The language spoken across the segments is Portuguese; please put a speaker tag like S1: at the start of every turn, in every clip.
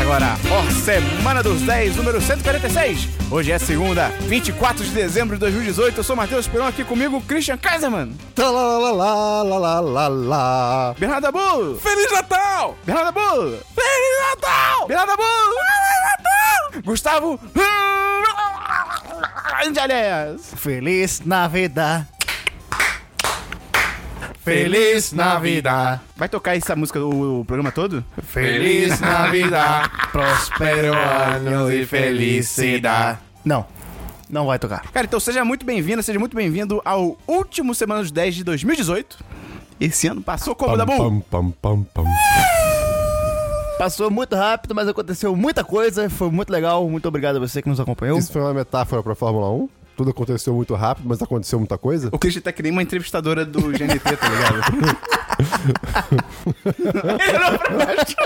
S1: agora, ó, Semana dos 10, número 146. Hoje é segunda, 24 de dezembro de 2018. Eu sou Matheus Peron, aqui comigo, Christian Kaiserman,
S2: Tá lá, lá, lá, lá, lá, lá, lá.
S1: Bernardo Abu,
S3: Feliz Natal!
S1: Bernardo Abu,
S3: Feliz Natal!
S1: Bernardo Abu,
S3: Natal!
S1: Gustavo Angeles.
S2: Feliz Navidad. Feliz Navidad.
S1: Vai tocar essa música o, o programa todo?
S2: Feliz Navidad. Prospero ano e felicidade. Não, não vai tocar.
S1: Cara, então seja muito bem-vindo, seja muito bem-vindo ao último Semana dos 10 de 2018. Esse ano passou como, Dabu?
S2: Passou muito rápido, mas aconteceu muita coisa. Foi muito legal. Muito obrigado a você que nos acompanhou.
S4: Então, Isso foi uma metáfora pra Fórmula 1? Tudo aconteceu muito rápido, mas aconteceu muita coisa?
S1: O Christian tá que nem uma entrevistadora do GNT, tá ligado? Ele olhou pra baixo.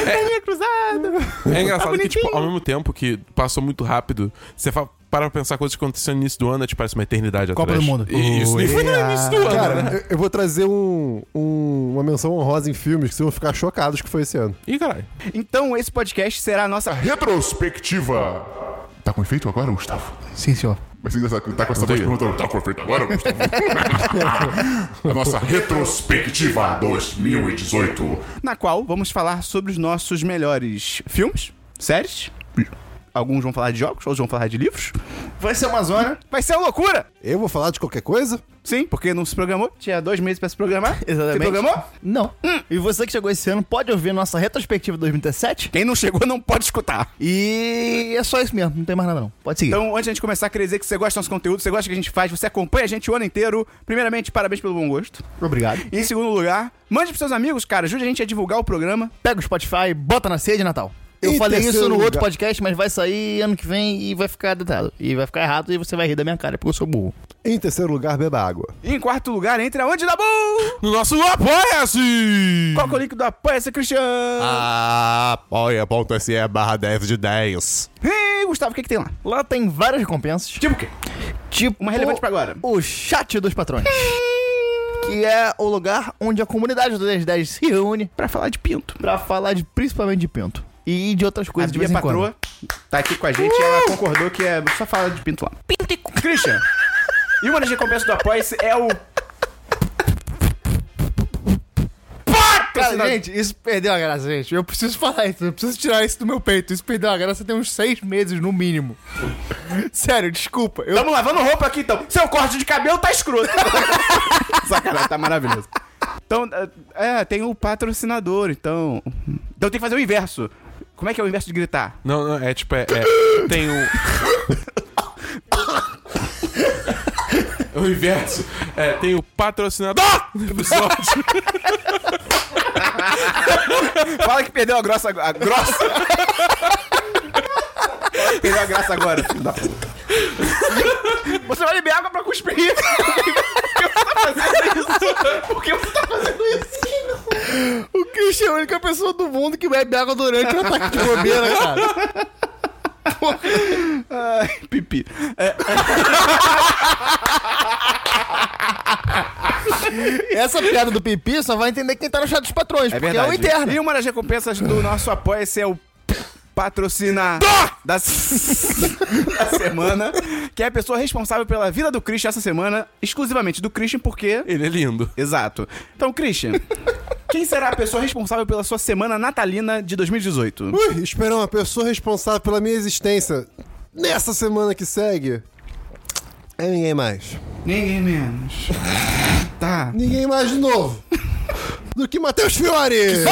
S1: É. Perninha cruzada.
S3: É engraçado que,
S1: bonitinho.
S3: tipo, ao mesmo tempo que passou muito rápido, você fa- para pra pensar coisas que aconteceram no início do ano, é, tipo, parece uma eternidade
S2: Copa
S3: atrás.
S2: do Mundo.
S3: E isso nem foi no
S2: Ué.
S3: início do ano,
S4: Cara,
S3: né?
S4: eu, eu vou trazer um, um- uma menção honrosa em filmes que vocês vão ficar chocados que foi esse ano.
S3: Ih, caralho.
S1: Então, esse podcast será a nossa.
S5: Retrospectiva. Tá com efeito agora, Gustavo?
S2: Sim, senhor.
S5: Mas ainda tá- tá com essa voz
S3: Odeio.
S5: perguntando, tá com efeito agora, Gustavo? A nossa retrospectiva 2018.
S1: Na qual vamos falar sobre os nossos melhores filmes, séries. Alguns vão falar de jogos, outros vão falar de livros.
S2: Vai ser uma zona.
S1: Vai ser uma loucura!
S4: Eu vou falar de qualquer coisa?
S1: Sim, porque não se programou. Tinha dois meses pra se programar.
S2: Exatamente.
S1: Se programou?
S2: Não. E você que chegou esse ano pode ouvir nossa retrospectiva 2017.
S1: Quem não chegou não pode escutar.
S2: E é só isso mesmo, não tem mais nada não. Pode seguir.
S1: Então, antes de a gente começar, queria dizer que você gosta do nosso conteúdo, você gosta do que a gente faz, você acompanha a gente o ano inteiro. Primeiramente, parabéns pelo bom gosto.
S2: obrigado.
S1: E em segundo lugar, mande pros seus amigos, cara, ajude a gente a divulgar o programa.
S2: Pega o Spotify, bota na ceia de Natal. Eu
S4: Em
S2: falei isso
S4: terceiro
S2: no outro
S4: lugar-
S2: podcast, mas vai sair ano que vem e vai ficar detalhado. E vai ficar errado e você vai rir da minha cara, porque eu sou burro.
S4: Em terceiro lugar, beba água.
S1: E em quarto lugar, entre aonde, Dabu?
S3: No nosso Apoia-se!
S1: Qual que é o link do Apoia-se, Cristian?
S4: Ah. Apoia.se barra 10 de 10.
S1: Ei, Gustavo, o que, que tem lá?
S2: Lá tem várias recompensas.
S1: Tipo o quê?
S2: Tipo.
S1: Uma relevante pra agora.
S2: O chat dos patrões. Que é o lugar onde a comunidade do 1010 se reúne
S1: Pra falar de pinto.
S2: pra falar de, principalmente de pinto. E de outras
S1: A
S2: coisas Ah, de
S1: Bia
S2: vez em quando.
S1: Patroa tá aqui com a gente e ela concordou que é só falar de pinto lá. Pinto e... Christian, e uma das recompensas do Apoia-se é o...
S2: Cara,
S1: Patrocinador.
S2: gente, isso perdeu a graça, gente. Eu preciso falar isso, eu preciso tirar isso do meu peito. Isso perdeu a graça tem uns seis meses no mínimo. Sério, desculpa. Eu...
S1: Tamo lavando roupa aqui, então. Seu corte de cabelo tá escroto. Sacanagem, tá maravilhoso. Então, é, é, tem o patrocinador, então... Então tem que fazer o inverso. Como é que é o inverso de gritar?
S3: Não, não, é tipo, é. é- tem um. É o inverso. É, tem o patrocinador do episódio.
S1: Fala que perdeu a grossa... A grossa... Fala que perdeu a graça agora, filho da puta. Você vai beber água pra cuspir. tá
S2: O Christian é a única pessoa do mundo que bebe água durante o ataque de bobeira, cara.
S1: Ai, pipi. É,
S2: Essa piada do pipi só vai entender quem tá no chat dos patrões,
S1: É
S2: porque
S1: verdade.
S2: é o interno.
S1: E uma das recompensas do nosso apoia-se é o patrocinar da, s- da semana, que é a pessoa responsável pela vida do Christian essa semana, exclusivamente do Christian, porque...
S3: Ele é lindo.
S1: Exato. Então, Christian, quem será a pessoa responsável pela sua semana natalina de 2018?
S4: Ui, esperão, a pessoa responsável pela minha existência nessa semana que segue é ninguém mais.
S1: Ninguém menos. Tá.
S4: Ninguém mais de novo do que Matheus Fiore!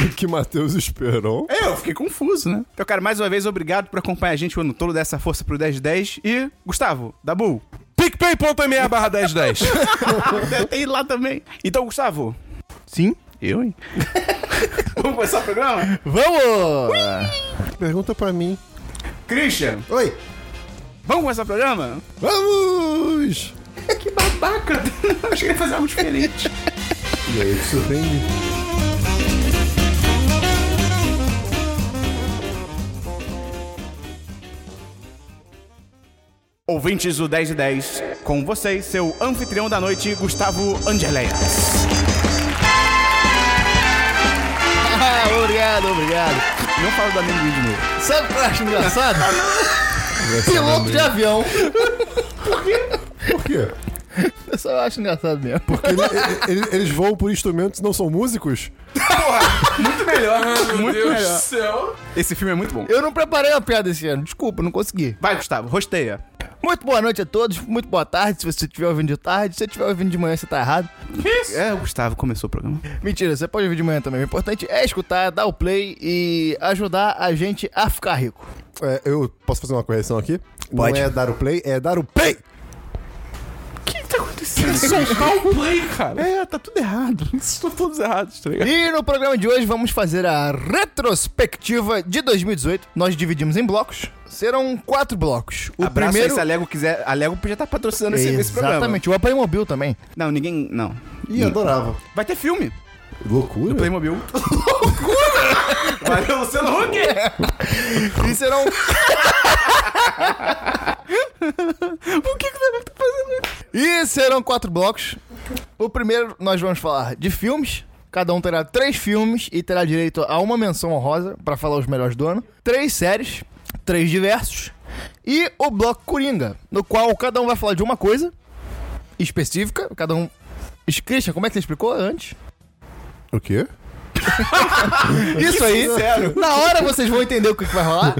S4: Do que Matheus Esperon.
S1: É, Eu fiquei confuso, né? Então, cara, mais uma vez, obrigado por acompanhar a gente o ano todo, dessa força pro 10 de 10. E, Gustavo, Dabu,
S3: PicPay.me barra 1010.
S1: tem lá também. Então, Gustavo,
S2: Sim.
S1: Eu, hein? Vamos começar o programa?
S2: Vamos!
S4: Pergunta pra mim.
S1: Christian,
S4: Oi,
S1: vamos começar o programa?
S4: vamos!
S1: Que babaca! Acho que ele ia fazer algo diferente.
S4: E aí, isso tem...
S1: Ouvintes do 10 de 10, com vocês, seu anfitrião da noite, Gustavo Angeléas.
S2: Ah, obrigado, obrigado.
S1: Não falo do amendoim de novo.
S2: Sabe o que eu acho engraçado? Piloto de avião.
S4: Por quê?
S2: Eu só acho engraçado mesmo.
S4: Porque ele- ele- ele- eles voam por instrumentos e não são músicos?
S1: Muito melhor,
S3: Meu
S1: muito
S3: Deus do
S1: melhor.
S3: céu.
S1: Esse filme é muito bom.
S2: Eu não preparei uma piada esse ano, desculpa, não consegui.
S1: Vai, Gustavo, rosteia.
S2: Muito boa noite a todos, muito boa tarde, se você estiver ouvindo de tarde, se você estiver ouvindo de manhã, você tá errado.
S1: É, o Gustavo começou o programa.
S2: Mentira, você pode ouvir de manhã também. O importante é escutar, dar o play e ajudar a gente a ficar rico.
S4: É, eu posso fazer uma correção aqui?
S2: Pode.
S4: Não é dar o play, é dar o play!
S3: Soltar o play, cara.
S1: É, tá tudo errado.
S3: Estão todos errados, tá ligado?
S2: E no programa de hoje vamos fazer a retrospectiva de 2018. Nós dividimos em blocos. Serão quatro blocos. O
S1: Abraço aí
S2: primeiro.
S1: se a Lego quiser. A Lego podia estar patrocinando esse, esse programa.
S2: Exatamente, o Aparimobil também.
S1: Não, ninguém. Não.
S4: Ih, adorava.
S1: Vai ter filme.
S4: Loucura?
S1: Playmobil. Loucura! Valeu, Luciano Huck!
S2: E serão.
S1: O que que você tá fazendo?
S2: e serão quatro blocos. O primeiro nós vamos falar de filmes. Cada um terá três filmes e terá direito a uma menção honrosa pra falar os melhores do ano. Três séries, três diversos. E o bloco Coringa, no qual cada um vai falar de uma coisa específica. Cada um. Christian, como é que você explicou antes?
S4: O quê?
S2: Isso aí. Na hora vocês vão entender o que que vai rolar.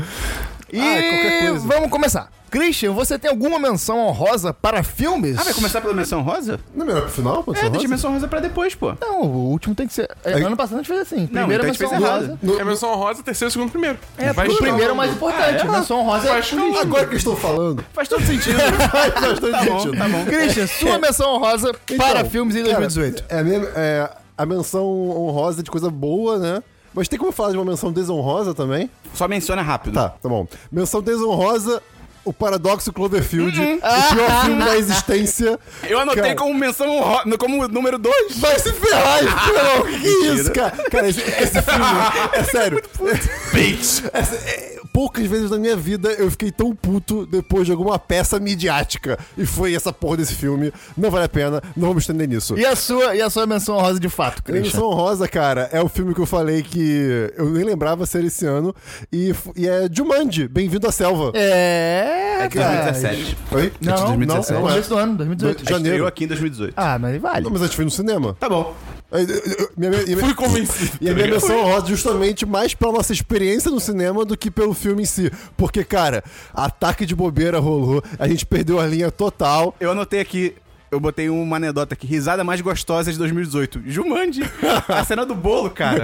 S2: E
S4: qualquer coisa.
S2: vamos começar. Christian, você tem alguma menção honrosa para filmes?
S1: Ah, vai começar pela menção rosa?
S4: Não é melhor pro final? Pode
S1: É,
S4: ser
S1: deixa a
S4: rosa?
S1: menção rosa pra depois, pô.
S2: Não, o último tem que ser. é, Ano passado a gente fez assim. Primeiro
S1: então a gente
S2: menção
S1: fez errado.
S2: honrosa.
S3: É menção honrosa, terceiro, segundo, primeiro.
S2: É,
S3: Vai
S2: o
S3: escalando.
S2: primeiro é o mais importante. Menção honrosa é.
S4: Agora que eu estou falando.
S1: Faz todo sentido. tá bom, tá bom.
S2: Christian, sua menção honrosa para
S4: Então,
S2: filmes em
S4: cara,
S2: 2018.
S4: é, mesmo- é a menção honrosa de coisa boa, né? Mas tem como falar de uma menção desonrosa também?
S1: Só menciona rápido.
S4: Tá, tá bom. Menção desonrosa, o paradoxo Cloverfield, o pior filme da existência.
S1: Eu anotei
S4: Cara,
S1: como menção honrosa, como número 2.
S4: Vai se ferrar, Esperão! Que isso, cara? Ah, Cara, esse, esse filme, é sério. Essa- é- poucas vezes na minha vida eu fiquei tão puto depois de alguma peça midiática. E foi essa porra desse filme. Não vale a pena, não vamos estender nisso.
S2: E a sua, e a sua menção honrosa de fato, Christian?
S4: Menção honrosa, cara, é o filme que eu falei que eu nem lembrava ser esse ano. E, f- e é Jumanji, Bem-vindo à Selva.
S2: É.
S1: É que
S2: cara.
S1: 2017.
S4: Oi?
S2: Não, não, não, é.
S1: 2017.
S2: começo do ano, 2018.
S4: Janeiro.
S1: Estreou aqui em 2018.
S2: Ah, mas vale.
S4: Não, mas a gente foi no cinema.
S1: Tá bom.
S4: Aí, eu- eu- Minha, minha, minha-
S3: Fui convencido.
S4: e a
S3: tá
S4: minha
S3: ligado?
S4: menção honrosa justamente mais pela nossa experiência no cinema do que pelo filme em si. Porque, cara, ataque de bobeira rolou, a gente perdeu a linha total.
S1: Eu anotei aqui, eu botei uma anedota aqui. Risada mais gostosa de 2018. Jumanji. a cena do bolo, cara.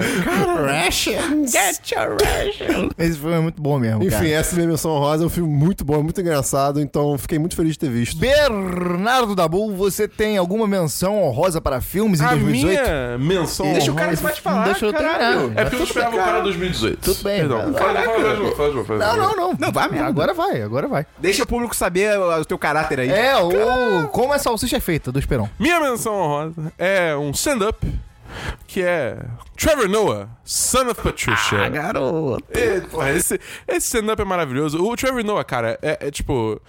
S1: Get your ration.
S2: Esse filme é muito bom mesmo.
S4: Enfim,
S2: cara.
S4: essa é minha menção honrosa, é um filme muito bom, é muito engraçado, então fiquei muito feliz de ter visto.
S2: Bernardo Dabu, você tem alguma menção honrosa para filmes em
S3: A
S2: 2018?
S3: minha menção
S1: Deixa o
S3: honrosa...
S1: cara mais falar,
S2: Deixa eu
S1: caralho.
S2: terminar.
S3: É porque eu não esperava o cara 2018.
S2: Tudo bem, cara.
S3: Perdão. Fala, fala, fala, fala, fala, fala.
S2: Não, não, não.
S1: Não, vai mesmo.
S2: Agora vai, agora vai.
S1: Deixa o público saber o o teu caráter aí.
S2: É, o Como a Salsicha é Feita, do Esperão.
S3: Minha menção honrosa é um stand-up que é Trevor Noah, Son of Patricia.
S1: garoto.
S3: É, porra, esse esse stand-up é maravilhoso. O Trevor Noah, cara, é, é tipo.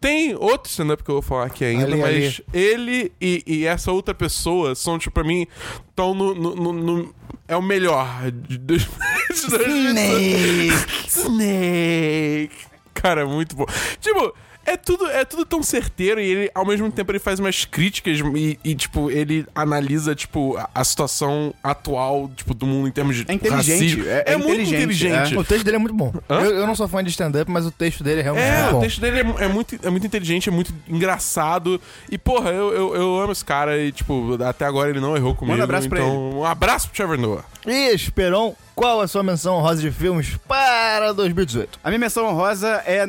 S3: Tem outro stand-up que eu vou falar aqui ainda,
S2: Ali,
S3: mas ele e, e essa outra pessoa são, tipo, pra mim, estão no, no- no- no- É o melhor de dois- de dois- Snake. Cara, é muito bom. Tipo, é tudo, é tudo tão certeiro e ele, ao mesmo tempo, ele faz umas críticas e, e, tipo, ele analisa, tipo, a, a situação atual, tipo, do mundo em termos de
S1: É inteligente,
S3: racismo.
S1: é- é
S3: muito
S1: inteligente,
S3: inteligente.
S1: é.
S2: O texto dele é muito bom.
S3: Hã?
S2: Eu, eu não sou fã de stand-up, mas o texto dele é realmente
S3: É,
S2: muito bom.
S3: o texto dele é, mu- é muito, é muito inteligente, é muito engraçado. E, porra, eu, eu, eu amo esse cara e, tipo, até agora ele não errou comigo.
S1: Manda abraço pra
S3: então, Um abraço pro Trevor Noah.
S2: E, Esperão, qual a sua menção honrosa de filmes para 2018?
S1: A minha menção honrosa é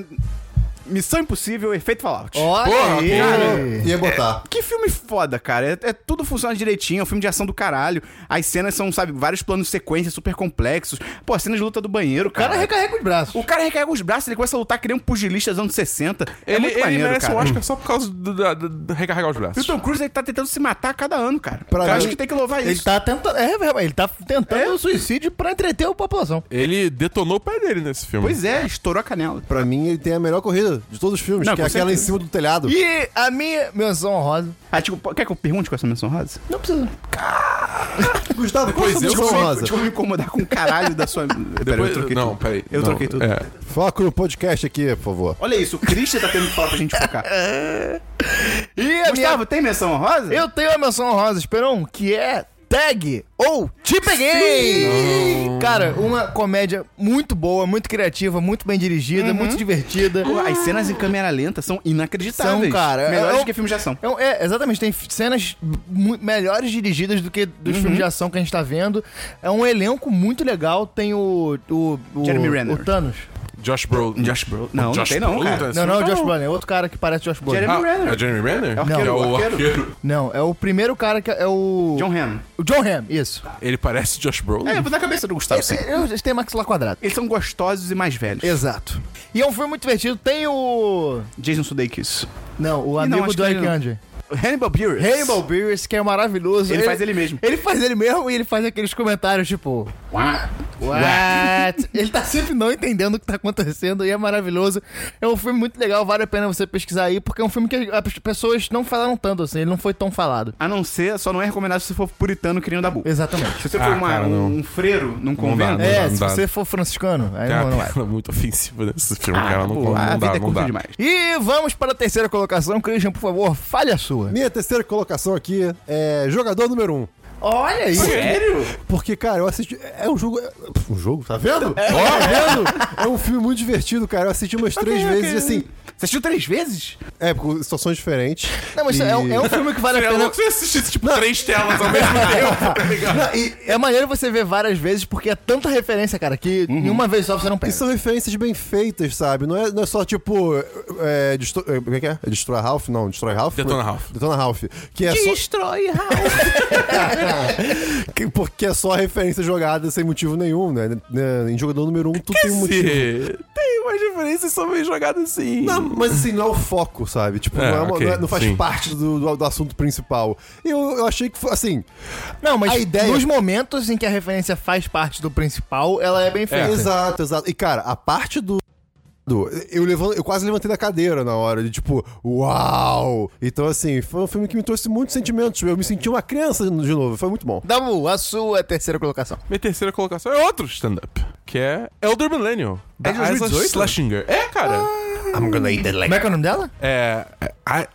S1: Missão Impossível Efeito Fallout.
S2: Olha
S3: Porra,
S2: aí.
S4: Cara, ia é botar.
S1: Que filme foda, cara. É, é- tudo funciona direitinho, é um filme de ação do caralho. As cenas são, sabe, vários planos de sequência super complexos. Pô, a cena de luta do banheiro,
S2: O
S1: cara.
S2: cara recarrega os braços.
S1: O cara recarrega os braços, ele começa a lutar que nem um pugilista dos anos 60. É
S3: ele
S1: muito
S3: ele
S1: maneiro,
S3: merece
S1: cara.
S3: um Oscar só por causa do, da- da- da- recarregar os
S1: E o
S3: braços.
S1: Tom Cruise, ele tá tentando se matar a cada ano, cara.
S4: Pra
S1: Eu acho
S4: mim-
S1: que tem que É? louvar
S2: Ele
S1: isso.
S2: tá tentando. É, velho, ele tá tentando o suicídio pra entreter a população.
S3: Ele detonou o pé dele nesse filme.
S1: Pois é, estourou a canela.
S4: Pra mim, ele tem a melhor corrida favorita de todos os filmes,
S1: Não,
S4: que é
S1: com
S4: aquela em
S1: certeza.
S4: cima do telhado.
S2: E a minha menção honrosa.
S1: Ah, tipo, po- quer que eu pergunte com essa menção rosa?
S4: Não precisa. Gustavo, qual é a sua menção rosa?
S1: Deixa eu tipo, me incomodar com o caralho da sua. Pera,
S3: Depois-
S1: eu troquei
S3: não,
S1: tudo.
S3: peraí.
S1: Eu
S3: Não,
S1: troquei tudo.
S3: é.
S4: Foco no podcast aqui, por favor.
S1: Olha isso, o Christian tá tendo que falar pra gente focar.
S2: E a
S1: Gustavo, tem menção honrosa?
S2: minha. é Eu tenho a menção honrosa, Esperon, que é Tag ou Te Peguei! Cara, uma comédia muito boa, muito criativa, muito bem
S1: Uhum.
S2: dirigida, muito divertida.
S1: Pô, As cenas em câmera lenta Ah. são inacreditáveis.
S2: São, cara.
S1: Melhores
S2: É, eu-
S1: que filmes de ação.
S2: Então, é, exatamente, tem f- cenas mu- melhores dirigidas do que dos filmes de
S1: Uhum.
S2: ação que a gente tá vendo. É um elenco muito legal, tem o. o, o
S1: Jeremy Renner.
S2: O Thanos.
S3: Josh Brolin.
S1: Josh Brolin. Não, não tem não, cara.
S3: tá assim?
S2: Não, não, é o
S3: Tá
S2: Josh
S3: bom.
S2: Brolin, é outro cara que parece Josh Brolin.
S1: Jeremy-
S3: Ah,
S1: Renner.
S3: é o Jeremy Renner?
S1: É o arqueiro,
S3: Que é o
S1: arqueiro.
S3: arqueiro.
S2: Não, é o primeiro cara que é o.
S1: John Hamm.
S2: O John Hamm, isso.
S3: Ele parece Josh Brolin.
S1: É, vou dar a cabeça do Gustavo, sim.
S2: Eu, eu tenho maxilar quadrado.
S1: Eles são gostosos e mais velhos.
S2: Exato. E é um filme muito divertido. Tem o.
S1: Jason Sudeikis.
S2: Não, o
S1: Ih, não,
S2: amigo
S1: acho
S2: do
S1: que
S2: Eric
S1: não.
S2: Andre.
S1: Hannibal Buress.
S2: Rainbow Beers, que é maravilhoso.
S1: Ele faz ele mesmo.
S2: Ele faz ele mesmo e ele faz aqueles comentários tipo. What? ele tá sempre não entendendo o que tá acontecendo e é maravilhoso. É um filme muito legal, vale a pena você pesquisar aí, porque é um filme que as pessoas não falaram tanto assim, ele não foi tão falado.
S1: A não ser, só não é recomendado se você for puritano querendo dar buco.
S2: Exatamente.
S1: Se você for
S3: Ah,
S1: uma-
S3: cara, não.
S1: um freiro num convento...
S3: dá,
S1: é,
S3: não
S2: É, se
S3: dá.
S2: você for franciscano, aí
S3: Cara,
S2: não, não é.
S3: ela é muito ofensiva nesse filme,
S1: ah,
S3: cara. Não,
S1: pô,
S3: não
S1: a vida
S3: dá,
S1: é
S3: não
S1: curta
S3: dá.
S1: demais.
S2: E vamos para a terceira colocação. Christian, por favor, fale a sua.
S4: Minha terceira colocação aqui é jogador número 1. Um.
S2: Olha aí.
S1: Sério?
S4: Porque, cara, eu assisti. É um jogo. é- Um jogo? Tá vendo?
S2: É.
S4: Tá vendo? É um filme muito divertido, cara. Eu assisti umas três vezes e assim.
S1: Você assistiu três vezes?
S4: É, com situações diferentes.
S2: Não, mas é, um, é um filme que vale a
S3: Seria
S2: pena.
S3: louco você assistir, tipo, três telas ao mesmo tempo, tá ligado?
S2: Não, e é maneiro você ver várias vezes, porque é tanta referência, cara, que em uma vez só você não
S4: E
S2: pega.
S4: são referências bem feitas, sabe? Não é, não é só tipo. É, desto- é, como é que é? É Destroy Ralph? Não, Destroy Ralph?
S3: Detona Ralph.
S4: Detona Ralph. Que é só,
S2: Destrói, Raul.
S4: que- porque é só referência jogada sem motivo nenhum, né? Né, Em jogador número um, tu tem um motivo.
S3: Sim. Tem umas diferenças são meio jogadas assim.
S4: Não, mas assim, não é o foco, sabe? Tipo,
S3: É,
S4: não, é uma-
S3: ok,
S4: não é- não faz
S3: sim.
S4: parte do, do, do assunto principal. E eu, eu achei que, foi, assim,
S2: Não, mas
S4: A ideia-
S2: nos momentos em que a referência faz parte do principal, ela é bem feita.
S4: Exato, exato. E, cara, a parte do. do- Eu, levan- eu quase levantei da cadeira na hora, de tipo, uau! Então, assim, foi um filme que me trouxe muitos sentimentos. Eu me senti uma criança de novo, foi muito bom.
S2: Dabu, a sua terceira colocação.
S3: Minha terceira colocação é outro stand-up, que é Elder Millennial, da
S1: É de 2018?
S3: Isla Schlesinger. É, cara.
S2: Como é que é o nome dela?
S3: É. A,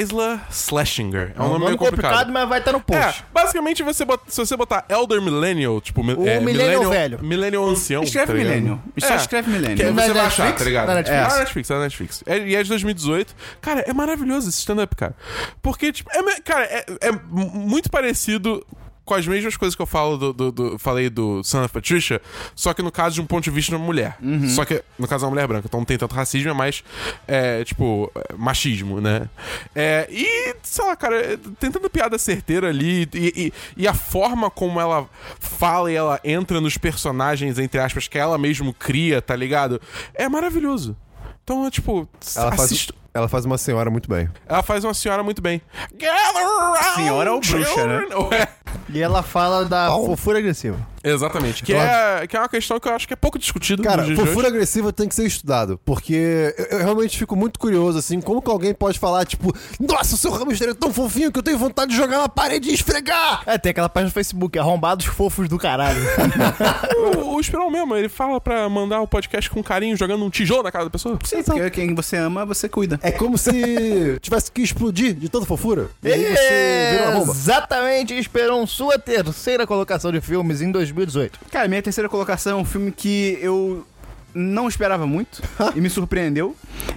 S3: Isla Schlesinger. É um nome meio complicado.
S2: mas vai estar no
S3: É,
S2: post.
S3: basicamente, você bota- se você botar Elder Millennial, tipo... mi-
S2: O
S3: é,
S2: millennial velho.
S3: Millennial ancião.
S1: Escreve
S3: tá ligado?
S1: Millennial. Só
S3: É.
S1: escreve
S3: Que aí
S1: Millennial.
S2: Na
S3: você vai achar,
S2: Netflix?
S3: tá ligado?
S2: Na Netflix.
S3: É, na Netflix, é na Netflix. É- e é de 2018. Cara, é maravilhoso esse stand-up, cara. Porque, tipo, é, me- cara, é, é m- muito parecido com as mesmas coisas que eu falo do, do- do- falei do Son of Patricia, só que no caso de um ponto de vista de uma mulher. Só que, no caso, é uma mulher branca, então não tem tanto racismo, é mais, é, tipo, é, machismo, né? É, e, sei lá, cara, é, tem tanta piada certeira ali, e, e- e a forma como ela fala e ela entra nos personagens, entre aspas, que ela mesmo cria, tá ligado? É maravilhoso. Então, é tipo,
S4: Ela faz,
S3: assisto.
S4: ela faz uma senhora muito bem.
S3: Ela faz uma senhora muito bem. Gather around,
S1: Senhora ou bruxa,
S3: children. Ué.
S2: E ela fala da
S4: Bom.
S2: fofura agressiva.
S3: Exatamente. Que é, que é uma questão que eu acho que é pouco discutida
S4: Cara,
S3: nos dias de hoje.
S4: fofura agressiva tem que ser estudado, porque eu, eu realmente fico muito curioso, assim, como que alguém pode falar, tipo, nossa, o seu hamster é tão fofinho que eu tenho vontade de jogar na parede e esfregar!
S2: É, tem aquela página no Facebook, arrombados fofos do caralho.
S3: É, O, o Esperão mesmo, ele fala pra mandar o podcast com carinho, jogando um tijolo na cara da pessoa.
S1: Sim, porque é quem você ama, você cuida.
S4: É como se tivesse que explodir de tanta fofura. E aí você vira uma bomba.
S2: Exatamente, Esperon, sua terceira colocação de filmes em 2018.
S1: Cara, minha terceira colocação é um filme que eu não esperava muito e me surpreendeu,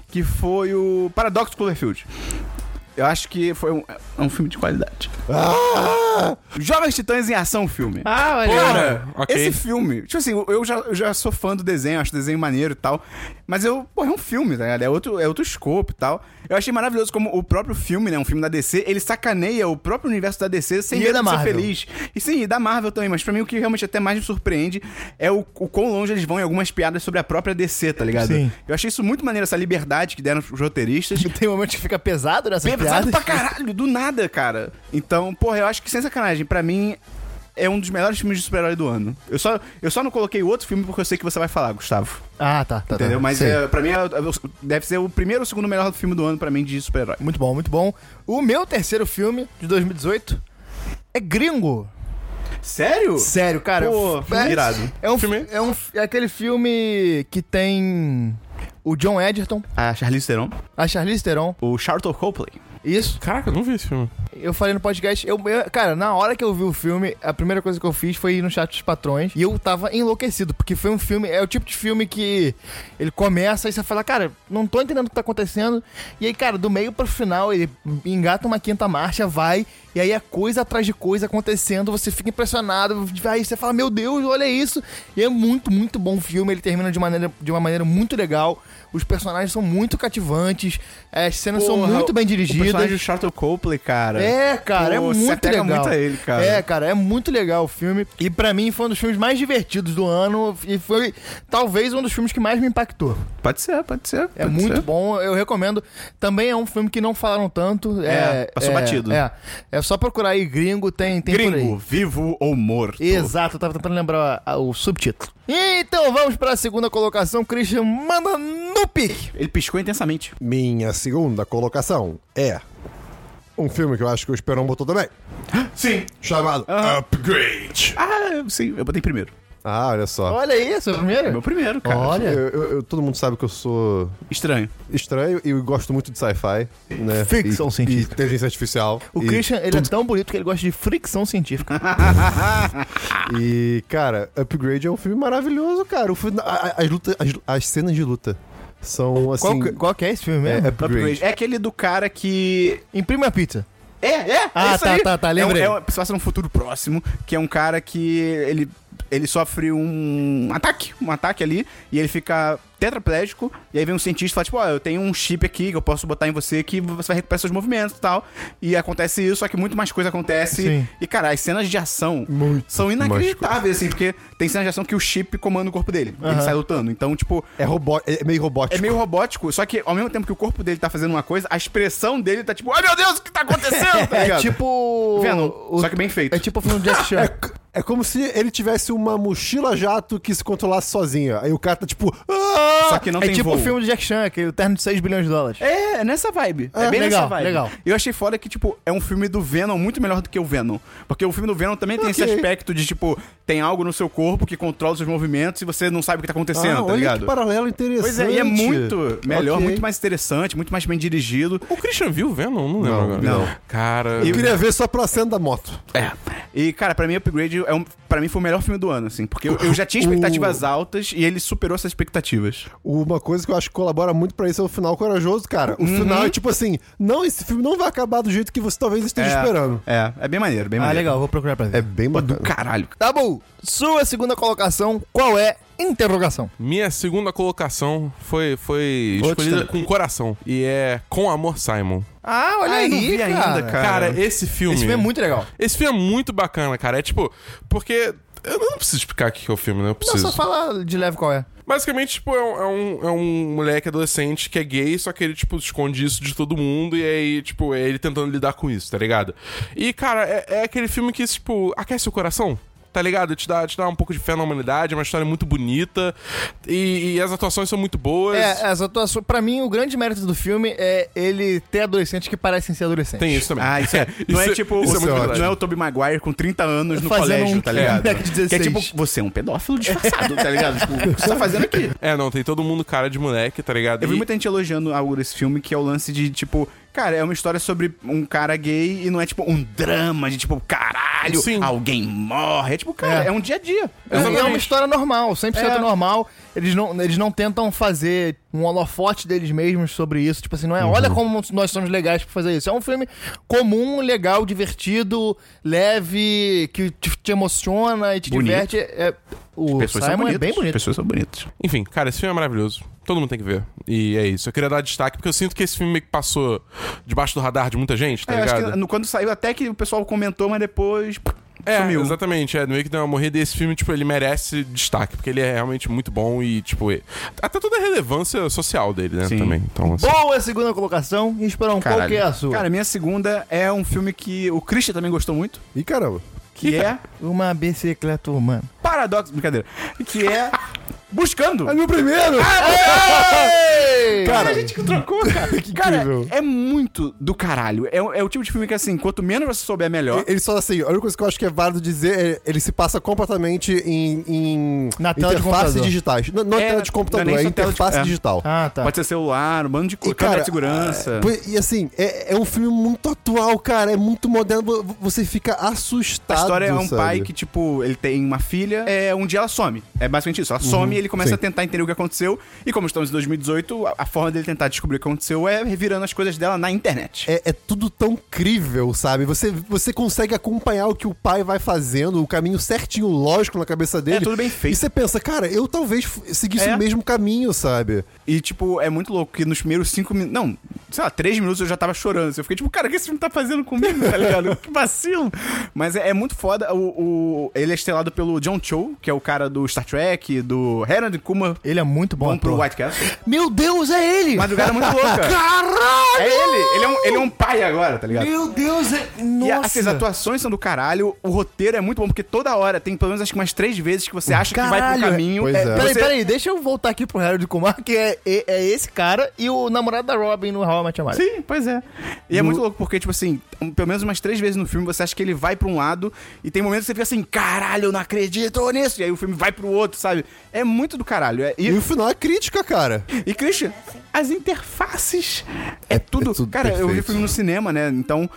S1: que foi o Paradoxo Cloverfield. Eu acho que foi um, é um filme de qualidade.
S4: Ah!
S1: Jovens Titãs em Ação filme.
S2: Ah, olha.
S3: Porra, ok.
S1: Esse filme, tipo assim, eu já, eu já sou fã do desenho, acho desenho maneiro e tal. Mas eu, pô, é um filme, tá ligado? É outro, é outro scope e tal. Eu achei maravilhoso como o próprio filme, né? Um filme da DC, ele sacaneia o próprio universo da DC sem
S2: E
S1: medo
S2: da
S1: de ser
S2: Marvel.
S1: feliz. E sim, e da Marvel também, mas pra mim o que realmente até mais me surpreende é o, o quão longe eles vão em algumas piadas sobre a própria DC, tá ligado?
S2: Sim.
S1: Eu achei isso muito maneiro, essa liberdade que deram pros roteiristas.
S2: Tem momentos que fica pesado nessa
S1: Pesado
S2: piada.
S1: pra caralho, do nada, cara. Então, porra, eu acho que sem sacanagem, pra mim é um dos melhores filmes de super-herói do ano. Eu só, eu só não coloquei outro filme porque eu sei que você vai falar, Gustavo.
S2: Ah, tá. tá
S1: entendeu?
S2: tá.
S1: Mas
S2: Sei.
S1: é, pra mim é- é- deve ser o primeiro ou segundo melhor filme do ano pra mim de super-herói.
S2: Muito bom, muito bom. O meu terceiro filme de 2018 é Gringo.
S1: Sério?
S2: Sério, cara.
S1: Pô,
S2: é,
S1: irado.
S2: É um
S3: Filme?
S2: filme. É, um, é aquele filme que tem o John Edgerton,
S1: A Charlize Theron.
S2: a Charlize Theron.
S1: O Charlton Copley.
S2: Isso.
S3: Caraca, eu não vi esse filme.
S2: Eu falei no podcast, eu, eu- cara, na hora que eu vi o filme, a primeira coisa que eu fiz foi ir no chat dos patrões e eu tava enlouquecido, porque foi um filme, é o tipo de filme que ele começa e você fala, cara, não tô entendendo o que tá acontecendo, e aí, cara, do meio pro final ele engata uma quinta marcha, vai, e aí é coisa atrás de coisa acontecendo, você fica impressionado, aí você fala, meu Deus, olha isso, e é muito, muito bom o filme, ele termina de, maneira, de uma maneira muito legal, os personagens são muito cativantes, as cenas são
S1: Porra,
S2: muito bem
S1: O personagem
S2: dirigidas.
S1: do Charlton Copley, cara.
S2: É, cara,
S1: Pô,
S2: é
S1: se
S2: muito
S1: apega
S2: legal.
S1: muito a ele, cara.
S2: É, cara, é muito legal o filme. E pra mim foi um dos filmes mais divertidos do ano e foi talvez um dos filmes que mais me impactou.
S1: Pode ser, pode ser.
S2: É
S1: pode
S2: muito
S1: ser.
S2: bom, eu recomendo. Também é um filme que não falaram tanto. É,
S1: É, passou batido.
S2: É, é só procurar aí gringo, tem, tem por aí.
S1: Gringo, vivo ou morto.
S2: Exato, eu tava tentando lembrar a- o subtítulo. Então vamos pra segunda colocação, Christian manda no pique.
S1: Ele piscou intensamente.
S4: Minha segunda colocação é um filme que eu acho que o Esperão botou também,
S1: Sim.
S4: chamado
S2: Ah.
S4: Upgrade.
S1: Ah, sim, eu botei primeiro.
S4: Ah, olha só.
S2: Olha aí, seu
S1: É meu
S2: primeiro.
S1: primeiro, cara.
S4: Eu,
S2: Olha,
S4: eu- eu- todo mundo sabe que eu sou
S1: Estranho.
S4: estranho e eu gosto muito de sci-fi, né?
S2: Ficção
S4: e,
S2: científica.
S4: E inteligência artificial.
S2: o
S4: e,
S2: Christian, ele é tão bonito que ele gosta de fricção científica.
S4: E, cara, Upgrade é um filme maravilhoso, cara. O filme- a- a- as, luta- as, as cenas de luta são, assim...
S2: Qual, que- qual que é esse filme
S4: é,
S2: mesmo?
S4: upgrade.
S1: Upgrade. É aquele do cara que.
S2: Imprime a pizza.
S1: É, é!
S2: Ah,
S1: é isso
S2: tá,
S1: aí.
S2: tá, tá, lembrei.
S1: É um, é um, se passa num futuro próximo, que é um cara que. Ele, ele sofre um ataque, um ataque ali, e ele fica tetraplégico, e aí vem um cientista e fala, tipo, ó, eu tenho um chip aqui que eu posso botar em você que você vai recuperar seus movimentos e tal. E acontece isso, só que muito mais coisa acontece.
S2: Sim.
S1: E, cara, as cenas de ação
S4: Muito
S1: são
S4: mais coisa.
S1: inacreditáveis, assim, porque tem cenas de ação que o chip comanda o corpo dele. Ele sai lutando. Então, tipo,
S4: É, robó, é meio robótico.
S1: é meio robótico, só que ao mesmo tempo que o corpo dele tá fazendo uma coisa, a expressão dele tá tipo, ai meu Deus, o que tá acontecendo? Tá
S2: É
S1: ligado?
S2: tipo.
S1: Venom,
S2: o-
S1: só que bem feito.
S2: É tipo o filme do Jack Chan.
S4: É, c- é como se ele tivesse uma mochila jato que se controlasse sozinha. Aí o cara tá tipo. "Ah!"
S1: Só que não
S2: é
S1: tem
S2: tipo
S1: voo.
S2: o filme do Jack Chan, aquele terno de 6 bilhões de dólares.
S1: É, é nessa vibe. É, bem
S2: legal,
S1: nessa vibe.
S2: legal.
S1: Eu achei foda que, tipo, é um filme do Venom muito melhor do que o Venom. Porque o filme do Venom também tem esse
S4: Ok.
S1: aspecto de, tipo, tem algo no seu corpo que controla os seus movimentos e você não sabe o que tá
S2: Ah,
S1: acontecendo, tá
S4: Ah, olha
S1: ligado?
S4: que paralelo interessante.
S1: Pois é, e é muito melhor,
S4: Ok.
S1: muito mais interessante, muito mais bem dirigido.
S3: O Christian viu vendo? Não lembro
S4: Não,
S3: agora.
S4: não.
S3: Cara.
S4: Eu queria ver só pra cena da moto.
S1: É. E, cara, pra mim, Upgrade é um, pra mim foi o melhor filme do ano, assim. Porque eu, eu já tinha expectativas altas e ele superou essas expectativas.
S4: Uma coisa que eu acho que colabora muito pra isso é o final corajoso, cara. O
S1: Uhum.
S4: final é tipo assim: não, esse filme não vai acabar do jeito que você talvez esteja esperando.
S1: É, é bem maneiro, bem
S2: ah,
S1: maneiro.
S2: legal, vou procurar pra ver.
S4: É bem
S1: Pô, do
S4: bacana.
S1: caralho.
S2: Tá bom. Sua segunda colocação, qual é? Interrogação.
S3: Minha segunda colocação foi, foi
S1: Outro
S3: escolhida
S1: também.
S3: com coração. E é Com Amor, Simon.
S2: Ah, olha
S1: Ah, eu
S2: aí,
S1: não vi
S2: cara.
S1: ainda, cara.
S3: Cara, esse filme...
S2: Esse filme é muito legal.
S3: Esse filme é muito bacana, cara. É tipo... Porque... Eu não preciso explicar o que é o filme, né? Eu
S2: Não,
S3: preciso.
S2: só fala de leve qual é.
S3: Basicamente, tipo, é um, é, um, é um moleque adolescente que é gay, só que ele, tipo, esconde isso de todo mundo e aí, tipo, é ele tentando lidar com isso, tá ligado? E, cara, é, é aquele filme que, tipo, aquece o coração. Tá ligado? Te dá, te dá um pouco de fé na humanidade, é uma história muito bonita. E, e as atuações são muito boas.
S2: É, as atuações. Pra mim, o grande mérito do filme é ele ter adolescentes que parecem ser adolescentes.
S3: Tem isso também.
S1: Ah, isso é. Não é tipo.
S3: Isso é muito
S1: o,
S3: verdade.
S1: não é o Tobey Maguire com 30 anos no
S2: Fazendo
S1: colégio,
S2: um-
S1: tá ligado?
S2: moleque de 16.
S1: Que é tipo, você é um pedófilo disfarçado, tá ligado? Tipo, o que você tá fazendo aqui?
S3: É, não, tem todo mundo cara de moleque, tá ligado?
S1: Eu vi
S3: E-
S1: muita gente elogiando algo desse filme, que é o lance de, tipo, cara, é uma história sobre um cara gay e não é tipo um drama de tipo, caralho,
S3: Sim.
S1: alguém morre. É tipo, cara,
S2: É.
S1: é, um dia a dia.
S2: É,
S3: Exatamente.
S2: é uma história normal, 100%
S1: É.
S2: normal. Eles não, eles não tentam fazer um holofote deles mesmos sobre isso. Tipo assim, não é
S1: Uhum.
S2: olha como nós somos legais pra fazer isso. É um filme comum, legal, divertido, leve, que te, te emociona e te
S1: Bonito.
S2: diverte. É, o Simon é bem bonito.
S1: Pessoas são bonitas.
S3: Enfim, cara, esse filme é maravilhoso. Todo mundo tem que ver. E é isso. Eu queria dar destaque, porque eu sinto que esse filme meio que passou debaixo do radar de muita gente, tá
S1: É, eu acho
S3: ligado?
S1: que no- quando saiu, até que o pessoal comentou, mas depois.
S3: É,
S1: sumiu.
S3: exatamente. É, meio que deu uma morrida e esse filme, tipo, ele merece destaque, porque ele é realmente muito bom e, tipo, é- até toda a relevância social dele, né,
S1: Sim.
S3: também. Então, assim,
S2: Boa segunda colocação. E Esperão, qual que é a sua?
S1: um Cara, minha segunda é um filme que o Christian também gostou muito.
S4: Ih, caramba.
S1: que é
S2: Uma bicicleta humana.
S1: Paradoxo, brincadeira, que é Buscando. Ah,
S4: É meu primeiro! Cara,
S1: a gente que trocou, cara. cara, é muito do caralho. É, o- é o tipo de filme que, assim, quanto menos você souber, melhor.
S4: ele só assim, a única coisa que eu acho que é válido dizer é ele se passa completamente em, em
S2: Na tela de
S4: interfaces
S2: computador.
S4: digitais. Não, não é,
S1: É,
S4: tela de
S1: não é
S4: computador,
S1: nem
S4: é
S1: só tela de-
S4: interface
S1: é.
S4: digital.
S2: Ah, tá.
S1: Pode ser celular, um bando de
S4: E,
S1: coisa, câmera de segurança.
S4: ah, pô, E assim, é, é um filme muito atual, cara. É muito moderno. vo- Você fica
S1: A
S4: assustado.
S1: história é um
S4: sabe?
S1: pai que, tipo, ele tem uma filha, é, um dia ela some. É basicamente isso. Ela some e ele começa
S4: Uhum. sim.
S1: a tentar entender o que aconteceu. E como estamos em 2018, a, a forma dele tentar descobrir o que aconteceu é revirando as coisas dela na internet.
S4: É, é tudo tão crível, sabe? Você, você consegue acompanhar o que o pai vai fazendo, o caminho certinho, lógico na cabeça dele.
S1: É tudo bem feito.
S4: E você pensa, cara, eu talvez f- seguisse
S1: É.
S4: o mesmo caminho, sabe?
S1: E, tipo, é muito louco que nos primeiros cinco minutos. Não, sei lá, três minutos eu já tava chorando. assim. Eu fiquei tipo, cara, o que esse filme tá fazendo comigo, tá ligado? que vacilo! Mas é, é muito foda. O, o- ele é estrelado pelo John Cho, que é o cara do Star Trek, do Harold Kumar.
S2: Ele é muito bom.
S1: Vamos pro
S2: ator.
S1: White Castle.
S2: Meu Deus, é ele!
S1: Madrugada muito louca.
S2: Caralho!
S1: É ele. Ele é, um, ele é um pai agora, tá ligado?
S2: Meu Deus, é. Nossa!
S1: E assim, as atuações são do caralho, o roteiro é muito bom, porque toda hora tem pelo menos acho que umas três vezes que você acha que vai
S2: Caralho.
S1: pro caminho.
S4: Pois é.
S2: Peraí,
S1: você-
S2: peraí, deixa eu voltar aqui pro Harold Kumar, que é, é- é esse cara e o namorado da Robin no How I Met Your Mother.
S1: Sim, pois é. E é muito louco, porque, tipo assim, um- pelo menos umas três vezes no filme você acha que ele vai pra um lado e tem momentos que você fica assim, caralho, eu não acredito nisso. E aí o filme vai pro outro, sabe? É muito do caralho. É-
S4: E
S1: e,
S4: o final é crítica, cara.
S1: e, Christian, as interfaces é, tudo.
S4: é tudo
S1: Cara, eu vi
S4: perfeito.
S1: o filme no cinema, né? Então,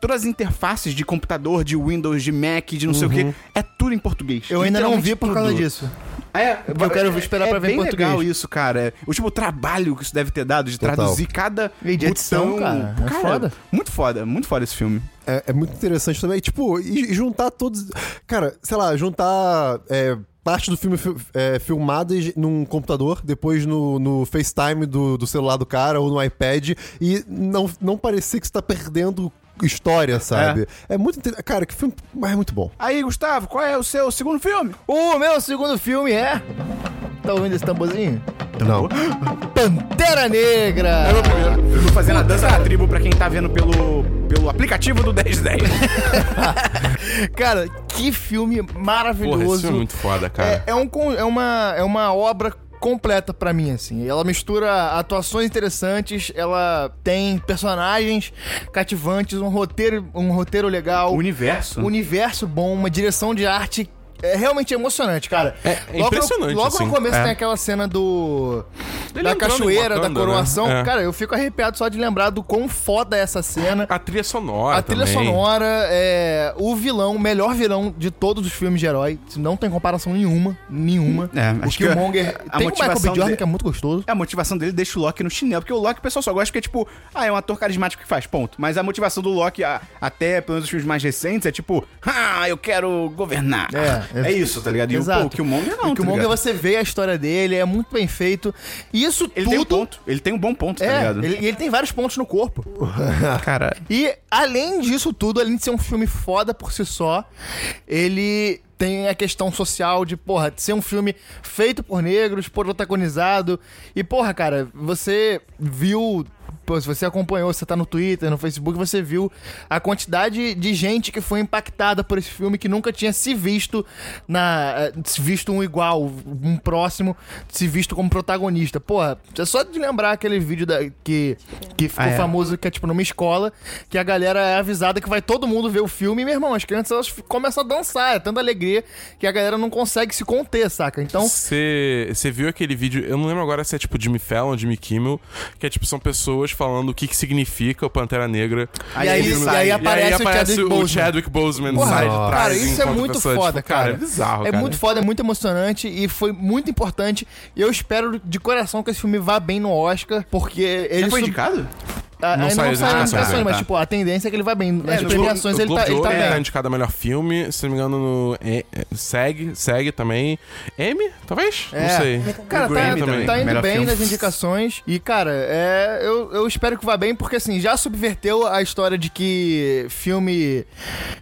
S1: todas as interfaces de computador, de Windows, de Mac, de não sei o
S4: Uhum.
S1: quê, é tudo em português.
S2: Eu ainda não vi
S1: Literalmente
S2: por causa
S1: tudo.
S2: disso.
S1: É,
S2: Porque eu quero esperar pra ver em
S1: bem
S2: português.
S1: legal isso, cara. É, O tipo o trabalho que isso deve ter dado de
S4: Total.
S1: traduzir cada
S2: E de edição, cara. É foda.
S1: Muito foda, muito foda esse filme.
S4: É, é muito interessante também. Tipo, e, e juntar todos. Cara, sei lá, juntar. é, Parte do filme fi- é, filmadas num computador, depois no, no FaceTime do, do celular do cara ou no iPad, e não, não parecer que você tá perdendo história, sabe? É, muito interessante. Cara, que filme. Mas é muito bom.
S1: Aí, Gustavo, qual é o seu segundo filme?
S2: O meu segundo filme é. Tá ouvindo esse tamborzinho?
S1: É
S4: Não.
S2: Pantera Negra!
S1: Eu vou fazendo a dança da tribo pra quem tá vendo pelo, pelo aplicativo do 1010.
S2: Cara, que filme maravilhoso.
S3: Porra, esse filme é muito foda, cara.
S2: É, é um, con- é, uma, é uma obra completa pra mim, assim. Ela mistura atuações interessantes, ela tem personagens cativantes, um roteiro, um roteiro legal,
S1: o universo.
S2: universo bom, uma direção de arte é realmente emocionante, cara.
S3: É- é
S2: no-
S3: impressionante,
S2: Logo
S3: assim.
S2: no começo
S1: É.
S2: tem aquela cena do
S3: Ele
S2: da
S3: entrando em
S2: cachoeira, da
S3: Wakanda,
S2: coroação.
S3: né? É.
S2: Cara, eu fico arrepiado só de lembrar do quão foda é essa cena.
S1: Ah,
S3: A trilha sonora.
S2: A trilha
S3: também.
S2: sonora é o vilão, o melhor vilão de todos os filmes de herói. Não tem comparação nenhuma, nenhuma.
S1: É,
S2: o
S1: acho que a-
S2: Killmonger.
S1: a
S2: tem o Michael B.
S1: motivação
S2: Jordan,
S1: de-
S2: que é muito gostoso.
S1: A motivação dele deixa o Loki no chinelo, porque o Loki o pessoal só gosta porque, tipo, ah, é um ator carismático que faz, ponto. Mas a motivação do Loki, a- até pelo menos os filmes mais recentes, é tipo, ah, eu quero governar.
S2: É,
S1: É, isso, tá ligado? E o-
S2: Exato.
S1: pô, o Killmonger não,
S2: o Killmonger,
S1: tá ligado?
S2: você vê a história dele, é muito bem feito. E isso
S1: Ele tem um
S2: tudo...
S1: ponto. Ele tem um bom ponto, tá
S2: É,
S1: ligado?
S2: ele, e ele tem vários pontos no corpo.
S1: Cara,
S2: E além disso tudo, além de ser um filme foda por si só, ele tem a questão social de, porra, ser um filme feito por negros, protagonizado. E, porra, cara, você viu. pô, se você acompanhou, você tá no Twitter, no Facebook, você viu a quantidade de gente que foi impactada por esse filme que nunca tinha se visto na. eh, se visto um igual, um próximo, se visto como protagonista. Porra, é só de lembrar aquele vídeo da, que, que ficou
S1: Ah, é.
S2: famoso, que é tipo numa escola, que a galera é avisada que vai todo mundo ver o filme, e, meu irmão, as crianças elas f- começam a dançar, é tanta alegria que a galera não consegue se conter, saca? Então.
S3: Você você viu aquele vídeo, eu não lembro agora se é tipo Jimmy Fallon, Jimmy Kimmel, que é tipo, são pessoas falando o que, que significa o Pantera Negra.
S1: Aí
S2: e aí,
S1: ele
S2: e
S1: sai.
S2: aí
S1: E aí
S2: aparece, o Chadwick Boseman.
S3: Chadwick Boseman
S2: Porra,
S3: sai de trás. assim,
S2: cara, isso é
S3: enquanto a
S2: muito
S3: pessoa,
S2: foda,
S3: tipo,
S2: cara.
S3: É bizarro,
S2: É
S3: cara.
S2: muito foda, é muito emocionante e foi muito importante. Eu espero de coração que esse filme vá bem no Oscar, porque ele
S1: já foi
S2: sub-
S1: indicado?
S2: Ah,
S3: Não
S2: ainda
S3: saiu
S2: não
S3: né? as
S2: saiu as
S3: indicações,
S2: indicações, mas
S1: tá.
S2: tipo, a tendência é que ele vai bem. Nas
S1: no
S2: premiações
S3: Tipo, O
S2: ele
S3: Globo
S2: tá,
S3: de
S2: ele tá
S3: Ouro
S2: bem.
S3: tá indicado a melhor filme, se não me engano, no é, é, SEG, SEG também. M, talvez? Não sei.
S2: Cara, tá,
S3: O Grammy também.
S2: tá indo
S1: Melhor
S2: bem
S1: filme.
S2: nas indicações. E, cara, é, eu, eu espero que vá bem, porque assim, já subverteu a história de que filme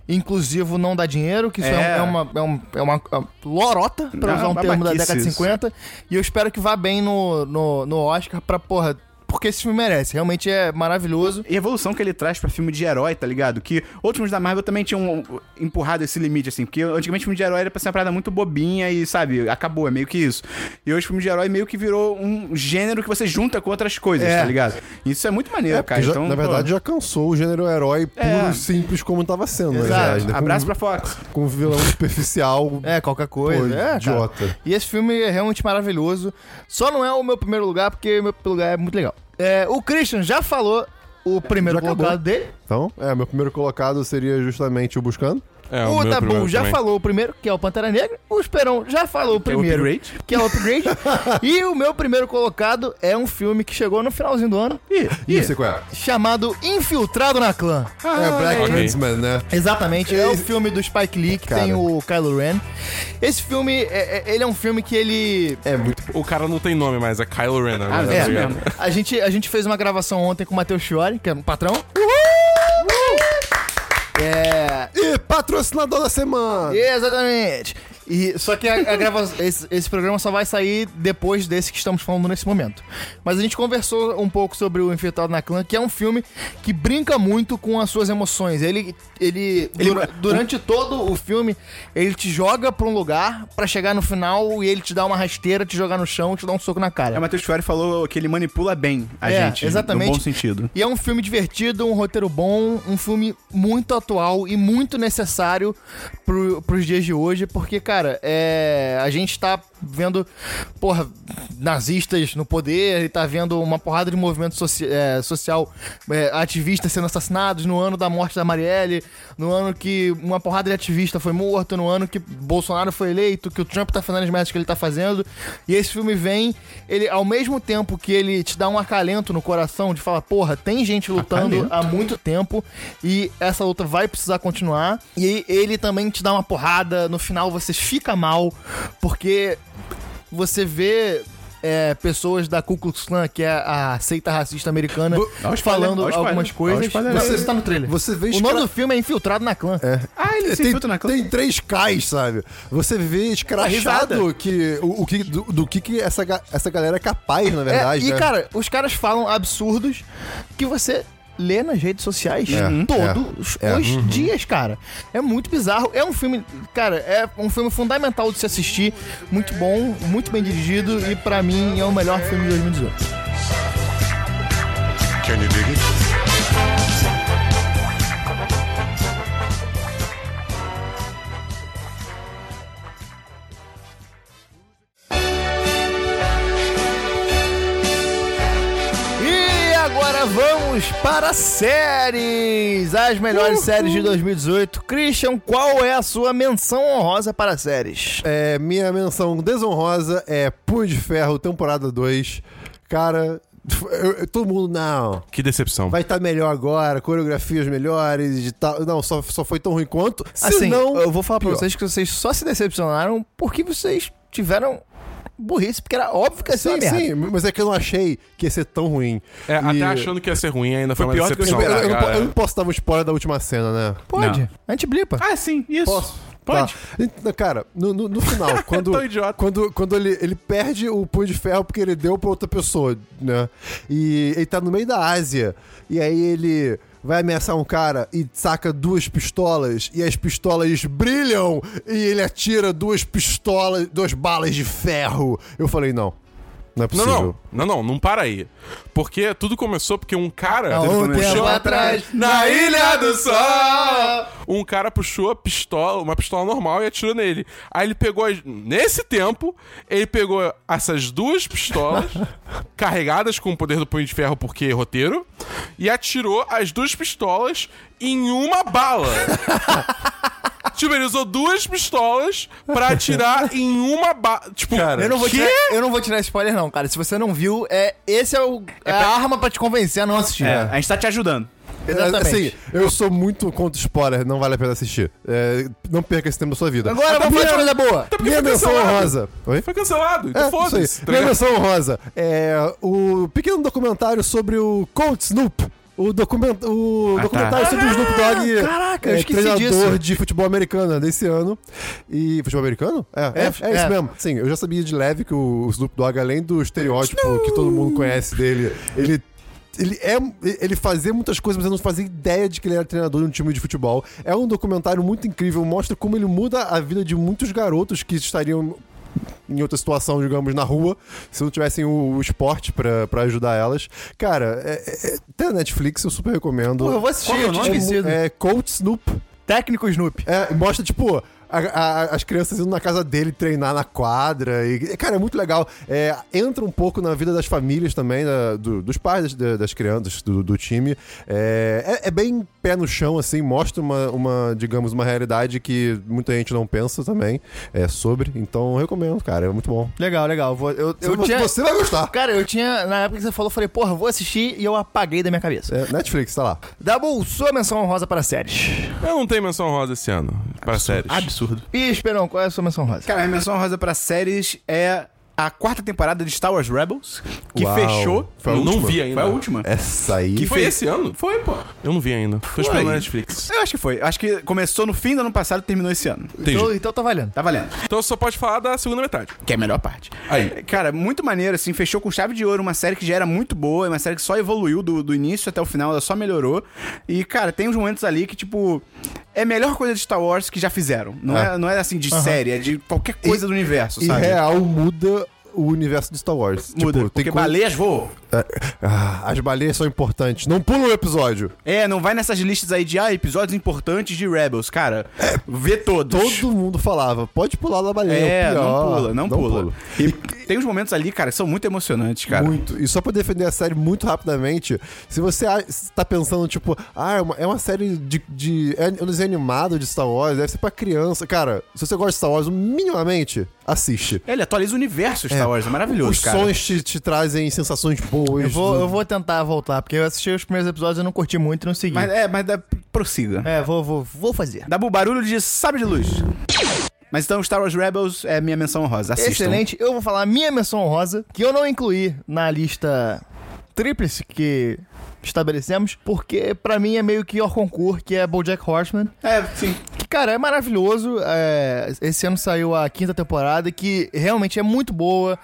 S2: inclusivo não dá dinheiro, que isso é, um-
S1: É.
S2: é uma, é, um- é uma, é uma lorota, pra
S1: Não,
S2: usar um termo da
S1: babaquice
S2: década de
S1: isso.
S2: 50. E eu espero que vá bem no, no, no Oscar pra, porra. porque esse filme merece. Realmente é maravilhoso.
S1: E a evolução que ele traz pra filme de herói, tá ligado? Que outros filmes da Marvel também tinham uh, empurrado esse limite, assim. Porque antigamente filme de herói era pra ser uma parada muito bobinha e, sabe, acabou, é meio que isso. E hoje filme de herói meio que virou um gênero que você junta com outras coisas,
S2: É.
S1: tá ligado? Isso é muito maneiro,
S4: É, porque
S1: cara.
S4: já-
S1: então,
S4: na
S1: pô,
S4: verdade, já cansou o gênero herói puro
S1: É.
S4: e simples como tava sendo. né,
S2: Exato.
S4: aliás, né? Com-
S1: Abraço pra Fox.
S4: Com um vilão superficial,
S2: É, qualquer
S4: pô,
S2: coisa. é, cara.
S4: idiota.
S2: E esse filme é realmente maravilhoso. Só não é o meu primeiro lugar, porque o meu primeiro lugar é muito legal. É, o Christian já falou o primeiro
S4: Já acabou.
S2: colocado dele.
S4: Então, é, meu primeiro colocado seria justamente o Buscando.
S3: É,
S2: o
S3: meu
S2: Dabu
S3: primeiro
S2: já
S3: também.
S2: falou o primeiro, que é o Pantera Negra. O Esperão já falou o primeiro,
S1: upgrade.
S2: que é o Upgrade. e o meu primeiro colocado é um filme que chegou no finalzinho do ano,
S1: Ih,
S4: E
S1: ih.
S4: você qual é?
S2: chamado Infiltrado na Clã.
S4: é Black
S3: olha aí.
S4: Clansman, né?
S2: Exatamente, é o filme do Spike Lee, que
S4: Cara.
S2: tem o Kylo Ren. Esse filme, é- é- ele é um filme que ele...
S4: É muito
S3: O cara não tem nome mais, é Kylo Ren agora.
S1: Ah,
S3: tá
S1: é,
S3: ligado?
S1: mesmo.
S2: A gente, a gente fez uma gravação ontem com o Matheus Chiori, que é um patrão. É,
S4: E patrocinador da semana!
S2: exatamente. E, só que a, a grava- esse, esse programa só vai sair depois desse que estamos falando nesse momento. Mas a gente conversou um pouco sobre o Infiltrado na Clã, que é um filme que brinca muito com as suas emoções. Ele, ele, dura- durante todo o filme, ele te joga pra um lugar pra chegar no final e ele te dá uma rasteira, te jogar no chão, te dá um soco na cara.
S1: É, o Matheus Fiore falou que ele manipula bem a
S2: É,
S1: gente.
S2: exatamente.
S1: No bom sentido.
S2: E é um filme divertido, um roteiro bom, um filme muito atual e muito necessário pro, pros dias de hoje, porque, cara, é, a gente tá vendo, porra, nazistas no poder e tá vendo uma porrada de movimento soci- é, social, é, ativistas sendo assassinados no ano da morte da Marielle, no ano que uma porrada de ativista foi morto, no ano que Bolsonaro foi eleito, que o Trump tá fazendo as merdas que ele tá fazendo. E esse filme vem, ele ao mesmo tempo que ele te dá um acalento no coração de falar, porra, tem gente lutando
S1: Acalento.
S2: há muito tempo e essa luta vai precisar continuar. E ele também te dá uma porrada, no final você fica mal, porque você vê é, pessoas da Ku Klux Klan, que é a seita racista americana,
S1: Olha o um spoiler,
S2: falando
S1: olha o spoiler,
S2: algumas
S1: olha o
S2: coisas.
S1: spoiler.
S2: Você
S4: Você-
S2: tá no trailer.
S4: Você vê
S2: O nome é
S4: escra-
S2: do filme é Infiltrado na Clã.
S1: Ah, ele se
S4: tem,
S1: infiltra
S2: né?
S1: na clã.
S4: tem três Ks, sabe? Você vê escrachado
S1: risada.
S4: que, o, o que, do, do que, que essa, ga- essa galera é capaz, na
S2: É,
S4: verdade.
S2: e,
S4: né?
S2: cara, os caras falam absurdos que você lê nas redes sociais
S4: É,
S2: todos
S4: é, é.
S2: os dias, cara. É muito bizarro. É um filme, cara, é um filme fundamental de se assistir. Muito bom, muito bem dirigido e, pra mim, é o melhor filme de 2018.
S5: Can you dig it?
S2: E agora vamos para séries! As melhores séries de 2018. Christian, qual é a sua menção honrosa para séries?
S4: É, minha menção desonrosa é Punho de Ferro, temporada 2. Cara, eu- eu- todo mundo, não.
S3: Que decepção.
S4: Vai estar melhor agora, coreografias melhores e tal. Não, só, só foi tão ruim quanto.
S2: Assim,
S4: senão,
S2: eu vou falar pra
S4: pior.
S2: vocês que vocês só se decepcionaram porque vocês tiveram burrice, porque era óbvio que ia ser uma
S4: Sim,
S2: merda.
S4: sim, mas é que eu não achei que ia ser tão ruim.
S3: É, até
S4: E-
S3: achando que ia ser ruim ainda foi uma
S1: pior do que eu
S4: Eu,
S3: decepção. é.
S4: eu- eu não, po-
S3: cara.
S4: eu não posso dar um spoiler da última cena, né?
S2: Pode,
S1: Não.
S2: a gente blipa.
S1: Ah, sim, isso.
S4: Posso?
S1: Pode.
S4: Tá. Então, Cara, no, no- no final, quando,
S3: Tão idiota.
S4: quando, quando ele, ele perde o punho de ferro porque ele deu pra outra pessoa, né? E ele tá no meio da Ásia. E aí ele vai ameaçar um cara e saca duas pistolas. E as pistolas brilham. E ele atira duas pistolas, duas balas de ferro. Eu falei, não. Não é
S3: Não,
S4: possível.
S3: não, não, não, não para aí. Porque tudo começou porque um cara.
S2: Há um tempo atrás,
S3: Na Ilha do Sol! Um cara puxou a pistola, uma pistola normal e atirou nele. Aí ele pegou. as- Nesse tempo, ele pegou essas duas pistolas, carregadas com o poder do punho de ferro, porque roteiro, e atirou as duas pistolas em uma bala. tipo, ele usou duas pistolas pra atirar em uma bala. Tipo,
S4: Cara,
S2: Eu não, vou
S3: quê?
S2: tirar, eu não vou tirar spoiler não, cara. Se você não viu, é esse é, o, é a arma pra te convencer a não assistir. Assim,
S1: É, a gente tá te ajudando.
S2: Exatamente.
S4: Assim, eu sou muito contra spoiler, não vale a pena assistir. É, não perca esse tempo da sua vida.
S2: Agora vamos falar de coisa boa.
S3: Até porque
S4: Minha
S3: foi
S4: menção
S3: cancelado.
S4: honrosa. Oi?
S3: Foi cancelado, então
S4: É,
S3: foda-se.
S4: isso aí.
S3: tá
S4: Minha
S3: ligado?
S4: menção honrosa é o pequeno documentário sobre o Colt Snoop. O, document, o
S1: Ah,
S4: documentário sobre o Snoop Dogg.
S2: tá. Ah,
S4: é,
S2: caraca, eu esqueci
S4: treinador
S2: disso.
S4: de futebol americano desse ano. E. Futebol americano? É, é,
S2: É,
S4: é isso
S2: é.
S4: mesmo. Sim, eu já sabia de leve que o Snoop Dogg, além do estereótipo que todo mundo conhece dele, ele. Ele, é, ele fazia muitas coisas, mas eu não fazia ideia de que ele era treinador de um time de futebol. É um documentário muito incrível, mostra como ele muda a vida de muitos garotos que estariam em outra situação, digamos, na rua, se não tivessem o, o esporte pra, pra ajudar elas. Cara, é, é, é- tem a Netflix, eu super recomendo.
S2: Pô, eu vou assistir, eu tinha esquecido.
S4: É, Coach Snoop.
S2: Técnico Snoop.
S4: É, mostra, tipo, a- a- as crianças indo na casa dele treinar na quadra. E, cara, é muito legal. É, entra um pouco na vida das famílias também, da- do- dos pais das, das crianças, do, do time. É, é- é bem pé no chão, assim, mostra uma, uma, digamos, uma realidade que muita gente não pensa também é, sobre. Então, eu recomendo, cara. É muito bom.
S2: Legal, legal. Vou- eu, eu
S4: você,
S2: tinha-
S4: você vai gostar.
S2: Cara, eu tinha. Na época que você falou, eu falei, porra, vou assistir e eu apaguei da minha cabeça.
S4: É, Netflix, tá lá.
S2: Dabu, sua menção honrosa para séries.
S3: Eu não tenho menção rosa esse ano, pra séries.
S1: Absurdo.
S2: E, Esperão, qual é a sua menção rosa?
S1: Cara, minha menção rosa pra séries é a quarta temporada de Star Wars Rebels, que
S4: Uau.
S1: fechou.
S4: Foi a
S3: eu não
S4: última? É.
S3: vi ainda.
S1: Foi a última.
S4: Essa aí.
S1: Que
S3: Foi
S1: fe-
S3: esse ano?
S1: Foi, pô.
S3: Eu não vi ainda. Tô esperando na Netflix.
S1: Eu acho que foi. Eu acho que começou no fim do ano passado e terminou esse ano.
S3: Entendi.
S2: Então, então tá valendo.
S1: Tá valendo.
S3: Então só pode falar da segunda metade. É,
S1: Que é a melhor parte.
S3: Aí.
S1: Cara, muito maneiro, assim, fechou com chave de ouro uma série que já era muito boa, é uma série que só evoluiu do, do início até o final, ela só melhorou. E, cara, tem uns momentos ali que, tipo, é a melhor coisa de Star Wars que já fizeram. Não é, não é assim de série, é de qualquer coisa do universo,
S4: e
S1: sabe?
S4: real muda o universo de Star Wars.
S1: Muda,
S4: Tipo, tem
S1: porque
S4: coisa-
S1: baleias voam.
S4: Ah, as baleias são importantes. Não pula o episódio.
S1: É, não vai nessas listas aí de, ah, episódios importantes de Rebels, cara. É, Vê todos.
S4: Todo mundo falava, pode pular da baleia.
S1: É,
S4: o pior.
S1: não pula, não, pula.
S4: pulo.
S1: E tem uns momentos ali, cara, que são muito emocionantes, cara.
S4: Muito. E só pra defender a série muito rapidamente, se você a- se tá pensando, tipo, ah, é uma, é uma série de, de. É um desenho animado de Star Wars, deve ser pra criança. Cara, se você gosta de Star Wars minimamente, assiste.
S1: Ele atualiza o universo Star Wars, é maravilhoso,
S4: Os
S1: cara.
S4: sons te, te trazem sensações boas. né?
S2: Eu vou,
S4: do-
S2: eu vou tentar voltar, porque eu assisti os primeiros episódios e não curti muito e não segui.
S1: Mas, é, mas dá, prossiga.
S2: É, vou, vou, vou fazer.
S1: Dá pro barulho de sabre de luz. Mas então, Star Wars Rebels é minha menção honrosa. Assistam.
S2: Excelente. Eu vou falar a minha menção honrosa, que eu não incluí na lista tríplice que estabelecemos, porque pra mim é meio que o concurso, que é BoJack Horseman.
S1: É, sim.
S2: Que, cara, é maravilhoso. é, esse ano saiu a quinta temporada, que realmente é muito boa.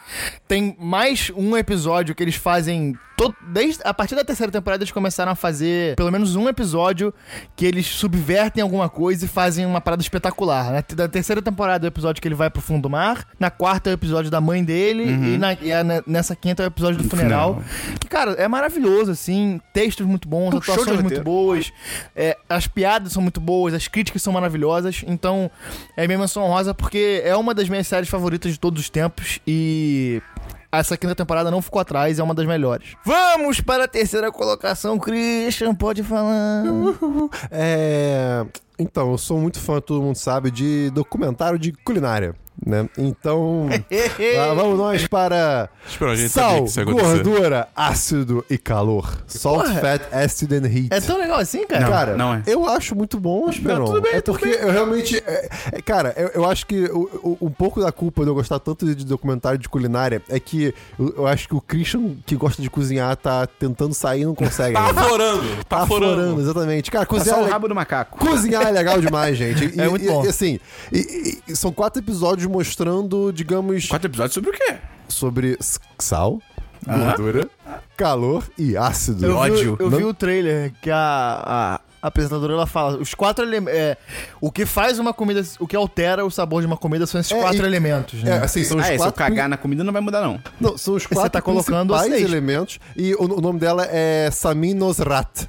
S2: Tem mais um episódio que eles fazem. to- desde, a partir da terceira temporada, eles começaram a fazer pelo menos um episódio que eles subvertem alguma coisa e fazem uma parada espetacular. né? Da terceira temporada é o episódio que ele vai pro fundo do mar. Na quarta é o episódio da mãe dele.
S1: Uhum.
S2: E, na- e a- nessa quinta é o episódio do funeral. Que, cara, é maravilhoso, assim. Textos muito bons,
S1: É um show de
S2: atuações muito
S1: roteiro.
S2: boas, é, as piadas são muito boas, as críticas são maravilhosas. Então, é minha menção honrosa porque é uma das minhas séries favoritas de todos os tempos e essa quinta temporada não ficou atrás, é uma das melhores. Vamos para a terceira colocação, Christian, pode falar.
S1: Uhum.
S4: É. Então, eu sou muito fã, todo mundo sabe, de documentário de culinária, né? Então. lá vamos nós para.
S3: Espera, a gente sabia
S4: Sal,
S3: que isso ia acontecer.
S4: gordura, ácido e calor. Salt,
S2: Porra.
S4: fat, acid and heat.
S2: É tão legal assim, cara?
S4: cara,
S1: não é.
S4: eu acho muito bom, Esperon.
S1: tá tudo bem,
S4: é
S1: tudo
S4: porque eu realmente. é, é, cara, eu, eu acho que o- o- um pouco da culpa de eu gostar tanto de documentário de culinária é que eu, eu acho que o Christian, que gosta de cozinhar, tá tentando sair e não consegue.
S3: Tá
S4: ainda.
S3: aflorando. Tá, aflorando.
S4: exatamente.
S2: Tá
S4: Cara,
S1: É
S4: cozinhar
S1: só
S4: é
S1: o
S4: le-
S1: rabo do macaco.
S4: Cozinhar é legal demais, gente. E-
S2: É muito
S4: e-
S2: bom.
S4: E, assim, e- e- são quatro episódios mostrando, digamos,
S1: Quatro episódios sobre o quê?
S4: sobre s- sal, gordura, calor e ácido.
S2: Ah. Eu vi o-
S1: Ódio.
S2: Eu vi
S4: Não-
S2: o trailer que a, a apresentadora ela fala: os quatro elementos. o que faz uma comida. O que altera o sabor de uma comida são esses
S4: É,
S2: quatro
S4: e-
S2: elementos,
S4: É,
S2: né?
S4: assim, são os
S1: Ah, é, se eu
S4: quatro.
S1: cagar na comida não vai mudar, não.
S4: Não, são os quatro
S2: tá colocando
S4: principais
S2: seis.
S4: elementos. E o, o nome dela é Samin Nosrat.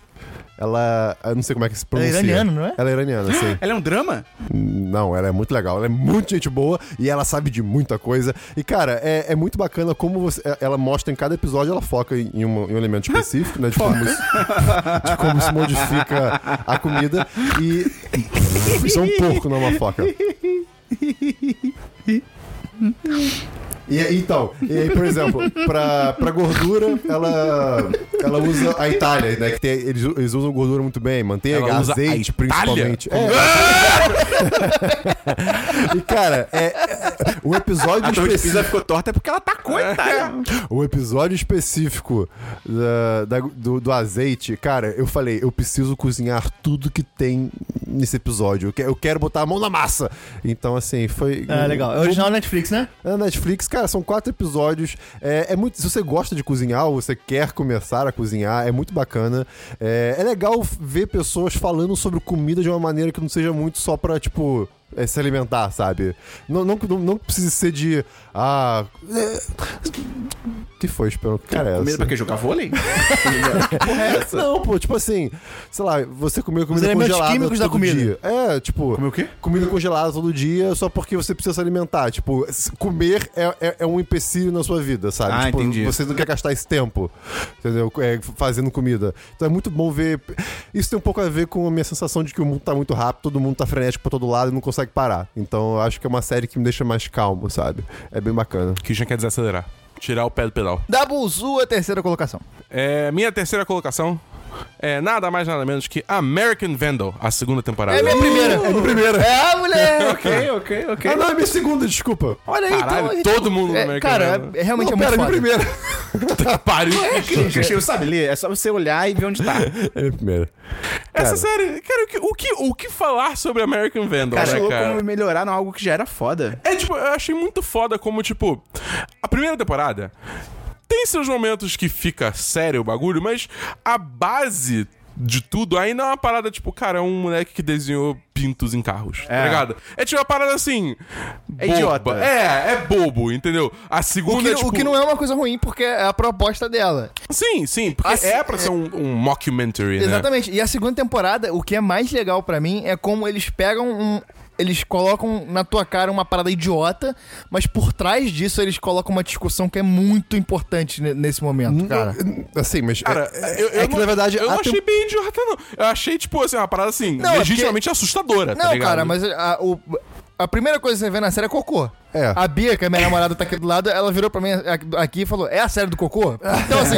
S4: Ela. Eu não sei como é que se pronuncia.
S2: iraniana, não é?
S4: Ela é iraniana, sim.
S1: Ela é um drama?
S4: Não, ela é muito legal, ela é muito gente boa e ela sabe de muita coisa. E, cara, é, é muito bacana como você- é- ela mostra em cada episódio, ela foca em, em um, em um elemento específico, né? De como, se, de como se modifica a comida. E. Isso é um porco, não é uma foca. E, então, e aí, por exemplo, pra, pra gordura, ela, ela usa a Itália, né? Que tem- eles, eles usam gordura muito bem, manteiga,
S3: Ela usa a
S4: azeite,
S3: Itália?
S4: principalmente. É. e, cara, é, é, um episódio
S1: A
S3: então
S1: torre de
S4: específico.
S1: pisa ficou
S3: é
S1: torta porque
S3: tá
S1: ela tacou a Itália.
S4: O episódio específico da- da- do, do azeite, cara, eu falei, eu preciso cozinhar tudo que tem nesse episódio. Eu, que- eu quero botar a mão na massa. Então, assim, foi.
S2: É legal. É original Netflix, né?
S4: Na Netflix, cara, são quatro episódios. É, é muito. Se você gosta de cozinhar ou você quer começar a cozinhar, é muito bacana. É, é legal ver pessoas falando sobre comida de uma maneira que não seja muito só pra, tipo. é, se alimentar, sabe? Não, não, não, não precisa ser de. Ah. é, que foi, Esperão? Que cara é
S1: Comida pra
S4: essa?
S1: quem jogar vôlei?
S4: Não, pô, tipo assim, sei lá, você comeu comida
S2: elementos
S4: congelada
S2: químicos
S4: todo
S2: da comida.
S4: dia. É, tipo,
S1: Comeu o quê?
S4: comida congelada todo dia só porque você precisa se alimentar. Tipo, s- comer é, é, é um empecilho na sua vida, sabe?
S1: Ah,
S4: tipo,
S1: entendi.
S4: você não quer gastar esse tempo, entendeu? É, fazendo comida. Então é muito bom ver. Isso tem um pouco a ver com a minha sensação de que o mundo tá muito rápido, todo mundo tá frenético pra todo lado e não consegue parar. Então eu acho que é uma série que me deixa mais calmo, sabe? É bem bacana.
S3: Christian quer desacelerar. Tirar o pé do pedal.
S2: Dabuzu é a terceira colocação.
S3: É, minha terceira colocação é nada mais nada menos que American Vandal, a segunda temporada.
S2: É minha primeira. É minha primeira. É, mulher.
S1: Ok, ok, ok.
S4: Ah, não, é minha segunda, desculpa.
S2: Olha aí,
S3: Caralho,
S2: então...
S3: todo mundo no
S2: É,
S3: American
S2: cara,
S3: Vandal.
S2: é, é realmente
S4: Não,
S2: é muito
S4: pera,
S2: foda.
S4: minha primeira.
S3: Puta que pariu.
S1: Cristian, você sabe ler, é só você olhar e ver onde tá.
S4: É minha primeira.
S3: Essa série, cara, o que, o que, o que falar sobre American Vandal,
S1: Cara,
S3: né,
S1: louco
S3: cara?
S1: como melhoraram algo que já era foda.
S3: É, tipo, eu achei muito foda como, tipo, a primeira temporada tem seus momentos que fica sério o bagulho, mas a base de tudo ainda é uma parada, tipo, cara, é um moleque que desenhou pintos em carros,
S1: É.
S3: tá ligado? É tipo uma parada assim.
S1: É
S3: boba.
S1: idiota.
S3: É, é bobo, entendeu? A
S2: O
S3: segunda
S2: que,
S3: é, tipo,
S2: o que não é uma coisa ruim, porque é a proposta dela.
S3: Sim, sim, porque
S2: Assim,
S3: é pra ser um, um mockumentary, né?
S2: Exatamente. E a segunda temporada, o que é mais legal pra mim é como eles pegam um. Eles colocam na tua cara uma parada idiota, mas por trás disso eles colocam uma discussão que é muito importante ne- nesse momento, cara.
S4: Assim, mas.
S3: Cara,
S4: é,
S3: eu,
S4: é
S3: eu
S4: que
S3: não-
S4: na verdade.
S3: Eu
S4: a
S3: não
S4: tem-
S3: achei bem idiota, não. Eu achei, tipo, assim, uma parada assim,
S2: Não, é
S3: legitimamente assustadora, tá
S2: Não,
S3: ligado?
S2: cara, mas a, o- a primeira coisa que você vê na série é cocô.
S4: É.
S2: A Bia, que é minha namorada, tá aqui do lado, ela virou pra mim a- aqui e falou: É a série do cocô? Então, assim,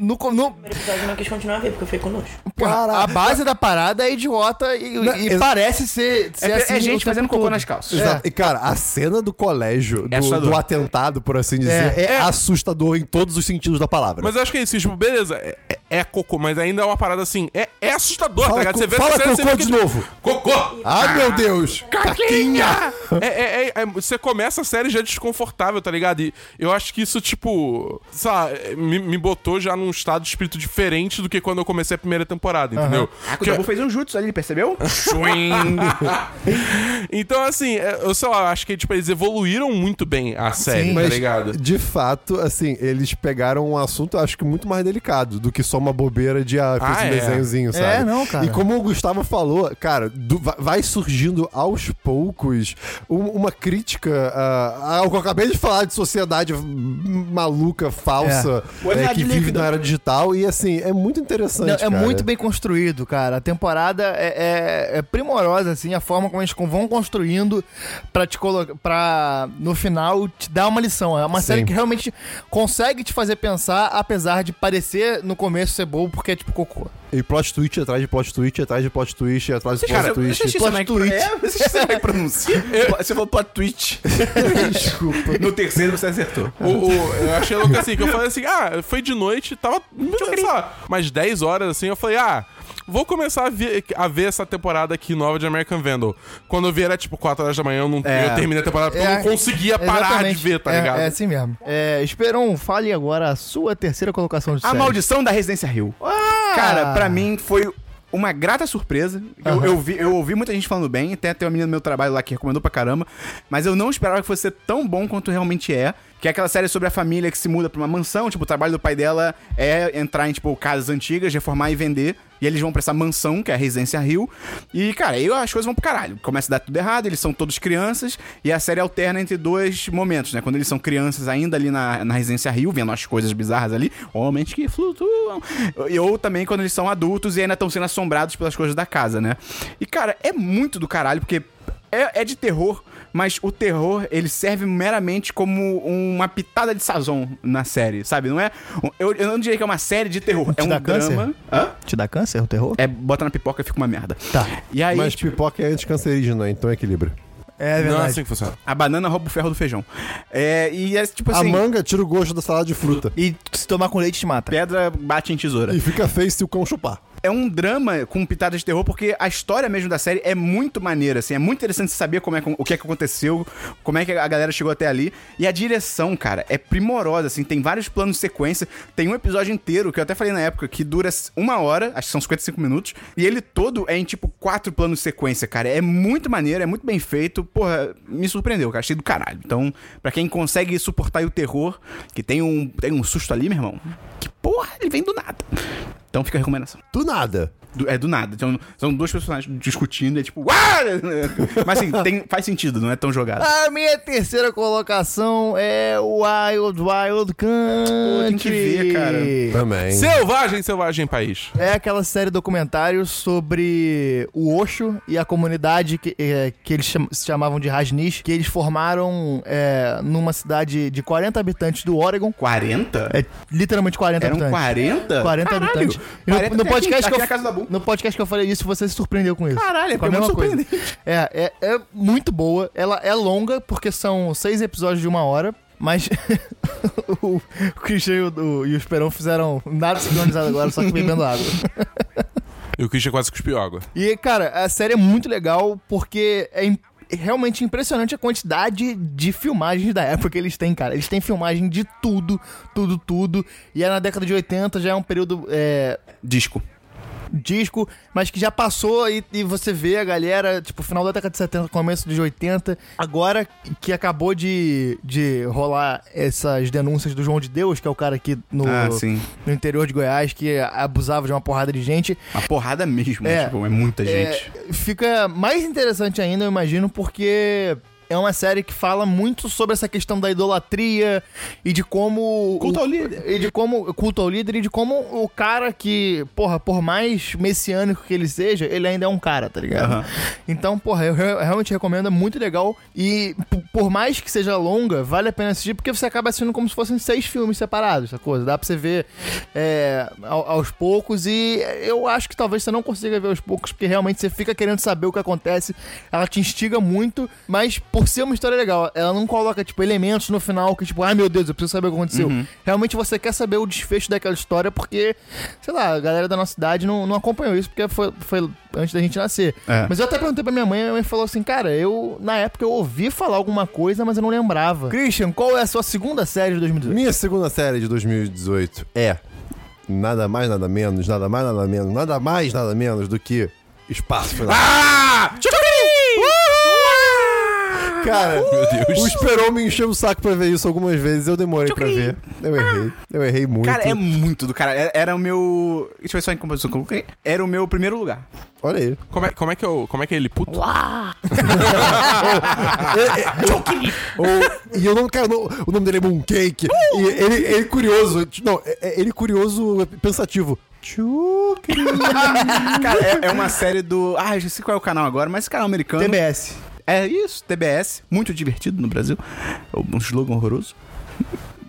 S2: no, co- no-
S6: primeiro episódio eu não quis continuar a ver, porque eu fiquei com nojo.
S4: Cara,
S2: a base da parada é idiota e, e
S4: ex-
S2: parece ser. ser
S1: É,
S2: assim
S1: é
S2: o
S1: gente
S2: tempo
S1: fazendo cocô
S2: todo.
S1: nas calças.
S4: Exato.
S2: É.
S4: E, cara, a cena do colégio,
S1: É
S4: do,
S1: assustador.
S4: do atentado, por assim dizer,
S2: É,
S4: é, assustador em todos os sentidos da palavra.
S3: Mas eu acho que é isso, tipo, beleza, é, é- é cocô, mas ainda é uma parada assim, é, é assustador, tá
S4: fala
S3: ligado?
S4: co-
S3: Você vê
S4: fala
S3: essa série, você
S4: cocô
S3: fica,
S4: de
S3: tipo,
S4: novo.
S3: Cocô!
S4: Ah, meu Deus! Caquinha!
S3: É, é- é- é- você começa a série já é desconfortável, tá ligado? E eu acho que isso, tipo, sei lá, me, me botou já num estado de espírito diferente do que quando eu comecei a primeira temporada, entendeu?
S1: Ah, o
S3: Que-
S1: Dabu fez um jutsu ali, percebeu?
S3: então, assim, é, eu sei lá, eu acho que, tipo, eles evoluíram muito bem a série, tá
S4: Mas,
S3: ligado?
S4: de fato, assim, eles pegaram um assunto, acho que muito mais delicado do que só uma bobeira de ah, fez
S3: Ah,
S4: um
S3: é.
S4: desenhozinho, sabe?
S2: não, cara.
S4: E como o Gustavo falou, cara, do- va- vai surgindo aos poucos um- uma crítica ah, ao que eu acabei de falar de sociedade m- maluca, falsa,
S1: É.
S4: eh, que
S1: Verdade
S4: vive
S1: líquida.
S4: na era digital. E, assim, é muito interessante,
S2: Não, é
S4: cara.
S2: muito bem construído, cara. A temporada é, é- é primorosa, assim, a forma como eles con- vão construindo pra te colocar. pra no final te dar uma lição. É uma série que realmente consegue te fazer pensar, apesar de parecer no começo ser bobo, porque é tipo cocô.
S4: E plot twist atrás de plot twist, atrás de plot twist, atrás de plot
S1: Cara,
S4: twist.
S1: você
S2: Plot
S1: sabe como
S2: twist.
S1: é que- é, você sabe como é que pronuncia? Você falou plot twist. Desculpa. No terceiro você acertou.
S3: O, o- eu achei louco assim, que eu falei assim, ah, foi de noite, tava, sei lá, umas 10 horas assim, eu falei, ah, vou começar a ver, a ver essa temporada aqui nova de American Vandal. Quando eu vi era tipo 4 horas da manhã, eu, não,
S1: É.
S3: eu terminei a temporada porque eu
S2: É,
S3: não conseguia parar
S2: Exatamente.
S3: de ver, tá
S2: É-
S3: ligado?
S2: É, assim mesmo. É, Esperon, fale agora a sua terceira colocação de
S1: A
S2: série. Ah!
S1: Maldição da Residência Hill. Cara, pra mim foi uma grata surpresa. Eu, eu vi- eu ouvi muita gente falando bem, até tem uma menina do meu trabalho lá que recomendou pra caramba. Mas eu não esperava que fosse ser tão bom quanto realmente é. Que é aquela série sobre a família que se muda pra uma mansão. Tipo, o trabalho do pai dela é entrar em, tipo, casas antigas, reformar e vender. E eles vão pra essa mansão, que é a Residência Hill. E, cara, aí as coisas vão pro caralho. Começa a dar tudo errado, eles são todos crianças. E a série alterna entre dois momentos, né? Quando eles são crianças ainda ali na, na Residência Rio, vendo as coisas bizarras ali. Homens que flutuam. E, ou também quando eles são adultos e ainda estão sendo assombrados pelas coisas da casa, né? E, cara, é muito do caralho, porque é, é de terror. mas o terror, ele serve meramente como uma pitada de sazon na série, sabe? Não é. Eu, eu não diria que é uma série de terror, é
S2: Te dá
S1: um
S2: câncer?
S1: drama. Hã?
S2: Te dá câncer o terror?
S1: É, bota na pipoca e fica uma merda.
S2: Tá.
S1: E aí,
S4: Mas
S1: tipo,
S4: pipoca é anticancerígena, então equilibra.
S2: É
S3: Não é
S2: verdade.
S3: assim que funciona.
S1: a banana rouba o ferro do feijão. É, e é tipo
S4: A
S1: assim,
S4: manga tira o gosto da salada de fruta.
S2: E se tomar com leite te mata.
S1: pedra bate em tesoura.
S4: E fica feio se o cão chupar.
S1: é um drama com pitada de terror, porque a história mesmo da série é muito maneira, assim. É muito interessante você saber como é, que- o que é que aconteceu, como é que a galera chegou até ali. E a direção, cara, é primorosa, assim. Tem vários planos de sequência. Tem um episódio inteiro, que eu até falei na época, que dura uma hora, acho que são 55 minutos. E ele todo é em, tipo, quatro planos de sequência, cara. É muito maneiro, é muito bem feito. Porra, me surpreendeu, cara. Achei do caralho. Então, pra quem consegue suportar aí o terror, que tem um, tem um susto ali, meu irmão, que porra, ele vem do nada. Então fica a recomendação.
S4: Do nada.
S1: Do- é do nada. Então, são dois personagens discutindo, é tipo. "Uá!" Mas assim, tem- faz sentido, não é tão jogado.
S2: A minha terceira colocação é Wild Wild Country.
S1: tem que ver, cara.
S4: Também.
S3: Selvagem, selvagem país.
S2: É aquela série documentário sobre o Osho e a comunidade que, é, que eles cham- se chamavam de Rajneesh, que eles formaram é, numa cidade de 40 habitantes do Oregon.
S1: 40?
S2: É literalmente 40
S1: Eram
S2: habitantes.
S1: 40?
S2: 40
S1: Caralho,
S2: habitantes.
S1: 40
S2: no, no
S1: até aqui,
S2: podcast
S1: tá
S2: que eu,
S1: aqui na casa da Bu.
S2: no podcast que eu falei isso, você se surpreendeu com isso.
S1: Caralho, é
S2: com a
S1: porque é
S2: mesma
S1: muito
S2: coisa.
S1: surpreendente.
S2: É, é, é muito boa. Ela é longa, porque são seis episódios de uma hora. Mas o Christian e o, o- e o Esperão fizeram nada sincronizado agora, só que bebendo água.
S3: E o Christian é quase cuspiu água.
S2: E, cara, a série é muito legal porque é im- realmente impressionante a quantidade de filmagens da época que eles têm, cara. Eles têm filmagem de tudo, tudo, tudo. E é na década de 80, já é um período é,
S1: Disco.
S2: disco, mas que já passou e, e você vê a galera, tipo, final da década de 70, começo de 80, agora que acabou de, de rolar essas denúncias do João de Deus, que é o cara aqui no,
S1: Ah, sim.
S2: no interior de Goiás que abusava de uma porrada de gente.
S1: Uma porrada mesmo.
S2: É.
S1: tipo, é muita
S2: É,
S1: gente.
S2: fica mais interessante ainda, eu imagino, porque é uma série que fala muito sobre essa questão da idolatria e de como.
S1: Culto
S2: o-
S1: ao líder.
S2: E de como. Culto ao líder e de como o cara que, porra, por mais messiânico que ele seja, ele ainda é um cara, tá ligado?
S1: Aham.
S2: Então, porra, eu re- realmente recomendo, é muito legal. E p- por mais que seja longa, vale a pena assistir, porque você acaba assistindo como se fossem seis filmes separados, essa coisa. Dá pra você ver é, ao- aos poucos. E eu acho que talvez você não consiga ver aos poucos, porque realmente você fica querendo saber o que acontece. Ela te instiga muito, mas por ser uma história legal, ela não coloca, tipo, elementos no final que, tipo, ai meu Deus, eu preciso saber o que aconteceu. Realmente você quer saber o desfecho daquela história, porque, sei lá, a galera da nossa idade não, não acompanhou isso, porque foi, foi antes da gente nascer.
S1: É.
S2: Mas eu até perguntei pra minha mãe, minha mãe falou assim, cara, eu, na época, eu ouvi falar alguma coisa, mas eu não lembrava. Christian, qual é a sua segunda série de 2018?
S4: Minha segunda série de 2018 é nada mais, nada menos, nada mais, nada menos, nada mais, nada menos do que Espaço Final.
S3: Ah!
S4: Cara,
S3: Meu Deus.
S4: Uh! o Esperon me encheu o saco pra ver isso algumas vezes, eu demorei pra ver. Eu errei, eu errei muito.
S1: Cara, é muito do cara. Era- Era o meu. Deixa eu ver só em composição. como que é? Era o meu primeiro lugar.
S4: Olha aí.
S3: Como é, como é que é o- como é que é ele puto?
S4: Ou- e eu não, cara, não- o nome dele é Mooncake. E ele, ele curioso, não, é- é ele curioso, pensativo. Tchucri.
S1: Cara, é, é uma série do. Ah, eu já sei qual é o canal agora, mas esse canal americano.
S2: TBS.
S1: É isso, TBS, muito divertido no Brasil. Um slogan horroroso.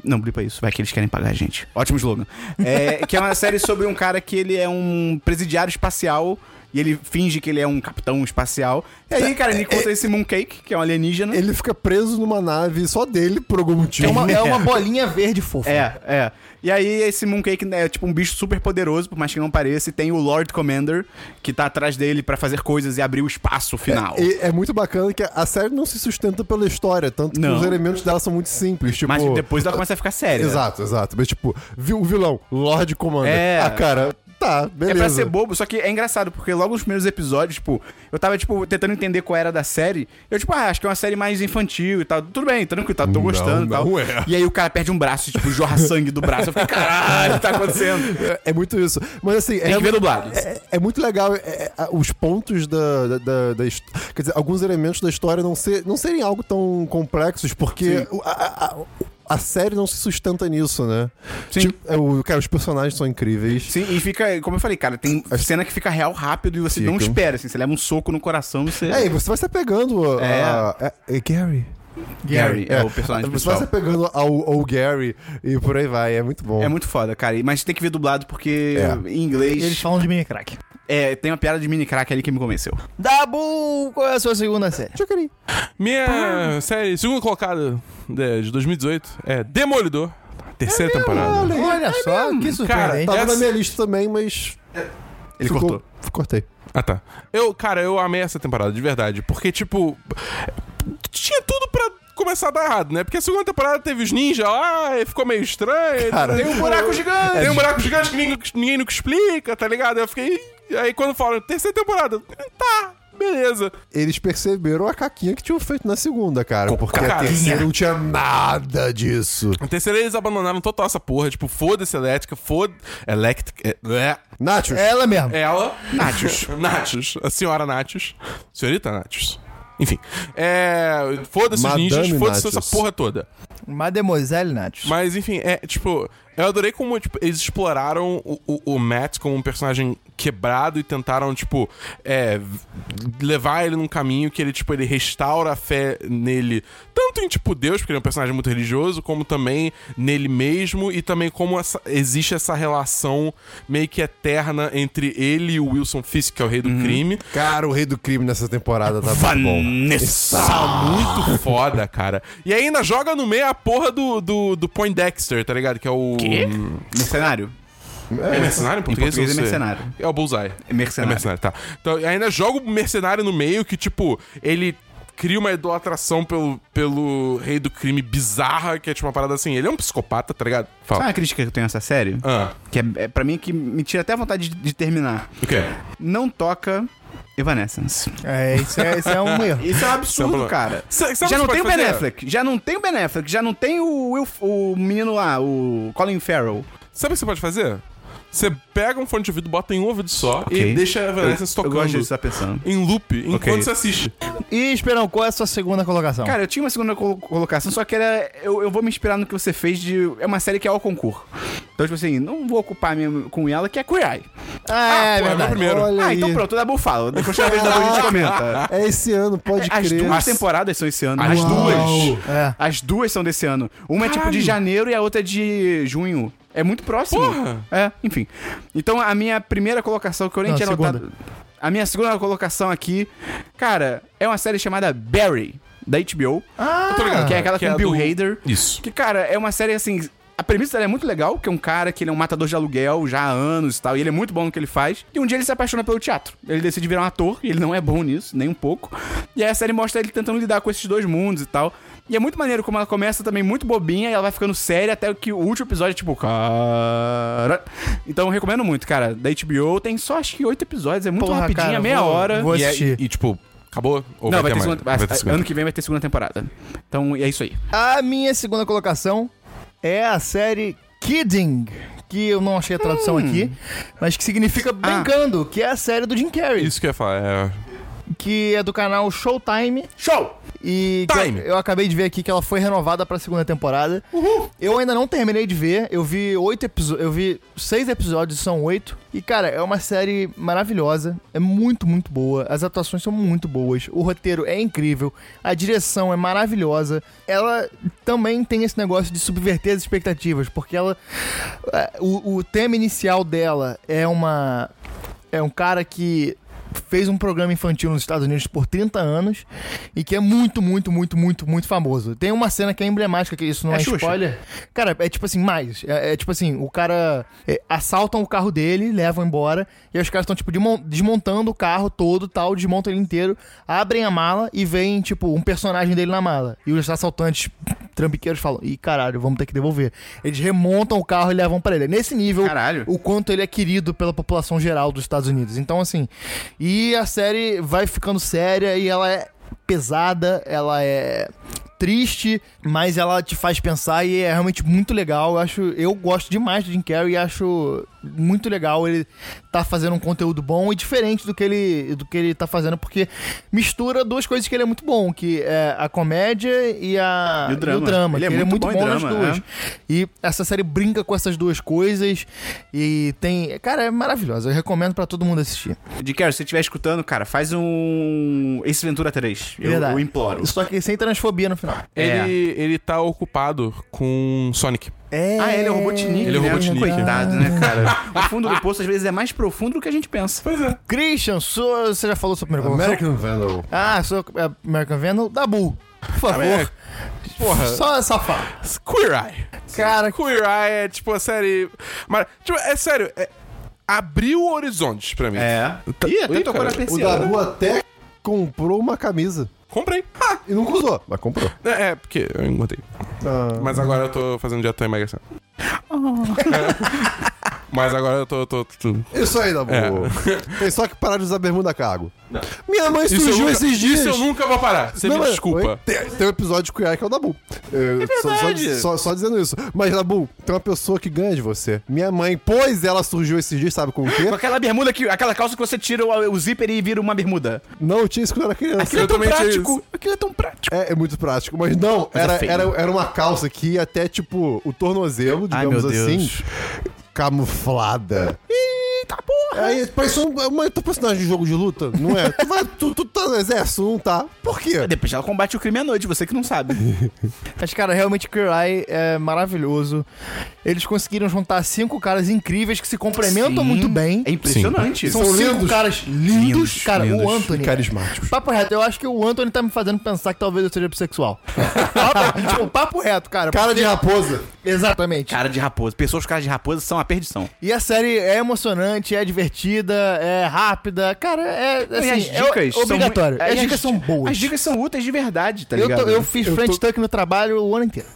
S1: Não, blipa isso, vai que eles querem pagar a gente. Ótimo slogan. É, que é uma série sobre um cara que ele é um presidiário espacial e ele finge que ele é um capitão espacial. E aí, cara, ele encontra esse Mooncake, que é um alienígena.
S4: Ele fica preso numa nave só dele por algum
S2: É
S4: motivo.
S2: uma, é uma bolinha verde fofa.
S1: É, é. E aí, esse Mooncake é tipo um bicho super poderoso, por mais que não pareça, e tem o Lord Commander, que tá atrás dele pra fazer coisas e abrir o espaço final.
S4: E é muito bacana que a série não se sustenta pela história, tanto
S1: Não.
S4: que os elementos dela são muito simples. Tipo,
S1: Mas depois né? ela começa a ficar séria.
S4: Exato, exato. Mas tipo, vi- o vilão, Lord Commander.
S1: É.
S4: Ah, cara, tá,
S1: É
S4: beleza.
S1: pra ser bobo, só que é engraçado, porque logo nos primeiros episódios, tipo, eu tava, tipo, tentando entender qual era da série. Eu, tipo, ah, acho que é uma série mais infantil e tal. Tudo bem, tranquilo, tá, tô gostando e tal.
S4: não é.
S1: E aí o cara perde um braço, tipo, jorra sangue do braço. Eu fiquei, caralho, o que tá acontecendo?
S4: É- É muito isso. Mas assim,
S1: Tem
S4: é,
S1: que ver dublado.
S4: é- é muito legal é- é- a- os pontos da, da, da- da his- Quer dizer, alguns elementos da história não, ser, não serem algo tão complexos, porque o- a- a- a- a série não se sustenta nisso, né?
S1: Sim.
S4: Tipo, é, o, cara, os personagens são incríveis.
S1: Sim, e fica, como eu falei, cara, tem cena que fica real rápido e você não
S4: Fica.
S1: espera, assim, você leva um soco no coração e você.
S4: É, e você vai se apegando a,
S1: É.
S4: a- é Gary.
S1: Gary é, o personagem
S4: Você
S1: principal.
S4: vai se apegando ao, ao Gary e por aí vai. É muito bom.
S1: É muito foda, cara. e- Mas tem que ver dublado porque
S4: É.
S1: em inglês.
S2: Eles falam de mini crack.
S1: É, tem uma piada de mini crack ali que me convenceu.
S2: Dabu, qual é a sua segunda série?
S4: Chacarim.
S3: Minha série, segunda colocada de, de 2018, é Demolidor. Terceira temporada.
S2: Olha só, que surpreendente.
S4: Tava
S3: Essa-
S4: na minha lista também, mas.
S1: É. Ele
S4: ficou-
S1: cortou.
S4: Cortei.
S3: Ah, tá. Eu, cara, eu amei essa temporada, de verdade. Porque, tipo. Tinha tudo pra começar a dar errado, né? Porque a segunda temporada teve os ninjas lá, e ficou meio estranho.
S4: Cara,
S3: tem um buraco gigante. Tem um buraco gigante que ninguém, ninguém nunca explica, tá ligado? Eu fiquei. Aí quando falam, terceira temporada, tá, beleza.
S4: Eles perceberam a caquinha que tinham feito na segunda, cara. Porque a
S3: Caquinha.
S4: terceira não tinha nada disso.
S3: A terceira eles abandonaram total essa porra, tipo, foda-se elétrica, foda. Eléctrica. É,
S4: Nachos,
S2: Ela mesmo.
S3: Ela. Natius. Natius. A senhora Natius. Senhorita Natius. Enfim. É. Foda-se os
S4: Madame
S3: ninjas, foda-se essa
S4: Natius.
S3: porra toda.
S2: Mademoiselle Nath.
S3: Mas, enfim, é tipo. Eu adorei como tipo, eles exploraram o, o, o Matt como um personagem quebrado e tentaram, tipo, é, v- levar ele num caminho que ele, tipo, ele restaura a fé nele, tanto em, tipo, Deus, porque ele é um personagem muito religioso, como também nele mesmo e também como essa- existe essa relação meio que eterna entre ele e o Wilson Fisk, que é o rei do crime.
S4: cara, o rei do crime nessa temporada tá muito bom.
S1: Vanessa!
S3: Tá muito foda, cara. E ainda joga no meio a porra do, do, do Poindexter, tá ligado? Que é o.
S1: Mercenário?
S3: É mercenário em português?
S1: português
S3: Não
S1: é
S3: sei.
S1: mercenário.
S3: É o Bullseye.
S1: É mercenário.
S3: É mercenário, tá. Então, e ainda joga o mercenário no meio que, tipo, ele cria uma idolatração pelo, pelo rei do crime bizarra, que é tipo uma parada assim. Ele é um psicopata, tá ligado?
S1: Sabe
S3: Fala.
S1: uma crítica que eu tenho a essa série?
S3: Ah,
S1: Que é, é pra mim que me tira até a vontade de, de terminar.
S3: o quê?
S1: Não toca Evanescence.
S2: É, isso é, isso é um erro.
S1: Isso é um absurdo,
S3: Sabe-
S1: cara.
S3: Sabe- sabe
S1: já
S3: o
S1: não
S3: que
S1: tem o
S3: pode
S1: Ben
S3: fazer?
S1: Affleck, já não tem o Ben Affleck, já não tem o, Will- o menino lá, o Colin Farrell.
S3: Sabe o que você pode fazer? Você pega um fone de ouvido, bota em um ouvido só
S1: Ok.
S3: e deixa a Evanescence
S1: Eu gosto
S3: tocando
S1: disso, tá pensando.
S3: em loop enquanto
S1: Ok.
S3: você assiste.
S2: E, Esperão, qual é a sua segunda colocação?
S1: Cara, eu tinha uma segunda colo- colocação, só que era. Eu, eu vou me inspirar no que você fez de. É uma série que é ao concurso. Então, tipo assim, não vou ocupar minha, com ela, que é Queer Eye.
S2: ah, é
S3: pô, é meu
S2: verdade.
S3: primeiro.
S4: Olha
S1: ah,
S4: aí.
S1: então pronto, o Dabu fala. Depois da vez da a gente comenta.
S4: É esse ano, pode
S1: As
S4: crer.
S1: duas temporadas são esse ano. As duas.
S2: É.
S1: As duas são desse ano. Uma é tipo de
S3: Caralho.
S1: janeiro e a outra é de junho. É muito próximo.
S3: Porra.
S1: É, enfim. Então a minha primeira colocação que eu nem
S2: Não,
S1: tinha
S2: segunda.
S1: notado. A minha segunda colocação aqui, cara, é uma série chamada Barry, da HBO.
S2: Ah,
S3: Tô ligado.
S1: que é aquela
S3: que
S1: com
S3: é
S1: Bill
S3: do-
S1: Hader.
S3: Isso.
S1: Que, cara, é uma série assim. A premissa dela é muito legal, que é um cara que ele é um matador de aluguel já há anos e tal, e ele é muito bom no que ele faz. E um dia ele se apaixona pelo teatro. Ele decide virar um ator, e ele não é bom nisso, nem um pouco. E aí a série mostra ele tentando lidar com esses dois mundos e tal. E é muito maneiro como ela começa também muito bobinha e ela vai ficando séria até que o último episódio é tipo, cara. Então eu recomendo muito, cara. Da HBO tem só acho que oito episódios, é muito
S2: Porra,
S1: rapidinho,
S2: cara,
S1: é meia
S2: vou-
S1: hora.
S2: vou
S3: e, é-
S2: assistir.
S3: e, tipo, acabou? Ou
S1: Não,
S3: vai ter mais?
S1: segunda.
S3: Vai ter segunda.
S1: Ano que vem vai ter segunda temporada. Então é isso aí.
S2: A minha segunda colocação é a série Kidding, que eu não achei a tradução aqui, mas que significa brincando, que é a série do Jim Carrey,
S3: Isso que eu ia falar. É...
S2: que é do canal Showtime
S1: Show!
S2: e que
S3: Time.
S2: eu, eu acabei de ver aqui que ela foi renovada pra segunda temporada. Eu ainda não terminei de ver, eu vi oito episódios, eu vi seis episódios, são oito. E cara, é uma série maravilhosa, é muito muito boa, as atuações são muito boas, o roteiro é incrível, a direção é maravilhosa. Ela também tem esse negócio de subverter as expectativas, porque ela é, o, o tema inicial dela é uma é um cara que fez um programa infantil nos Estados Unidos por 30 anos e que é muito, muito, muito, muito, muito famoso. Tem uma cena que é emblemática, que isso não
S1: É
S2: é,
S1: Xuxa?
S2: spoiler. Cara, é tipo assim, mais. É, é tipo assim, o cara é, assaltam o carro dele, levam embora, e aí os caras estão, tipo, demon- desmontando o carro todo tal, desmontam ele inteiro, abrem a mala e vem, tipo, um personagem dele na mala. E os assaltantes trambiqueiros falam, ih, caralho, vamos ter que devolver. Eles remontam o carro e levam pra ele. É Nesse nível,
S1: Caralho.
S2: o quanto ele é querido pela população geral dos Estados Unidos. Então, assim, e a série vai ficando séria e ela é pesada, ela é triste, mas ela te faz pensar e é realmente muito legal. Eu acho, eu gosto demais do Jim Carrey e acho muito legal. Ele tá fazendo um conteúdo bom e diferente do que ele, do que ele tá fazendo, porque mistura duas coisas que ele é muito bom, que é a comédia e, a,
S1: E o drama.
S2: Ele é muito, bom,
S1: em
S2: nas
S1: drama,
S2: duas.
S1: é.
S2: E essa série brinca com essas duas coisas e tem... Cara, é maravilhosa. Eu recomendo pra todo mundo assistir.
S1: De Carol, se você estiver escutando, cara, faz um. Ace Ventura 3. Eu,
S2: Verdade.
S1: eu imploro.
S2: Só que sem transfobia no final.
S1: É.
S3: Ele, ele tá ocupado com Sonic.
S2: É...
S1: Ah, ele é o Robotnik.
S3: Ele é o
S1: né?
S3: Robotnik.
S1: Coitado, né, cara? O fundo do poço às vezes é mais profundo do que a gente pensa.
S3: Pois é.
S2: Christian, sou- você já falou sua primeira colocação?
S4: American Vandal.
S2: Ah, sou é, American Venom. Dabu, por favor.
S3: Porra.
S2: Só safado.
S3: Queer Eye.
S2: Cara,
S3: Queer Eye é tipo a série. Mas, tipo, é sério. é- Abriu horizontes pra mim.
S1: É. Ih, até
S3: Tá- Ih,
S1: tocou
S3: cara,
S1: na
S4: O
S1: terceira.
S4: Daru até comprou uma camisa.
S3: Comprei. Ah,
S4: E nunca usou, mas comprou.
S3: é, é, porque eu engordei. Mas agora eu tô fazendo dieta emagrecendo.
S1: Oh.
S3: É. Mas agora eu tô. tô, tô- tô-
S4: Isso aí, Dabu.
S3: É.
S4: Tem só que parar de usar bermuda cargo. Minha mãe
S3: Isso, eu
S4: surgiu
S3: nunca,
S4: esses dias.
S3: isso eu nunca vou parar. Você
S4: Não,
S3: me
S1: é,
S4: mas-
S3: desculpa.
S4: Oi? Tem, tem um episódio de Cuiar que é o Dabu. Eu- só- só,
S3: verdade.
S4: só- só dizendo isso. Mas, Dabu, tem uma pessoa que ganha de você. Minha mãe, pois ela surgiu esses dias, sabe com o quê?
S1: Com aquela bermuda que. Aquela calça que você tira o, o zíper e vira uma bermuda.
S4: Não eu tinha isso quando era criança.
S1: Aquilo é tão
S3: Exatamente
S1: prático.
S3: isso.
S1: Aquilo é tão prático.
S4: É, é muito prático, mas não,
S1: Mas é
S4: era,
S1: feio.
S4: era, era uma calça que ia até tipo o tornozelo,
S1: Ai,
S4: digamos
S1: meu
S4: assim,
S1: Deus.
S4: camuflada.
S1: Eita porra!
S4: Aí, parece um, uma tu é personagem de jogo de luta, não é? tu, vai, tu, tu tá no exército, não tá? Por quê?
S1: Depois ela combate o crime à noite, você que não sabe.
S2: mas cara, realmente Queer Eye é maravilhoso. Eles conseguiram juntar cinco caras incríveis que se complementam
S1: Sim.
S2: muito bem.
S1: É impressionante.
S2: São, cinco caras lindos.
S1: Lindos,
S2: cara, o
S1: lindos.
S2: Anthony.
S4: Carismáticos.
S2: Papo reto, eu acho que o Anthony tá me fazendo pensar que talvez eu seja bissexual. papo, tipo, papo reto, cara.
S4: Cara de raposa.
S2: Exatamente.
S1: Cara de raposa. Pessoas com cara de raposa são a perdição.
S2: E a série é emocionante, é divertida, é rápida. Cara, é assim,
S1: E as
S2: é
S1: dicas são
S2: obrigatório.
S1: muito-
S2: as
S1: e
S2: dicas são boas.
S1: As dicas são úteis de verdade, tá
S2: eu,
S1: ligado?
S2: tô- eu fiz
S4: Eu
S2: French
S4: tô-
S2: Tuck no trabalho o ano inteiro.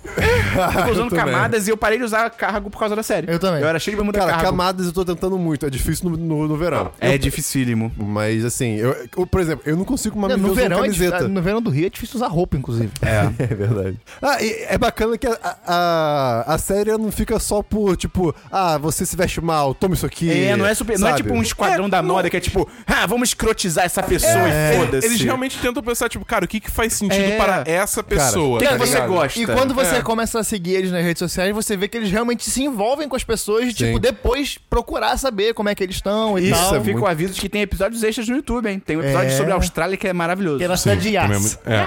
S1: Eu tô usando
S4: também.
S1: camadas e eu parei de usar cargo por causa da série.
S2: Eu também.
S1: Eu era cheio de bermuda
S4: Cara,
S1: cargo.
S4: camadas eu tô tentando muito, é difícil no, no, no verão.
S1: É dificílimo.
S4: Mas assim, eu, eu, por exemplo, eu não consigo uma
S2: Não,
S4: amiga
S2: no,
S4: usando
S2: verão, é difícil-
S4: camiseta.
S2: no verão do Rio é difícil usar roupa, inclusive.
S1: É.
S4: É verdade. Ah, e é bacana que a, a, a série não fica só por, tipo, ah, você se veste mal, toma isso aqui.
S1: É, não é, super, não é
S4: sabe?
S1: tipo um esquadrão
S3: É,
S1: da
S3: não. É,
S1: moda que é tipo, ah, vamos escrotizar essa pessoa e É, foda-se.
S3: Eles realmente tentam pensar, tipo, cara, o que, que faz sentido
S1: É.
S3: para essa pessoa?
S1: O que,
S3: tá
S1: que você
S3: ligado?
S1: gosta?
S2: E quando você
S3: É.
S2: começa a seguir eles nas redes sociais, você vê que eles realmente se envolvem com as pessoas e, tipo,
S4: Sim.
S2: depois procurar saber como é que eles estão e
S1: Isso,
S2: tal.
S1: fica o aviso de que tem episódios extras no YouTube, hein? Tem um episódio
S2: É.
S1: sobre a Austrália que é maravilhoso.
S2: Que é na cidade de
S3: Também é
S2: Yas.
S3: muito- é.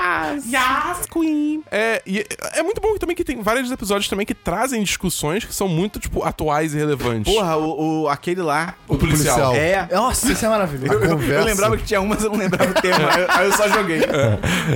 S3: É, e é- é muito bom também que tem vários episódios também que trazem discussões que são muito, tipo, atuais e relevantes.
S1: Porra, o, o- aquele lá.
S3: o policial.
S4: policial.
S1: É.
S2: Nossa, isso é maravilhoso.
S1: Eu, eu
S4: Conversa.
S1: lembrava que tinha umas, eu não lembrava o tema. Aí eu- Aí eu só joguei.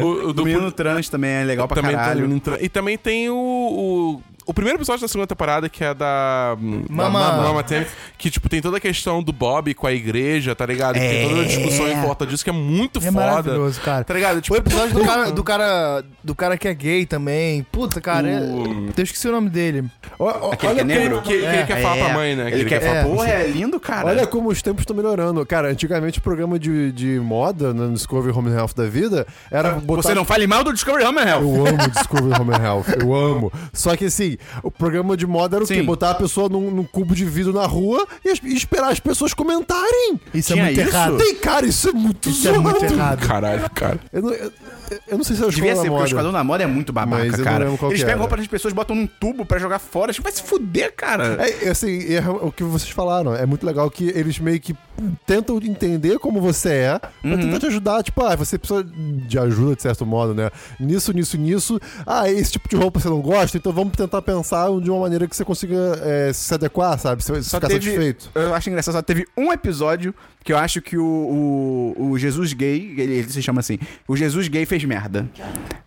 S3: O, o
S1: Do
S3: do
S1: menino trans também é legal pra
S3: também tem
S1: caralho.
S3: o menino trans. E também tem o, o. o primeiro episódio da segunda temporada, que é da.
S2: Mama.
S3: da Mama Tam, que, tipo, tem toda a questão do Bob com a igreja, tá ligado? E Tem
S1: É.
S3: toda a discussão em volta disso que é muito
S2: É
S3: foda.
S2: maravilhoso, cara.
S3: Tá ligado?
S2: O
S3: Tipo,
S2: episódio do cara, do cara do cara que é gay também. Puta, cara, é-
S3: O-
S2: eu, eu esqueci o nome dele.
S4: Ó, ó,
S1: Aquele que é
S4: olha, como,
S1: negro?
S3: que, que ele quer falar pra mãe, né? que
S1: Ele quer falar,
S2: é.
S1: porra, é lindo, cara.
S4: olha como os tempos estão melhorando. Cara, antigamente o programa de, de moda né, no Discovery Home and Health da vida era botar...
S1: Você não fale mal do Discovery Home and Health.
S4: Eu amo Discovery Home and Health, eu amo. Só que assim, o programa de moda era o quê?
S1: Sim.
S4: Botar a pessoa num, num cubo de vidro na rua e, as- e esperar as pessoas comentarem.
S2: Isso
S1: Tinha
S2: é muito
S1: isso?
S2: errado.
S4: Tem, cara, isso é muito
S2: Isso é muito
S4: zoado.
S2: errado.
S3: Caralho, cara.
S4: Eu não, eu, eu não sei se é eu
S1: Devia ser, porque o Esquadrão da Moda é muito babaca,
S4: Mas eu não
S1: cara.
S4: lembro qual
S1: Eles
S4: que
S1: pegam
S4: era.
S1: roupa das pessoas, botam num tubo pra jogar fora. Tipo, vai se fuder, cara.
S4: É, assim, é o que vocês falaram. É muito legal que eles meio que tentam entender como você é, pra
S1: Uhum.
S4: tentar te ajudar. Tipo, ah, você precisa de ajuda, de certo modo, né? Nisso, nisso, nisso. Ah, esse tipo de roupa você não gosta, então vamos tentar pensar de uma maneira que você consiga é, se adequar, sabe? Você
S1: Só
S4: ficar
S1: teve,
S4: satisfeito.
S1: Eu acho engraçado, só teve um episódio que eu acho que o, o, o Jesus gay, ele, ele se chama assim, o Jesus gay fez merda.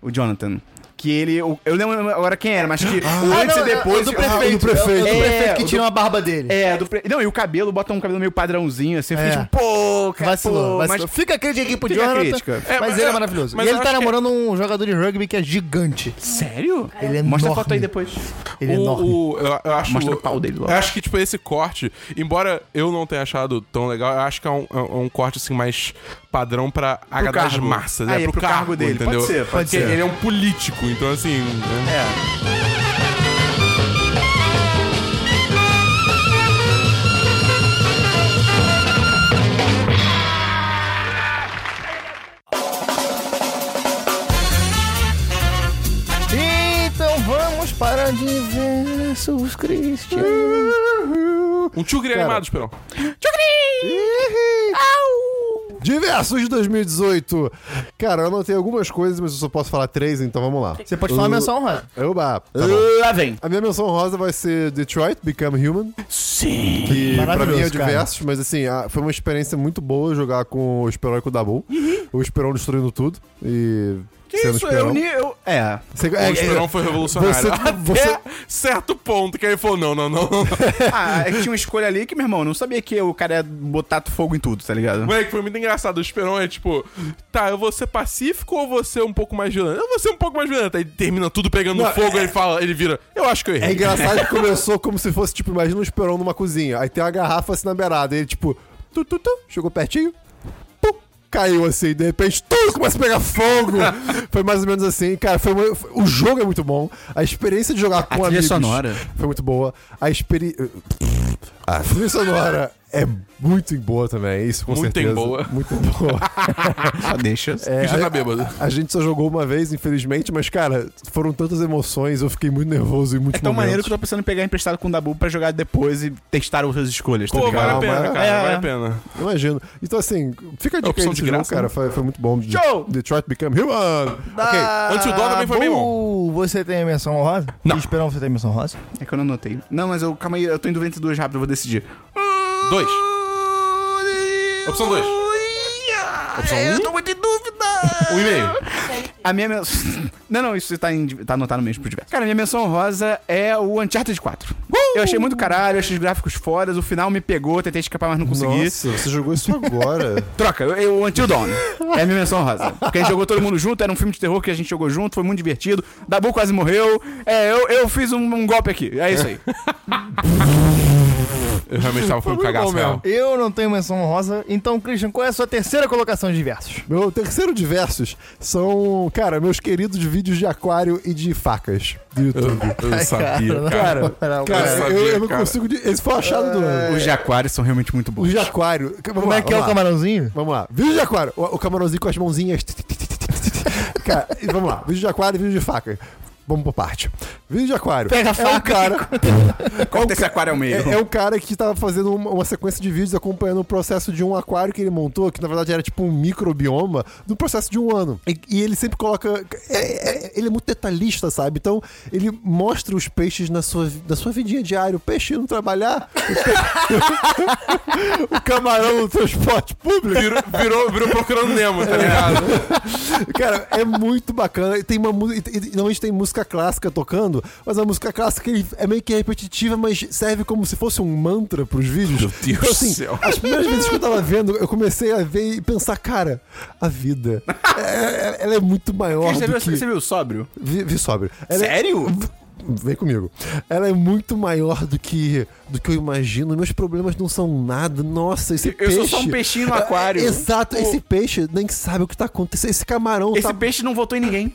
S1: O Jonathan. Que ele. o- eu lembro agora quem era, mas que o antes
S2: Ah, não,
S1: e depois.
S2: é o do
S1: ah,
S2: prefeito.
S4: do prefeito.
S2: É o do
S1: É,
S2: prefeito que
S1: o do-
S2: tira uma barba dele.
S1: É, do pre... Não, e o cabelo, bota um cabelo meio padrãozinho, assim, eu fiquei
S2: É.
S1: tipo, pô, cara,
S2: Vacilou,
S1: pô,
S2: vacilou.
S1: mas...
S2: Fica a crítica aqui pro
S1: Fica a
S2: Jonathan,
S1: crítica.
S2: mas,
S3: É, mas
S2: ele é
S3: eu-
S2: maravilhoso.
S3: mas
S2: e
S3: eu
S2: ele tá
S3: acho que-
S2: namorando um jogador de rugby que é gigante.
S1: Sério?
S2: Ele é
S1: Mostra a
S2: enorme.
S1: foto aí depois.
S2: Ele é
S3: O-
S2: enorme.
S3: o- eu, eu acho,
S1: Mostra o pau dele logo.
S3: Eu acho que, tipo, esse corte, embora eu não tenha achado tão legal, eu acho que é um, é um corte, assim, mais padrão pra agradar as
S1: cargo.
S3: massas.
S1: Ah,
S3: é, pro, cargo, dele, entendeu?
S1: Pode ser, pode
S3: Porque
S1: ser.
S3: ele é um político, então, assim... né?
S1: É.
S7: Thank
S2: Diversos Christian.
S3: Um tigre animado, Esperão.
S4: Diversos de 2018. Cara, eu anotei algumas coisas, mas eu só posso falar três, então vamos lá.
S2: Você pode falar menção honrosa.
S4: Oba! Tá bom.
S1: Lá vem.
S4: A minha menção rosa vai ser Detroit Become Human.
S1: Sim.
S4: Que pra
S2: Maravilhoso,
S4: mim é o
S2: cara.
S4: diversos, mas assim, a- foi uma experiência muito boa jogar com o Esperão e com o Dabu. O Esperão destruindo tudo e.
S1: Uhum. Que
S4: sendo
S1: isso?
S4: Esperão.
S1: Eu, ni- eu... É.
S4: Você-
S3: O
S4: é,
S3: Esperão foi revolucionário.
S4: Você-
S3: Até certo ponto que ele falou, não, não, não, não.
S1: Ah, é que tinha uma escolha ali que, meu irmão, não sabia que o cara ia botar fogo em tudo, tá ligado?
S3: Moleque, foi muito engraçado. O Esperão é tipo, tá, eu vou ser pacífico ou vou ser um pouco mais violento? Eu vou ser um pouco mais violento. Aí termina tudo pegando
S4: Não,
S3: fogo, ele fala, ele vira, eu acho que eu
S4: É
S3: errei.
S4: engraçado que começou como se fosse, tipo, imagina um esperão numa cozinha. Aí tem uma garrafa assim na beirada. E ele, tipo, tu, tu, tu, chegou pertinho, pum, caiu assim. E de repente, tudo começa a pegar fogo. foi mais ou menos assim. Cara, foi, uma- foi- o jogo é muito bom. A experiência de jogar com
S1: trilha
S4: amigos
S1: sonora.
S4: foi muito boa. A experiência... A trilha sonora é muito boa também. Isso, com
S3: Muito em
S4: certeza.
S3: boa.
S4: Muito boa.
S1: Só deixa.
S4: É,
S3: já tá
S4: a-
S3: bêbado.
S4: A, a gente só jogou uma vez, infelizmente, mas, cara, foram tantas emoções, eu fiquei muito nervoso e muito
S1: É tão maneiro que eu tô pensando em pegar emprestado com o Dabu pra jogar depois e testar outras escolhas, tá
S3: Pô,
S1: ligado?
S3: vale a
S4: Calma,
S3: pena,
S4: é.
S3: cara,
S1: É,
S3: vale
S1: é.
S3: a pena.
S4: Imagino. Então, assim, fica a
S3: É
S4: dica aí
S3: opção
S4: desse
S3: de
S4: jogo,
S3: graça,
S4: cara. Foi, foi muito bom.
S1: Show!
S4: Detroit Become Human!
S2: Ah,
S3: Antes o dó também foi bem
S2: bom. Você tem a menção honrosa?
S3: Não.
S2: E Esperão, você tem a menção honrosa?
S1: É que eu não anotei. Não, mas eu, calma aí, eu tô indo entre duas rápido, eu vou decidir.
S3: Dois. Opção dois. Opção um. Eu tô muito em dúvida. Um e meio.
S1: A minha men... Não, não, isso tá, em, tá anotado mesmo pro diverso. Cara, a minha menção rosa é o Uncharted 4.
S3: Uh!
S1: Eu achei muito caralho, achei os gráficos fodas, o final me pegou, tentei escapar, mas não consegui.
S4: Nossa, você jogou isso agora.
S1: Troca, eu- eu- o Until Dawn. É a minha menção rosa. Porque a gente jogou todo mundo junto, era um filme de terror que a gente jogou junto, foi muito divertido. Dabu quase morreu. É, eu, eu fiz um, um golpe aqui. É isso aí.
S3: Eu realmente tava com um cagaço real.
S2: Eu não tenho menção honrosa. Então, Christian, qual é a sua terceira colocação de diversos?
S4: Meu terceiro diversos são, cara, meus queridos vídeos de aquário e de facas do YouTube.
S3: Eu sabia,
S4: Cara,
S3: cara.
S4: cara,
S3: eu sabia,
S4: eu, eu não
S3: cara.
S4: consigo. de- Esse foi o achado do ano.
S1: Os de aquário são realmente muito
S4: Os
S1: bons.
S4: de aquário.
S2: Como é que é o camarãozinho?
S4: Vamos lá. Vídeo de aquário. O, o camarãozinho com as mãozinhas. Cara, e vamos lá. Vídeo de aquário e vídeo de faca. Vamos por parte. Vídeo de aquário.
S2: Pega a
S4: é
S2: faca.
S4: um cara.
S1: Conta esse aquário ao meio.
S4: É, é o cara que tava fazendo uma, uma sequência de vídeos acompanhando o processo de um aquário que ele montou, que na verdade era tipo um microbioma, no processo de um ano. E, e ele sempre coloca. é- é- ele é muito detalhista, sabe? Então, ele mostra os peixes na sua, vi- na sua vidinha diária. O peixe indo trabalhar, o, pe- o camarão no transporte público.
S3: Virou, virou, virou procurando Nemo, tá ligado?
S4: Cara, é muito bacana. E tem uma música. e- e Normalmente tem música clássica tocando, mas a música clássica ele é meio que repetitiva, mas serve como se fosse um mantra pros vídeos.
S3: Meu Deus
S4: então, assim,
S3: do céu.
S4: As primeiras vezes que eu tava vendo, eu comecei a ver e pensar, cara, a vida. é- é- ela é muito maior.
S1: Você
S4: do
S1: viu,
S4: que...
S1: você viu o sóbrio?
S4: Vi, vi sóbrio. Ela é-
S1: Sério?
S4: V- Vem comigo. Ela é muito maior do que do que eu imagino. Meus problemas não são nada. Nossa, esse
S1: Eu
S4: peixe. É,
S1: sou só um peixinho no aquário.
S4: Exato, esse peixe nem sabe o que tá acontecendo. Esse camarão
S1: Esse
S4: tá
S1: peixe não voltou em ninguém.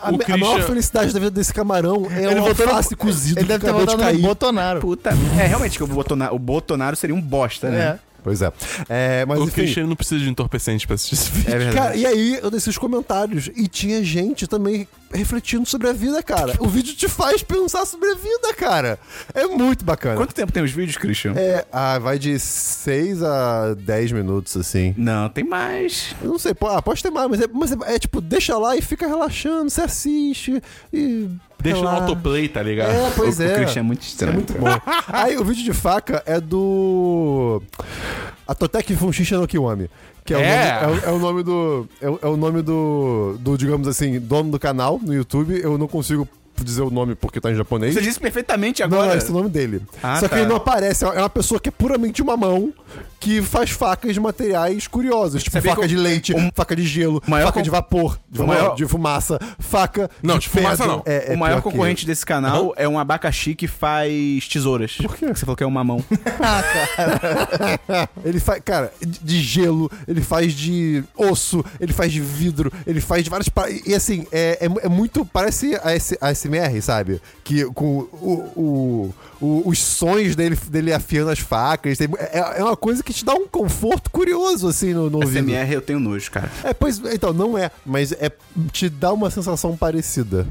S4: a,
S3: O
S4: me- a
S3: Christian-
S4: maior felicidade da vida desse camarão é
S2: Ele
S4: um
S2: voltou no-
S4: alface cozido
S2: Ele
S4: que
S2: deve ter
S4: acabou de
S2: votado no
S4: cair.
S2: Bolsonaro.
S1: Puta. É, realmente que o Botonaro, o Botonaro seria um bosta, né?
S2: É.
S4: Pois é. É, mas
S3: O
S4: enfim.
S3: Cristiano não precisa de entorpecente pra assistir esse vídeo.
S1: É verdade.
S4: Cara, e aí eu desci os comentários e tinha gente também refletindo sobre a vida, cara. O vídeo te faz pensar sobre a vida, cara. É muito bacana.
S1: Quanto tempo tem os vídeos, Christian?
S4: É, ah, vai de 6 a 10 minutos, assim.
S1: Não, tem mais.
S4: Eu não sei, po- ah, pode ter mais, mas, é, mas é- é tipo, deixa lá e fica relaxando, você assiste e.
S3: Deixa no
S4: relaxa.
S3: autoplay, tá ligado?
S4: É, pois
S1: o,
S4: é.
S1: O Christian é muito estranho.
S4: Muito bom. Aí o vídeo de faca é do. A Totec Funshisha no Kiwami. Que é,
S3: É.
S4: O, nome, é, o- é o nome do. É, o- é o nome do, do, digamos assim, dono do canal no YouTube. Eu não consigo dizer o nome porque tá em japonês.
S1: Você disse perfeitamente
S4: Não,
S1: agora.
S4: não, esse é o nome dele.
S1: Ah,
S4: Só que
S1: tá.
S4: ele não aparece. É uma pessoa que é puramente uma mão que faz facas de materiais curiosos. Tipo
S1: Sabia que
S4: faca
S1: eu-
S4: de leite, faca de gelo,
S1: maior
S4: faca
S1: com-
S4: de vapor, de,
S1: O maior-
S4: de fumaça, faca.
S3: Não, de fumaça
S4: pedra.
S3: não.
S4: É- é
S1: o maior
S4: pior que-
S1: concorrente desse canal é um abacaxi que faz tesouras. Por
S4: quê?
S1: Você falou que é um mamão.
S4: Ele faz, cara, de- de gelo, ele faz de osso, ele faz de vidro, ele faz de várias. pa- E assim, é, é, mu- é muito. Parece a S- a ASMR, sabe? Que com o, o- o- os sons dele, dele afiando as facas. tem- é, é uma coisa que te dá um conforto curioso, assim, no, no ouvido.
S1: SMR eu tenho nojo, cara.
S4: É, pois, então, não é, mas é te dá uma sensação parecida.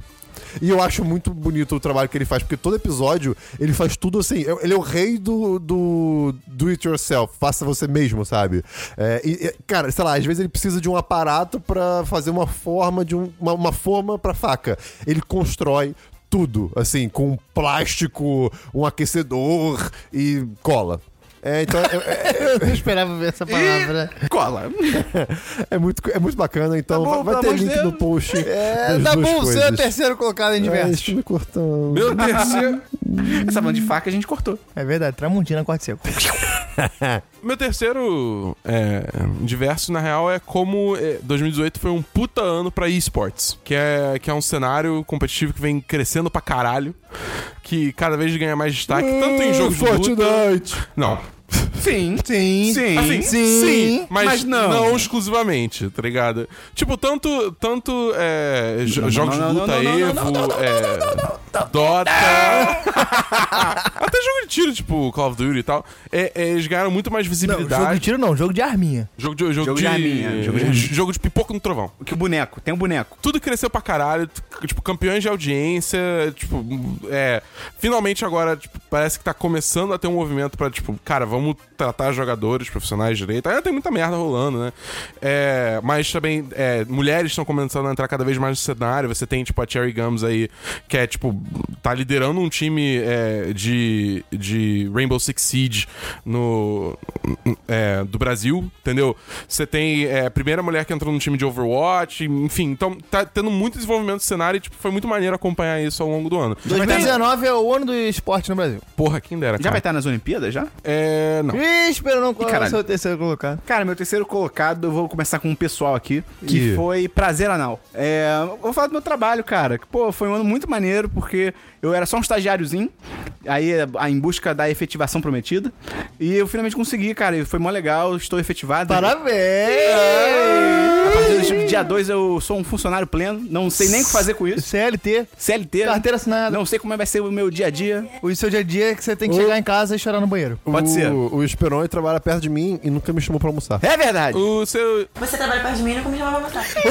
S4: E eu acho muito bonito o trabalho que ele faz, porque todo episódio ele faz tudo assim. eu- Ele é o rei do do, do it yourself, faça você mesmo, sabe? É, e- e, cara, sei lá, às vezes ele precisa de um aparato pra fazer uma forma de um- uma, uma forma pra faca. Ele constrói tudo, assim, com plástico, um aquecedor e cola. É, então é,
S2: Eu não esperava ver essa palavra.
S1: Cola.
S4: é muito, é muito bacana, então
S1: Tá bom,
S4: vai,
S1: pelo
S4: vai ter
S1: amor de
S4: link
S1: Deus.
S4: no post.
S2: É,
S4: das
S2: tá
S4: duas
S2: bom, você é o
S4: coisas.
S2: terceiro colocado em
S4: É,
S2: diversos.
S4: estilo cortão.
S3: Meu terceiro.
S1: Essa banda de faca a gente cortou.
S2: É, verdade, Tramontina corte seco.
S3: Meu terceiro é, diverso, na real, é como é, 2018 foi um puta ano pra esportes. Que é, que é um cenário competitivo que vem crescendo pra caralho. Que cada vez ganha mais destaque,
S1: tá
S3: tanto em jogo de luta...
S4: Fortnite.
S3: Não.
S1: Sim. Sim. Sim.
S3: Assim,
S2: Sim.
S3: mas,
S1: Mas
S3: não.
S1: não.
S3: exclusivamente, tá ligado? Tipo, tanto, tanto é, jo-
S1: não,
S3: jogos
S1: não,
S3: de
S1: não,
S3: luta,
S1: não, não, não, não,
S3: Evo, é, Dota... Até jogo de tiro, tipo Call of Duty e tal. é, é, eles ganharam muito mais
S2: Não, jogo de
S3: visibilidade.
S2: tiro não, jogo de arminha.
S3: Jogo de, jogo
S1: Jogo de
S3: de-
S1: arminha, jogo é de
S3: eh,
S1: arminha.
S3: jogo de pipoca no trovão.
S1: Que o boneco, tem um boneco.
S3: Tudo cresceu pra caralho, t- tipo, campeões de audiência, tipo, é... Finalmente agora, tipo, parece que tá começando a ter um movimento pra, tipo, cara, vamos tratar jogadores profissionais direito. Ainda tem muita merda rolando, né? É, mas também, é, mulheres estão começando a entrar cada vez mais no cenário. Você tem, tipo, a Cherry Gums aí, que é, tipo, tá liderando um time é, de, de Rainbow Six Siege no, é, do Brasil, entendeu? Você tem é, a primeira mulher que entrou no time de Overwatch, enfim. Então, tá tendo muito desenvolvimento do cenário e, tipo, foi muito maneiro acompanhar isso ao longo do ano.
S2: 2019 é o ano do esporte no Brasil.
S3: Porra, quem dera,
S1: Já vai
S4: Tá.
S1: tá-
S3: cara.
S1: estar nas Olimpíadas já?
S3: É, não.
S2: Ih, espera não qual é o
S1: caralho.
S2: seu terceiro colocado.
S1: Cara, meu terceiro colocado, eu vou começar com um pessoal aqui, que
S4: Ih.
S1: foi Prazer Anal. É, eu vou falar do meu trabalho, cara. que, Pô, foi um ano muito maneiro, porque eu era só um estagiáriozinho, aí a- em busca da efetivação prometida, e eu finalmente consegui, cara, e foi mó legal, estou efetivado.
S2: Parabéns!
S1: A partir do dia 2 eu sou um funcionário pleno, não sei nem o que fazer com isso.
S2: CLT,
S1: CLT,
S2: carteira assinada.
S1: né? não sei como é vai ser o meu dia a dia.
S2: O seu dia a dia é que você tem que chegar em casa e chorar no banheiro.
S1: Pode
S4: o,
S1: ser.
S4: O Esperon trabalha perto de mim e nunca me chamou pra almoçar.
S1: É verdade.
S3: O seu...
S6: Você trabalha perto de mim e nunca me chamava pra almoçar.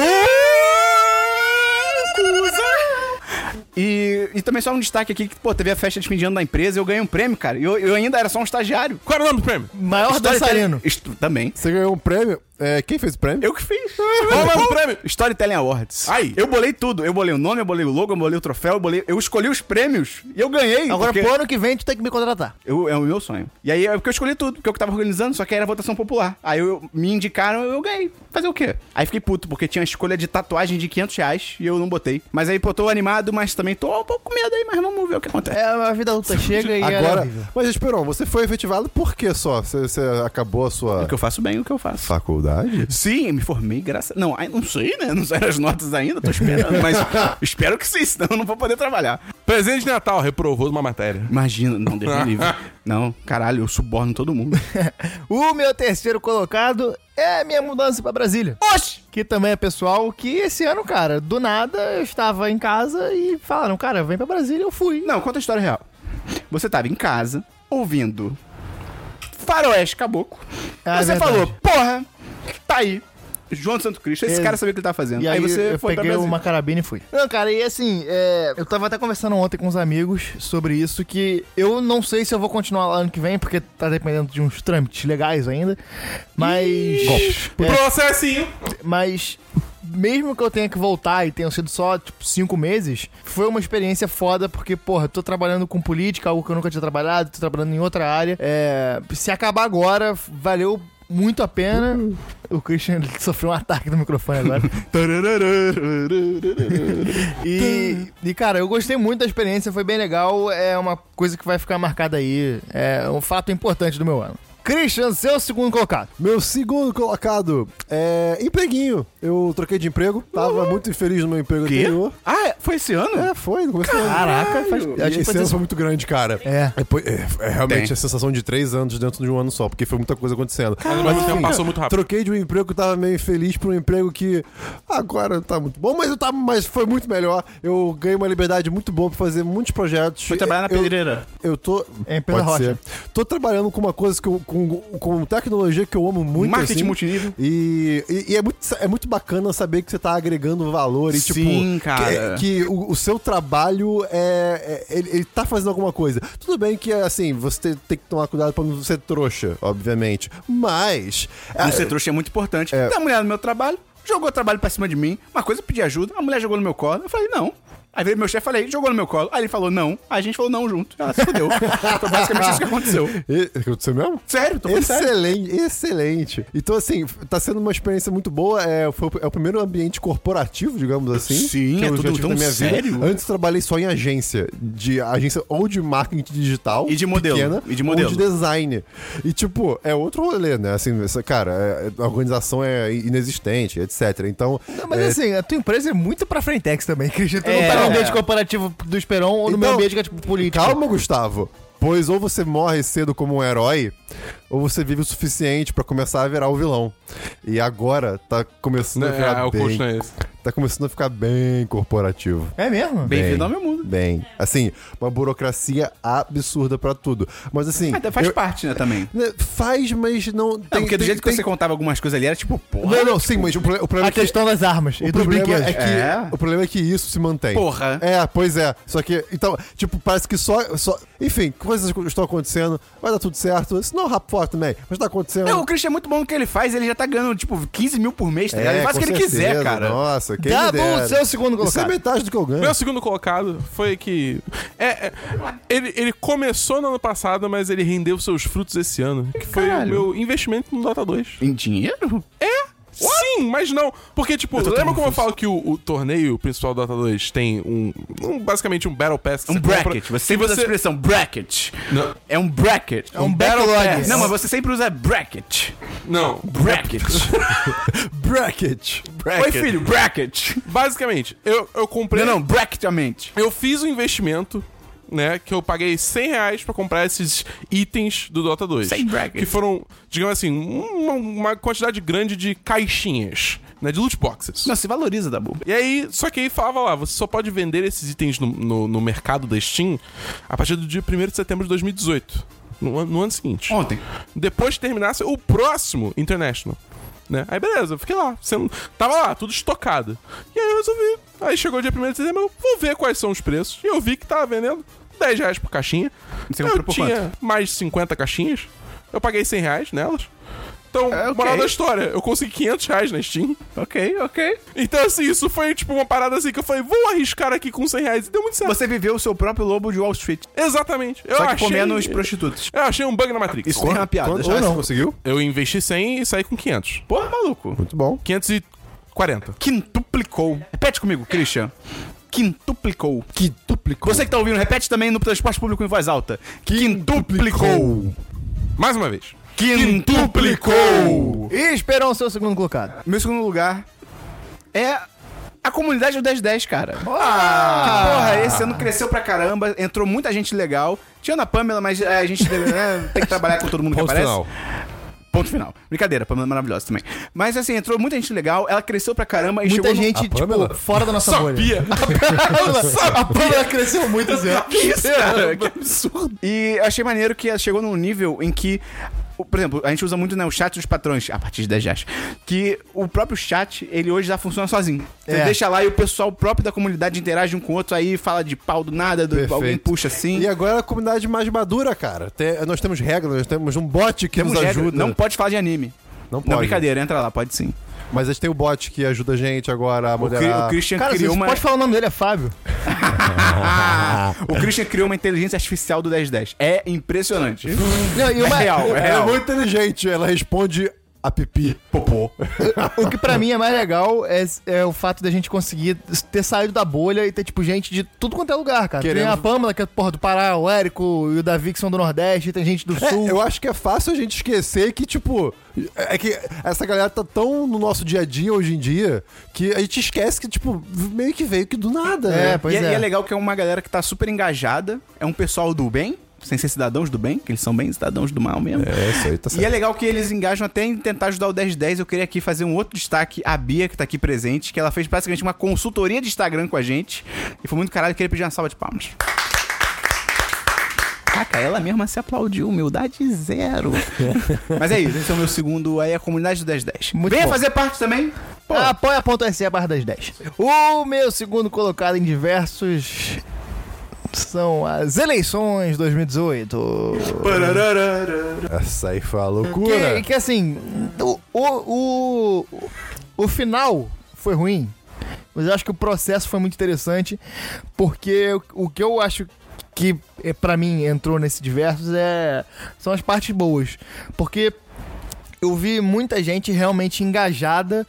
S1: E, e também só um destaque aqui que, pô, teve a festa de fim de ano da empresa e eu ganhei um prêmio, cara. E Eu, eu ainda era só um estagiário.
S3: Qual era É o nome do prêmio?
S2: Maior dançarino.
S1: Estu- Também.
S4: Você ganhou um prêmio? É, quem fez o prêmio?
S1: Eu que fiz.
S3: Qual o nome do prêmio?
S1: Storytelling Awards.
S3: Aí.
S1: Eu bolei tudo. Eu bolei o nome, eu bolei o logo, eu bolei o troféu, eu bolei. Eu escolhi os prêmios e eu ganhei.
S2: Agora,
S1: porque
S2: pro ano que vem, tu tem que me contratar.
S1: eu- é o meu sonho. E aí é porque eu escolhi tudo, porque eu que tava organizando, só que era votação popular. Aí eu- me indicaram, eu ganhei. Fazer o quê? Aí fiquei puto, porque tinha a escolha de tatuagem de 500 reais e eu não botei. Mas aí, pô, tô animado, mas também tô um pouco com medo aí, mas vamos ver o que acontece.
S2: É, a vida adulta chega e ela é
S4: Agora.
S2: horrível.
S4: Mas Esperon, você foi efetivado por quê só? Você, você acabou a sua
S1: O que eu faço bem, o que eu faço.
S4: faculdade?
S1: Sim, eu me formei graças. Não, ai, não sei, né? Não saíram as notas ainda, tô esperando, mas espero que sim, senão eu não vou poder trabalhar.
S3: Presente de Natal, reprovou numa matéria.
S1: Imagina, não, Deus me livre. Não, caralho, eu suborno todo mundo.
S2: O meu terceiro colocado é a minha mudança pra Brasília.
S1: Oxi!
S2: Que também é pessoal que esse ano, cara, do nada eu estava em casa e falaram, cara, vem pra Brasília, eu fui.
S1: Não, conta a história real. Você tava em casa, ouvindo Faroeste Caboclo.
S2: Ah, é
S1: você
S2: verdade.
S1: falou, porra, tá aí. João de Santo Cristo, esse
S2: É.
S1: cara sabia o que ele tava fazendo.
S2: E aí,
S1: você
S2: eu
S1: foi pra
S2: peguei
S1: Brasília.
S2: uma carabina e fui. Não, cara, e assim, é, eu tava até conversando ontem com uns amigos sobre isso, que eu não sei se eu vou continuar lá ano que vem, porque tá dependendo de uns trâmites legais ainda. Mas. É.
S3: Processinho.
S2: Mas. Mesmo que eu tenha que voltar e tenham sido só, tipo, cinco meses, foi uma experiência foda, porque, porra, tô trabalhando com política, algo que eu nunca tinha trabalhado, tô trabalhando em outra área. É, se acabar agora, valeu muito a pena. O Christian ele sofreu um ataque do microfone agora. E, e, cara, eu gostei muito da experiência, foi bem legal. É uma coisa que vai ficar marcada aí. É um fato importante do meu ano. Christian, seu segundo colocado.
S4: Meu segundo colocado é empreguinho. Eu troquei de emprego, tava muito infeliz no meu emprego
S1: Uhum. Quê?
S4: anterior.
S1: Ah, é? foi esse ano?
S4: É, foi, no começo do ano.
S2: Caraca, faz-
S4: E
S2: eu achei que
S4: esse
S2: fosse-
S4: ano foi muito grande, cara.
S2: É.
S4: pô, é, é realmente
S1: Tem.
S4: a sensação de três anos dentro de um ano só, porque foi muita coisa acontecendo.
S3: Mas ao mesmo tempo passou muito rápido.
S4: Troquei de um emprego que eu tava meio infeliz pra um emprego que agora tá muito bom, mas, eu tava, mas foi muito melhor. Eu ganhei uma liberdade muito boa pra fazer muitos projetos.
S1: Foi trabalhar na
S4: Eu-
S1: pedreira.
S4: Eu, tô.
S2: É, em Pedra
S4: pode
S2: Rocha.
S4: ser. Tô trabalhando com uma coisa que eu, com com, com tecnologia que eu amo muito.
S1: Marketing
S4: assim.
S1: multinível.
S4: E, e- e é, muito, é muito bacana saber que você tá agregando valor e, tipo,
S1: Sim, cara.
S4: que, que o, o seu trabalho é. é- ele, ele tá fazendo alguma coisa. Tudo bem que, assim, você tem que tomar cuidado pra não ser trouxa, obviamente. Mas.
S1: Não ser trouxa é muito importante. Da mulher no meu trabalho, jogou o trabalho pra cima de mim. Uma coisa eu pedi ajuda, a mulher jogou no meu colo. Eu falei, não. Aí veio meu chefe e falei, jogou no meu colo. Aí ele falou, não. Aí a gente falou, não, junto. Ela se fudeu. Foi basicamente isso que aconteceu.
S4: E- Aconteceu mesmo?
S1: Sério, tô falando sério.
S4: Excelente, excelente. Então, assim, tá sendo uma experiência muito boa. É, foi, o- é o primeiro ambiente corporativo, digamos assim.
S1: Sim, é
S4: eu já
S1: tudo
S4: tive
S1: tão
S4: na minha vida.
S1: sério.
S4: Antes eu trabalhei só em agência. De agência ou de marketing digital.
S1: E de modelo, e de modelo.
S4: Ou de design. E, tipo, é outro rolê, né? Assim, essa- cara, é- a organização é inexistente, etc. Então.
S2: Não, mas
S4: é,
S2: assim, a tua empresa é muito pra Frentex também, Cristian. Tu
S1: É.
S2: não tá no ambiente corporativo do Esperon ou no
S4: Então,
S2: meu ambiente que é tipo político.
S4: Calma, Gustavo. Pois ou você morre cedo como um herói, ou você vive o suficiente pra começar a virar o vilão. E agora tá começando a
S3: É,
S4: ficar
S3: o
S4: bem.
S3: coach
S1: né?
S3: não é esse.
S4: Tá começando a ficar bem corporativo.
S2: É mesmo?
S1: Bem-vindo
S4: Bem.
S1: ao meu mundo.
S4: Bem, assim, uma burocracia absurda pra tudo. Mas assim,
S1: Mas faz
S4: eu-
S1: parte, né, também.
S4: né, faz, mas não
S1: Não,
S4: tem
S1: É, porque do
S4: tem-
S1: jeito que
S4: tem-
S1: você contava algumas coisas ali, era tipo, porra.
S4: Não, não, sim, mas o proble- o problema
S2: A
S4: é que
S2: questão das armas e
S4: o
S2: dos
S4: problema
S2: brinquedos.
S4: é que
S1: É.
S4: o problema é que isso se mantém.
S1: Porra.
S4: É, pois é. Só que então, tipo, parece que só só, enfim, coisas que estão acontecendo, vai dar tudo certo. Isso não é um rap fora também, mas tá acontecendo.
S1: Não, o Christian é muito bom no que ele faz, ele já tá ganhando, tipo, 15 mil por mês, tá ligado?
S4: É,
S1: Ele faz o
S4: com
S1: que ele
S4: certeza.
S1: quiser, cara.
S4: Nossa, quem
S2: Tá
S4: me dera.
S2: bom, você é o segundo
S4: Isso é
S2: colocado.
S4: metade do que eu ganho.
S3: Meu segundo colocado foi que. É, é, ele, ele começou no ano passado, mas ele rendeu seus frutos esse ano. Que foi o
S1: Caralho. É?
S3: meu investimento no Dota 2.
S1: Em dinheiro?
S3: Sim, mas não. Porque, tipo, lembra como eu falo que o, o torneio principal do Dota 2 tem um, um- Basicamente um Battle Pass que
S1: Um
S3: você
S1: bracket.
S3: compra,
S1: Você
S3: e
S1: sempre usa a
S3: você.
S1: expressão bracket.
S3: Não,
S1: É um bracket. É
S2: um backlog.
S1: Não, mas você sempre usa bracket.
S3: não.
S1: Bracket.
S4: bracket.
S1: Oi, filho, bracket.
S3: Basicamente, eu, eu comprei.
S1: Não, não, bracketamente.
S3: Eu fiz um investimento, né? Que eu paguei 100 reais pra comprar esses itens do Dota 2.
S1: 100 brackets.
S3: Que foram, digamos assim, uma, uma quantidade grande de caixinhas, né? De loot boxes.
S1: Não, se valoriza, Dabu.
S3: E aí, só que aí falava lá, você só pode vender esses itens no, no, no mercado da Steam a partir do dia 1 de setembro de 2018. No, an- no ano seguinte.
S1: Ontem.
S3: Depois que terminasse o próximo International. Né? Aí beleza, eu fiquei lá. Sendo... Tava lá, tudo estocado. E aí eu resolvi. Aí chegou o dia 1 de setembro, eu vou ver quais são os preços. E eu vi que tava vendendo 10 reais por caixinha.
S1: Você
S3: eu
S1: comprou por
S3: tinha mais de 50 caixinhas. Eu paguei 100 reais nelas. Então,
S1: É, ok.
S3: moral da história, eu consegui 500 reais na Steam.
S1: Ok, ok.
S3: Então, assim, isso foi tipo uma parada assim que eu falei, vou arriscar aqui com 100 reais. E deu muito certo.
S1: Você viveu o seu próprio lobo de Wall Street.
S3: Exatamente. Eu
S1: Só que
S3: achei...
S1: comendo os prostitutos.
S3: Eu achei um bug na Matrix.
S1: Isso tem uma piada.
S4: Quanto,
S1: já.
S4: ou não conseguiu?
S3: Eu investi 100 e saí com 500.
S1: Porra, maluco.
S4: Muito bom.
S3: 540.
S1: Quintuplicou. Repete comigo, Christian. Quintuplicou.
S4: Que duplicou.
S1: Você que tá ouvindo, repete também no transporte público em voz alta. Quintuplicou.
S3: Mais uma vez.
S1: Quintuplicou.
S2: E Esperon, seu segundo colocado.
S1: Meu segundo lugar é a comunidade do 1010, cara. Que porra, esse ano cresceu pra caramba, entrou muita gente legal. Tinha a Pamela, mas é, a gente né, tem que trabalhar com todo mundo que
S4: Ponto
S1: aparece.
S4: final.
S1: Ponto final. Brincadeira, Pamela é maravilhosa também. Mas assim, entrou muita gente legal, ela cresceu pra caramba e
S2: Muita
S1: chegou. no-
S2: gente,
S4: A Pamela?
S2: tipo, fora da nossa bolha.
S3: Sabia.
S2: A Pamela cresceu muito, assim,
S4: é.
S2: Zé.
S1: Que isso, cara? Que absurdo. E achei maneiro que ela chegou num nível em que. o- Por exemplo, a gente usa muito né, o chat dos patrões, a partir de 10 reais. Que o próprio chat, ele hoje já funciona sozinho. Você
S2: É.
S1: deixa lá e o pessoal próprio da comunidade interage um com o outro aí, fala de pau do nada, do,
S4: Perfeito.
S1: alguém puxa assim.
S4: E agora a comunidade mais madura, cara. Tem- nós temos regras, nós temos um bot que
S1: Temos
S4: nos
S1: regra,
S4: ajuda.
S1: Não pode falar de anime.
S4: Não
S1: Não,
S4: pode.
S1: brincadeira, entra lá, pode sim.
S4: Mas a gente tem o bot que ajuda a gente agora a
S1: O, Cri-
S4: moderar.
S1: o Christian
S2: Cara, você
S1: criou uma.
S2: pode falar o nome dele, é Fábio.
S1: Ah, o Christian criou uma inteligência artificial do 1010. É impressionante.
S2: Não, e uma-
S1: É real, é
S4: Ela é
S1: real.
S4: muito inteligente, ela responde a pipi. Popô.
S2: O que pra mim é mais legal é, é o fato da gente conseguir ter saído da bolha e ter, tipo, gente de tudo quanto é lugar, cara. Tem
S4: Queremos-
S2: a Pamela, que é porra do Pará, o Érico e o Davi, que são do Nordeste, tem gente do
S4: É,
S2: Sul.
S4: eu acho que é fácil a gente esquecer que, tipo, é que essa galera tá tão no nosso dia a dia hoje em dia que a gente esquece que, tipo, meio que veio que do nada.
S2: É,
S4: né?
S2: pois
S1: e, é.
S2: é.
S1: e é legal que é uma galera que tá super engajada, é um pessoal do bem, sem ser cidadãos do bem, que eles são bem cidadãos do mal mesmo.
S4: É, isso aí, tá
S1: E é legal que eles engajam até em tentar ajudar o 1010. Eu queria aqui fazer um outro destaque. A Bia, que tá aqui presente, que ela fez basicamente uma consultoria de Instagram com a gente. E foi muito caralho, eu queria pedir uma salva de palmas. Caraca, ela mesma se aplaudiu. Humildade zero. Mas é isso. Esse é o meu segundo aí, a comunidade do 1010.
S2: Muito
S1: Venha
S2: bom.
S1: fazer parte também. Pô,
S2: Apoia.se a barra das 10. O meu segundo colocado em diversos são as eleições 2018.
S4: Essa aí foi a
S2: Que,
S4: loucura.
S2: que assim, o, o, o, o final foi ruim, mas eu acho que o processo foi muito interessante, porque o, o que eu acho que é, para mim entrou nesse diversos é são as partes boas, porque eu vi muita gente realmente engajada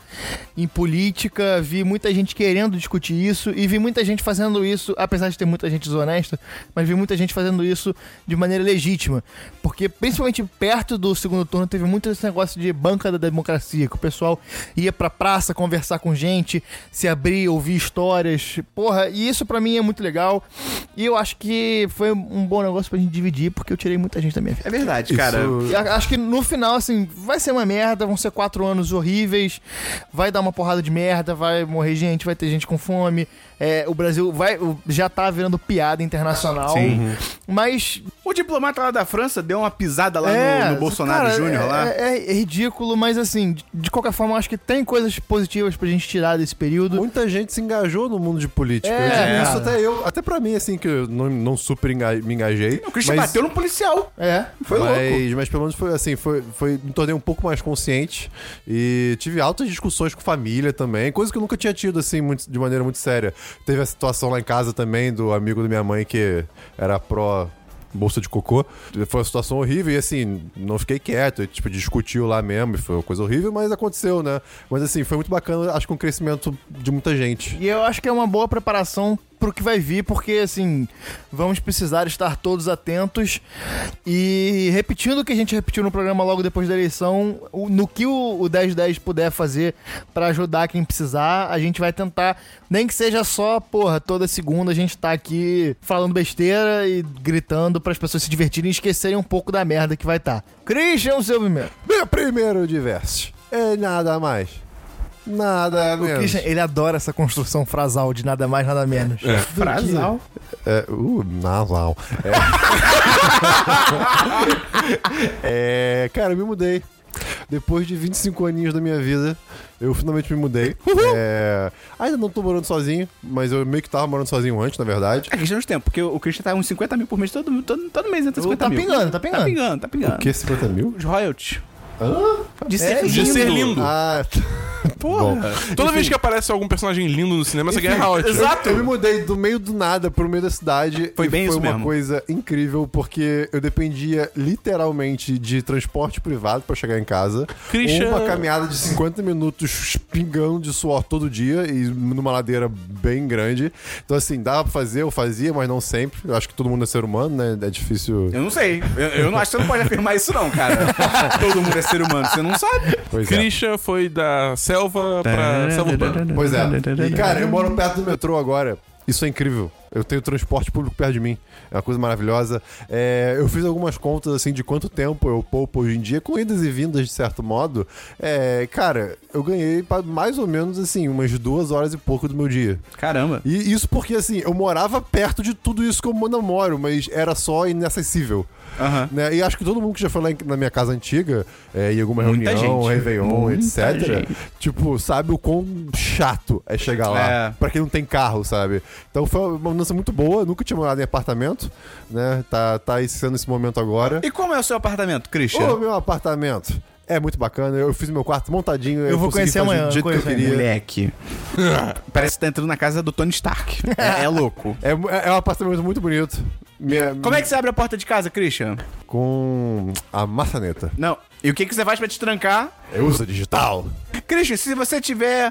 S2: em política, vi muita gente querendo discutir isso e vi muita gente fazendo isso, apesar de ter muita gente desonesta, mas vi muita gente fazendo isso de maneira legítima. Porque principalmente perto do segundo turno teve muito esse negócio de banca da democracia, que o pessoal ia pra praça conversar com gente, se abrir, ouvir histórias. Porra, e isso pra mim é muito legal. E eu acho que foi um bom negócio pra gente dividir, porque eu tirei muita gente da minha vida.
S1: é verdade, cara.
S2: E a- Acho que no final, assim, vai ser uma merda, vão ser quatro anos horríveis, vai dar uma porrada de merda, vai morrer gente, vai ter gente com fome. é, o Brasil vai, o- já tá virando piada internacional.
S1: Sim.
S2: Mas.
S1: O diplomata lá da França deu uma pisada lá
S2: é,
S1: no, no Bolsonaro
S2: cara,
S1: Júnior
S2: é,
S1: lá.
S2: É, é ridículo, mas assim, de, de qualquer forma, eu acho que tem coisas positivas pra gente tirar desse período.
S4: Muita gente se engajou no mundo de política.
S2: É,
S4: eu digo isso
S2: cara.
S4: até eu. Até pra mim, assim, que eu não, não super enga- me engajei.
S1: O Christian bateu no policial.
S2: É.
S1: Foi louco.
S4: mas, mas pelo menos foi assim, foi, foi, me tornei um pouco mais consciente e tive altas discussões com família também, coisa que eu nunca tinha tido assim muito- de maneira muito séria. Teve a situação lá em casa também do amigo da minha mãe que era pró bolsa de cocô. Foi uma situação horrível e assim, não fiquei quieto, e, tipo, discutiu lá mesmo, e foi uma coisa horrível, mas aconteceu, né? Mas assim, foi muito bacana, acho que um crescimento de muita gente.
S2: E eu acho que é uma boa preparação pro que vai vir, porque assim, vamos precisar estar todos atentos. E repetindo o que a gente repetiu no programa logo depois da eleição, o- no que o, o 1010 puder fazer pra ajudar quem precisar, a gente vai tentar, nem que seja só, porra, toda segunda a gente tá aqui falando besteira e gritando pras pessoas se divertirem e esquecerem um pouco da merda que vai estar. Tá. Christian, o seu primeiro.
S4: Meu primeiro diverso é nada mais. Nada
S2: O
S4: menos.
S2: Christian, ele adora essa construção frasal de nada mais, nada menos.
S1: Frasal.
S4: É, uh, nasal. É. É, cara, eu me mudei. Depois de 25 aninhos da minha vida, eu finalmente me mudei. É, ainda não tô morando sozinho, mas eu meio que tava morando sozinho antes, na verdade.
S1: É questão de tempo, porque o Christian tá uns 50 mil por mês, todo, todo, todo mês entra 50
S2: Tá
S1: mil.
S2: pingando, tá
S1: Tá
S2: pingando.
S1: pingando, tá pingando.
S4: O que, 50 mil?
S1: Os royalties. É,
S2: De ser
S3: De ser lindo.
S4: Ah,
S1: Porra.
S3: Toda vez que aparece algum personagem lindo no cinema, você ganha royalties.
S4: Exato. Eu me mudei do meio do nada pro meio da cidade.
S1: Foi
S4: e
S1: bem
S4: foi
S1: isso
S4: uma
S1: mesmo.
S4: coisa incrível, porque eu dependia literalmente de transporte privado pra chegar em casa.
S3: Christian-
S4: Uma caminhada de 50 minutos pingando de suor todo dia e numa ladeira bem grande. Então, assim, dava pra fazer, eu fazia, mas não sempre. Eu acho que todo mundo é ser humano, né? É difícil.
S1: Eu não sei. Eu, eu não acho que você não pode afirmar isso, não, cara. Todo mundo é ser humano, você não sabe. um
S4: Pois é.
S3: Christian foi da selva
S1: Tá.
S3: pra selva urbana.
S4: Pois é. E, cara, eu moro perto do metrô agora. Isso é incrível. Eu tenho transporte público perto de mim. É uma coisa maravilhosa. É, eu fiz algumas contas, assim, de quanto tempo eu poupo hoje em dia, com idas e vindas, de certo modo. É, cara, eu ganhei pa- mais ou menos, assim, umas duas horas e pouco do meu dia.
S1: Caramba.
S4: E isso porque, assim, eu morava perto de tudo isso que eu namoro, mas era só inacessível.
S1: Aham.
S4: Né? E acho que todo mundo que já foi lá em- na minha casa antiga, é, em alguma
S1: Muita
S4: reunião,
S1: gente.
S4: Réveillon,
S1: Muita
S4: etc.,
S1: gente.
S4: tipo, sabe o quão chato é chegar lá.
S1: É.
S4: Pra quem não tem carro, sabe? Então foi uma mudança muito boa, nunca tinha morado em apartamento, né? Tá, tá aí sendo esse momento agora.
S1: E como é o seu apartamento, Christian?
S4: O meu apartamento é muito bacana, eu fiz meu quarto montadinho. Eu,
S2: vou
S4: consegui
S2: conhecer
S4: fazer
S2: amanhã,
S4: do jeito que eu
S2: conheço
S4: queria.
S1: Moleque. Parece que tá entrando na casa do Tony Stark. É, é louco.
S4: É, mu- é um apartamento muito bonito. Minha-
S1: Como é que você abre a porta de casa, Christian?
S4: Com a maçaneta.
S1: Não. E o que, que você faz pra te trancar?
S4: Eu uso digital.
S1: Christian, se você tiver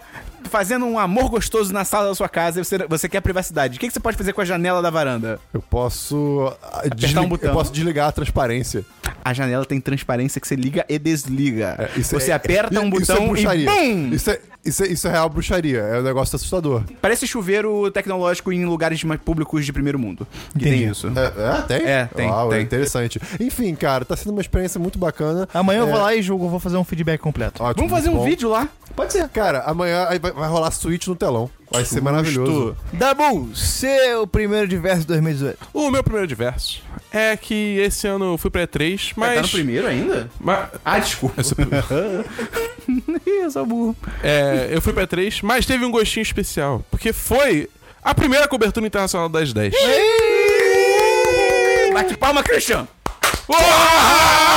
S1: fazendo um amor gostoso na sala da sua casa e você, você quer privacidade, o que, que você pode fazer com a janela da varanda?
S4: Eu posso. ah, desli-
S1: um botão.
S4: Eu posso desligar a transparência.
S1: A janela tem transparência que você liga e desliga.
S4: É, isso
S1: você
S4: é-
S1: aperta
S4: é-
S1: um
S4: isso é
S1: botão e
S4: bruxaria.
S1: BUM!
S4: Isso é, isso, é, isso é real bruxaria. É um negócio assustador.
S1: Parece chuveiro tecnológico em lugares mais públicos de primeiro mundo. Que tem isso.
S4: É, é, tem?
S1: É, tem,
S4: Uau, é
S1: tem.
S4: interessante. Enfim, cara, tá sendo uma experiência muito bacana.
S2: Amanhã eu vou
S4: É,
S2: lá e julgo, vou fazer um feedback completo.
S4: ótimo,
S1: Vamos fazer
S4: muito
S1: um
S4: bom.
S1: vídeo lá.
S4: Pode ser. Cara, amanhã aí vai, vai rolar suíte no telão. Vai ser maravilhoso.
S2: Dabu, seu Tá primeiro diverso de 2018.
S3: O meu primeiro diverso é que esse ano eu fui pra E3, mas. é
S1: Tá no primeiro ainda?
S3: mas-
S1: Ah, desculpa. Ih, eu sou burro.
S3: é, eu fui pra E3, mas teve um gostinho especial. Porque foi a primeira cobertura internacional das 10.
S1: Bate palma, Christian!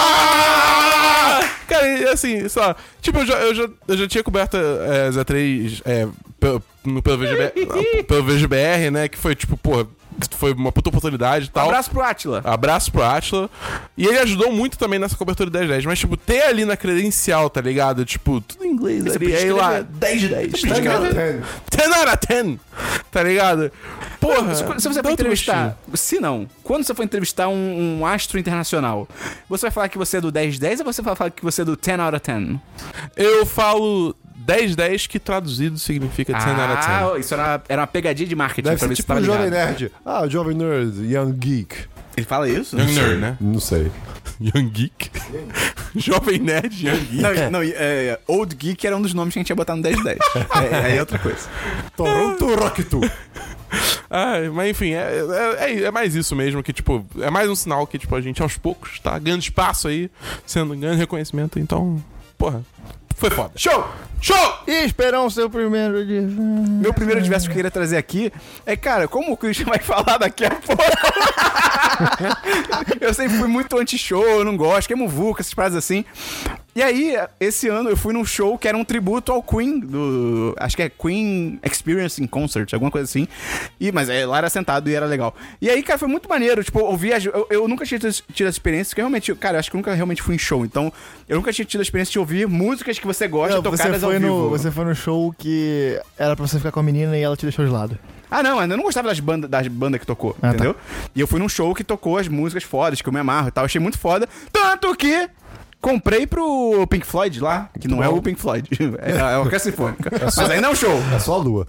S3: Ah! Cara, e assim, sei lá. Tipo, eu já, eu já, eu já tinha coberto é, Z3 é, pelo, no- pelo, VGBR, pelo VGBR, né? Que foi tipo, porra, foi uma puta oportunidade e
S1: Um
S3: tal.
S1: abraço pro Atila.
S3: Abraço pro Atila. E ele ajudou muito também nessa cobertura 10 10. Mas, tipo, ter ali na credencial, tá ligado? Tipo, tudo em inglês ali. Aí lá, 10 de 10. Tá ligado? 10 out of 10. Tá ligado? Porra. é.
S1: Se se você
S3: dá
S1: for
S3: outro
S1: entrevistar.
S3: gostinho.
S1: Se não, quando você for entrevistar um, um astro internacional, você vai falar que você é do 10-10 ou você vai falar que você é do 10 out of 10?
S3: Eu falo 10 10 que traduzido significa 10 out of 10.
S1: Ah, isso era uma, era uma pegadinha de marketing
S4: Deve
S1: pra
S4: ser
S1: ver se
S4: tipo
S1: tava
S4: o Jovem
S1: ligado.
S4: Nerd. Ah, o Jovem Nerd, Young Geek.
S1: Ele fala isso?
S3: Young Nerd, né?
S4: Não sei.
S3: Young Geek. Jovem Nerd, Young Geek.
S1: Não, não, é, é, Old Geek era um dos nomes que a gente ia botar no 1010. é, é outra coisa.
S4: Toronto Rocktu.
S3: Ai, mas enfim, é, é, é- é mais isso mesmo, que tipo, é mais um sinal que tipo, a gente aos poucos tá ganhando espaço aí, sendo ganhando reconhecimento, então, porra, foi foda.
S1: Show! Show!
S2: E esperar o seu primeiro dia.
S1: Meu primeiro diverso que eu queria trazer aqui é, cara, como o Christian vai falar daqui a pouco? eu sempre fui muito anti-show, eu não gosto, que é muvuca, essas paradas assim. E aí, esse ano eu fui num show que era um tributo ao Queen, do. Acho que é Queen Experience in Concert, alguma coisa assim. E, mas é, lá era sentado e era legal. E aí, cara, foi muito maneiro. Tipo, ouvir as, eu, eu nunca tinha tido tido essa experiência, porque realmente, cara, eu acho que eu nunca realmente fui em show. Então, eu nunca tinha tido a experiência de ouvir músicas que você gosta
S2: Não,
S1: tocadas
S2: você, foi
S1: ao vivo.
S2: no, você foi no show que era pra você ficar com a menina e ela te deixou de lado.
S1: Ah, não, eu não gostava das bandas das banda que tocou,
S2: Ah, tá.
S1: entendeu? E eu fui num show que tocou as músicas fodas, que eu me amarro e tal. Achei muito foda. Tanto que comprei pro Pink Floyd lá, que não é o Pink Floyd, é a Orquestra Sinfônica. Mas ainda é um show.
S4: É só a lua.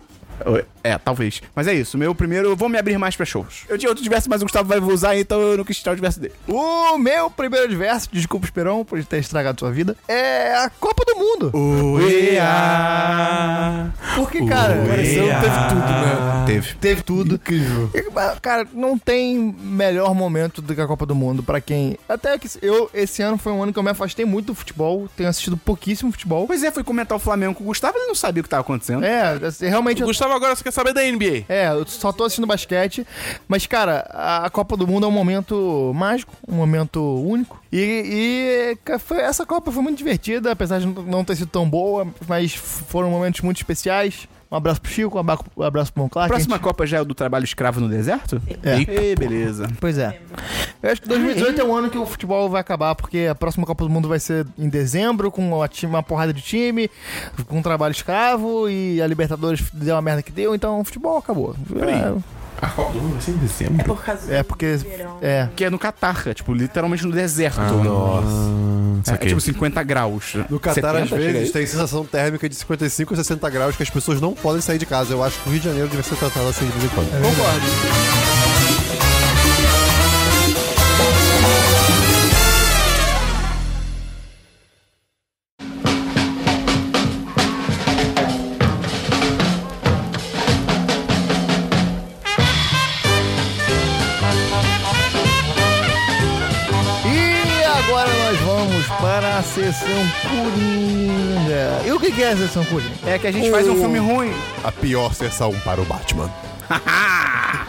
S1: É, talvez. Mas é isso, meu primeiro. eu Vou me abrir mais pra shows. Eu tinha outro diverso, mas o Gustavo vai usar, então eu não quis tirar o diverso dele.
S2: O meu primeiro diverso, desculpa, Esperão, por ter estragado sua vida, é a Copa do Mundo.
S1: Uh, ah.
S2: Porque, cara,
S1: uh,
S4: Pareceu, teve tudo, né?
S1: Teve.
S2: teve tudo.
S4: Incrível.
S2: E, mas, Cara, não tem melhor momento do que a Copa do Mundo pra quem. Até que eu, esse ano foi um ano que eu me afastei muito do futebol, tenho assistido pouquíssimo futebol.
S1: Pois é, fui comentar o Flamengo com o Gustavo, ele não sabia o que tava acontecendo.
S2: É, assim, realmente.
S3: O
S2: eu-
S3: Gustavo agora só quer saber da NBA.
S2: É, eu só tô assistindo basquete. Mas, cara, a a Copa do Mundo é um momento mágico, um momento único. E, e, ca- foi- essa Copa foi muito divertida, apesar de não- não ter sido tão boa, mas f- foram momentos muito especiais. Um abraço pro Chico, um abraço, um abraço pro Mão Clark.
S1: Próxima
S2: gente.
S1: Copa já é o do trabalho escravo no deserto?
S2: É.
S1: Ei, beleza.
S2: Pois é. Eu acho que 2018 é o ano que o futebol vai acabar, porque a próxima Copa do Mundo vai ser em dezembro, com uma, time- uma porrada de time, com um trabalho escravo, e a Libertadores deu a merda que deu, então o futebol acabou.
S3: A Copa do Mundo vai ser em dezembro.
S6: É por causa do
S2: É, é porque.
S6: verão.
S2: É.
S1: Que é no Catar, é, tipo, literalmente no deserto.
S3: Nossa.
S1: É, é tipo 50 graus.
S4: No Catar,
S1: 70,
S4: às
S1: chega
S4: vezes,
S1: aí.
S4: tem sensação térmica de 55 a 60 graus que as pessoas não podem sair de casa. Eu acho que o Rio de Janeiro deve ser tratado assim de vez em quando.
S3: É.
S1: Concordo.
S2: E agora nós vamos para a sessão Coringa. E o que que é a sessão Coringa?
S1: É que a gente faz um filme ruim.
S4: A pior sessão para o Batman.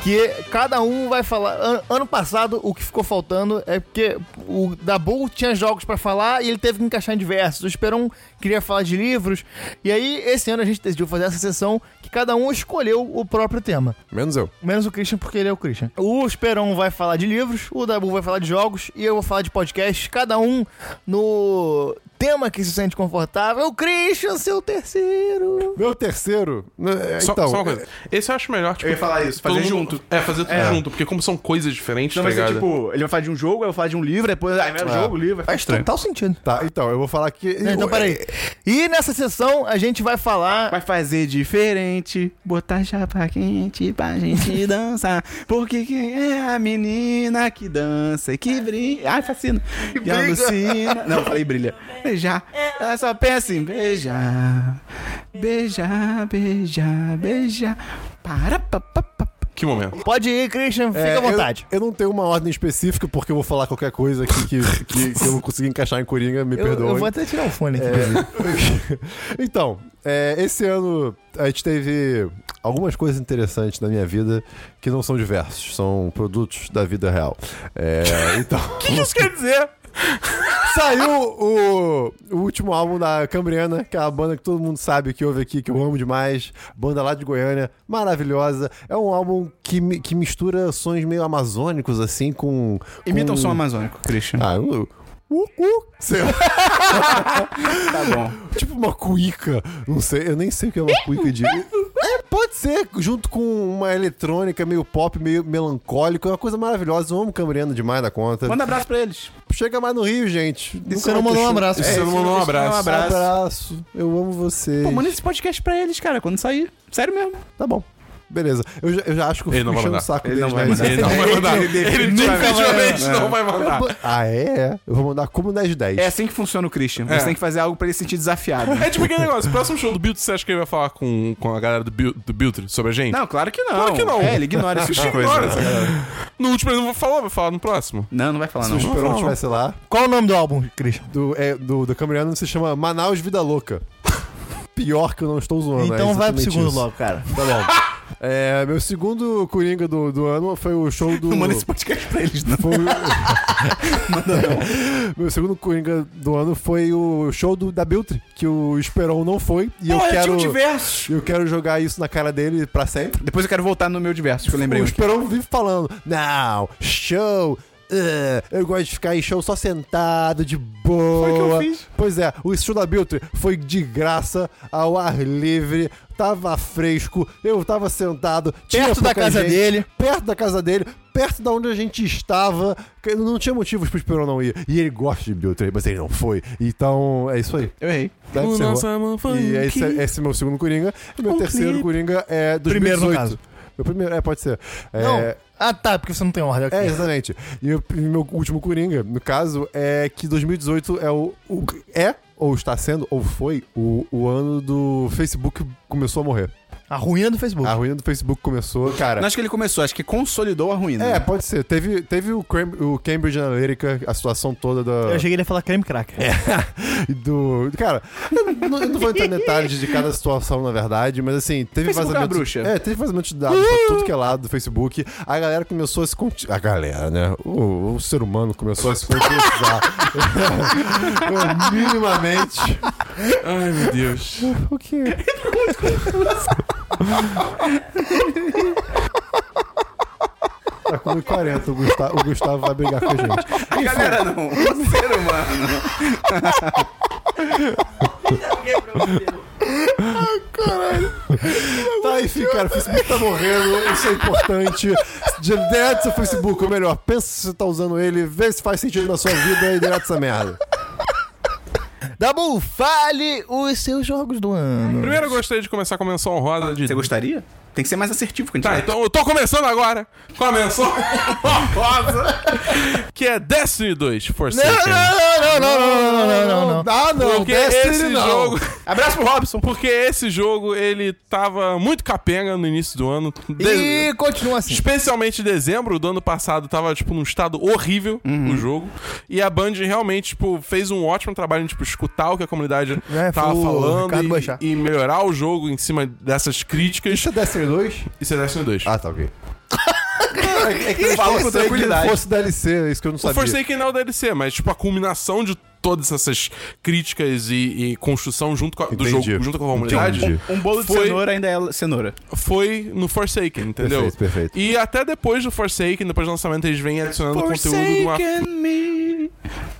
S2: Que cada um vai falar. An- ano passado, o que ficou faltando é porque o Dabu tinha jogos pra falar e ele teve que encaixar em diversos. O Esperon queria falar de livros. E aí, esse ano, a gente decidiu fazer essa sessão que cada um escolheu o próprio tema.
S4: Menos eu.
S2: Menos o Christian, porque ele é o Christian. O Esperon vai falar de livros, o Dabu vai falar de jogos e eu vou falar de podcast, cada um no tema que se sente confortável. O Christian, seu terceiro.
S4: Meu terceiro. né,
S3: Só,
S4: então,
S3: só uma coisa. Esse eu acho melhor, tipo.
S1: Eu ia falar isso,
S3: todo
S1: fazer
S3: mundo-
S1: junto.
S3: É, fazer tudo junto, porque como são coisas diferentes,
S1: Então
S3: tá
S1: vai ser
S3: ligado?
S1: tipo, ele vai falar de um jogo, aí eu vou falar de um livro, depois. Ah, é um jogo, livro. Faz estranho.
S2: Total sentido.
S4: Tá, então, eu vou falar que.
S2: Então, peraí. E nessa sessão a gente vai falar.
S1: Vai fazer diferente, botar chapa quente pra gente dançar. Porque quem é a menina que dança e que brilha. Ai, fascina. E alucina. Não, falei brilha. Beijar. Ela só pensa assim, em beijar. Beijar, beijar, beijar. Para, pa, pa, pa.
S3: Que momento.
S2: Pode ir, Christian, fica
S4: É,
S2: à vontade.
S4: Eu, eu não tenho uma ordem específica porque eu vou falar qualquer coisa aqui que, que, que eu não consegui encaixar em Coringa, me
S2: Eu, eu
S4: perdoe.
S2: vou até tirar o fone aqui.
S4: então, é, esse ano a gente teve algumas coisas interessantes na minha vida que não são diversos, são produtos da vida real. É, então.
S3: Isso quer dizer.
S4: Saiu o, o último álbum da Cambriana, que é a banda que todo mundo sabe que ouve aqui, que eu amo demais. Banda lá de Goiânia, maravilhosa. É um álbum que, mi- que mistura sons meio amazônicos, assim, com.
S1: Imita
S4: com...
S1: um som amazônico, Christian.
S4: Ah, eu. Uh, uh, sei lá,
S1: Tá bom.
S4: tipo uma cuíca. Não sei, eu nem sei o que é uma cuíca de. É, pode ser, junto com uma eletrônica meio pop, meio melancólico. É uma coisa maravilhosa. Eu amo Cambriana demais da conta.
S1: Manda abraço pra eles.
S4: Chega mais no Rio, gente.
S2: Você
S4: Nunca
S2: não mandou um
S4: vai ter show. É,
S2: abraço.
S3: Você não mandou um abraço.
S1: Um abraço.
S4: Abraço. Eu amo vocês.
S1: Pô, manda esse podcast pra eles, cara, quando sair. Sério mesmo.
S4: Tá bom. Beleza. Eu já, eu já acho que eu
S3: Ele não vai
S4: fico enchendo o
S3: mandar.
S4: saco
S1: Ele
S4: deles
S1: não vai
S4: mas- é
S1: mandar.
S3: Ele não vai mandar. Ele, definitivamente
S1: vai-
S3: não vai mandar.
S4: Ah, é? Eu vou mandar como 10 10.
S1: É assim que funciona o Christian. Você
S3: É.
S1: tem que fazer algo pra ele se sentir desafiado.
S3: É tipo aquele negócio. O próximo show do Biltre, você acha que ele vai falar com, com a galera do, Bil- do Biltre sobre a gente?
S1: Não, claro que não.
S3: Claro que não.
S1: É, ele ignora essas
S3: Ignora
S1: coisas.
S2: né?
S3: essa galera. No último ele não vai falar, vai falar no próximo.
S2: Hum.
S1: Não, não vai falar, não.
S4: Se o Esperon
S3: não.
S4: estivesse lá,
S2: Qual o nome do álbum, Christian?
S4: do, é, do, do Cameriano se chama Manaus Vida Louca. Pior que eu não estou zoando. é
S2: então vai pro
S4: exatamente
S2: segundo
S4: isso.
S2: logo, cara.
S4: Tá bom. É, meu segundo Coringa do, do ano foi o show do.
S1: Não manda esse podcast pra eles, não.
S4: Foi... Meu segundo Coringa do ano foi o show do, da Biltre, que o Esperon não foi.
S1: é
S4: E eu
S2: um
S4: quero.
S1: diversos.
S4: Eu quero jogar isso na cara dele pra sempre.
S1: Depois eu quero voltar no meu diverso, que eu lembrei. um
S4: o
S1: hoje.
S4: Esperão vive falando, não, show, eh, eu gosto de ficar em show só sentado, de boa.
S1: Foi o que eu fiz.
S4: Pois é, o show da Biltre foi de graça, ao ar livre, tava fresco, eu tava sentado. tinha
S2: Perto da
S4: pouca
S2: casa
S4: gente,
S2: dele.
S4: Perto da casa dele, perto da onde a gente estava. que Não tinha motivos pro Esperão não ir. E ele gosta de Biltre, mas ele não foi. Então, é isso aí.
S1: Eu errei.
S4: Deve ser boa.
S3: amor
S4: E esse, é- esse é meu segundo Coringa. E meu
S3: Um
S4: terceiro
S3: clipe.
S4: Coringa é 2018.
S2: Primeiro, no caso.
S4: Meu primeiro, é, pode ser. É,
S2: Não. Ah, tá, porque você não tem ordem. ok.
S4: é, exatamente. E o e meu último Coringa, no caso, é que 2018 é o. o- é, ou está sendo, ou foi, o, o ano do Facebook começou a morrer.
S2: A ruína do Facebook.
S4: A ruína do Facebook começou, cara.
S1: Não acho que ele começou, acho que consolidou a ruína.
S4: É, pode ser. Teve, teve o, Cram- o Cambridge Analytica, a situação toda da.
S2: Eu cheguei a falar creme crack.
S4: É. do. Cara, eu não, eu não vou entrar em detalhes de cada situação, na verdade, mas assim, teve
S1: Facebook é uma
S4: vazamento.
S1: bruxa.
S4: É, teve vazamento de dados pra tudo que é lado do Facebook. A galera começou a se. conti- A galera, né? O, o ser humano começou a se conscientizar. Minimamente.
S3: Ai, meu Deus.
S4: O quê? Tá com 40, o Gustavo, o Gustavo vai brigar com a gente.
S1: a galera não. O ser humano.
S4: Tá, enfim, cara, o Facebook tá morrendo, isso é importante. Delete seu Facebook, ou melhor, pensa se você tá usando ele, vê se faz sentido na sua vida e delete essa merda.
S2: Dabu, fale os seus jogos do ano.
S3: Primeiro eu gostaria de começar com a menção honrosa de...
S1: Você gostaria? Tem que ser mais assertivo com a gente. É
S3: Tá,
S1: vai.
S3: então eu tô começando agora com a menção honrosa que é Destiny 2 Forsaken.
S2: não, não, não, não, não, não, não.
S4: Ah, não,
S3: Porque
S4: Destiny
S3: esse
S4: não.
S3: jogo...
S1: Abraço pro Robson.
S3: Porque esse jogo, ele tava muito capenga no início do ano. De-
S2: E continua assim.
S3: Especialmente em dezembro do ano passado, tava, tipo, num estado horrível
S2: Uhum.
S3: o jogo. E a Band realmente, tipo, fez um ótimo trabalho em, tipo, escutar o que a comunidade
S2: É,
S3: tava
S2: foi o Ricardo
S3: falando
S2: Boechat.
S3: e, e melhorar o jogo em cima dessas críticas.
S4: Isso é Destiny 2?
S3: Isso é Destiny 2.
S4: Ah, tá, ok.
S1: É que eu falo com
S4: Pensei que
S1: tranquilidade.
S4: fosse DLC, é isso que eu não
S3: O
S4: sabia.
S3: Forsaken não é o DLC, mas, tipo, a culminação de todas essas críticas e, e construção junto com a, do
S4: Entendi.
S3: jogo, junto com a comunidade,
S4: Entendi.
S1: Um bolo de
S3: Foi-
S1: cenoura ainda é cenoura.
S3: foi no Forsaken, entendeu?
S4: Perfeito, perfeito.
S3: E até depois do Forsaken, depois do lançamento, eles vêm adicionando conteúdo de uma
S1: Forsaken me.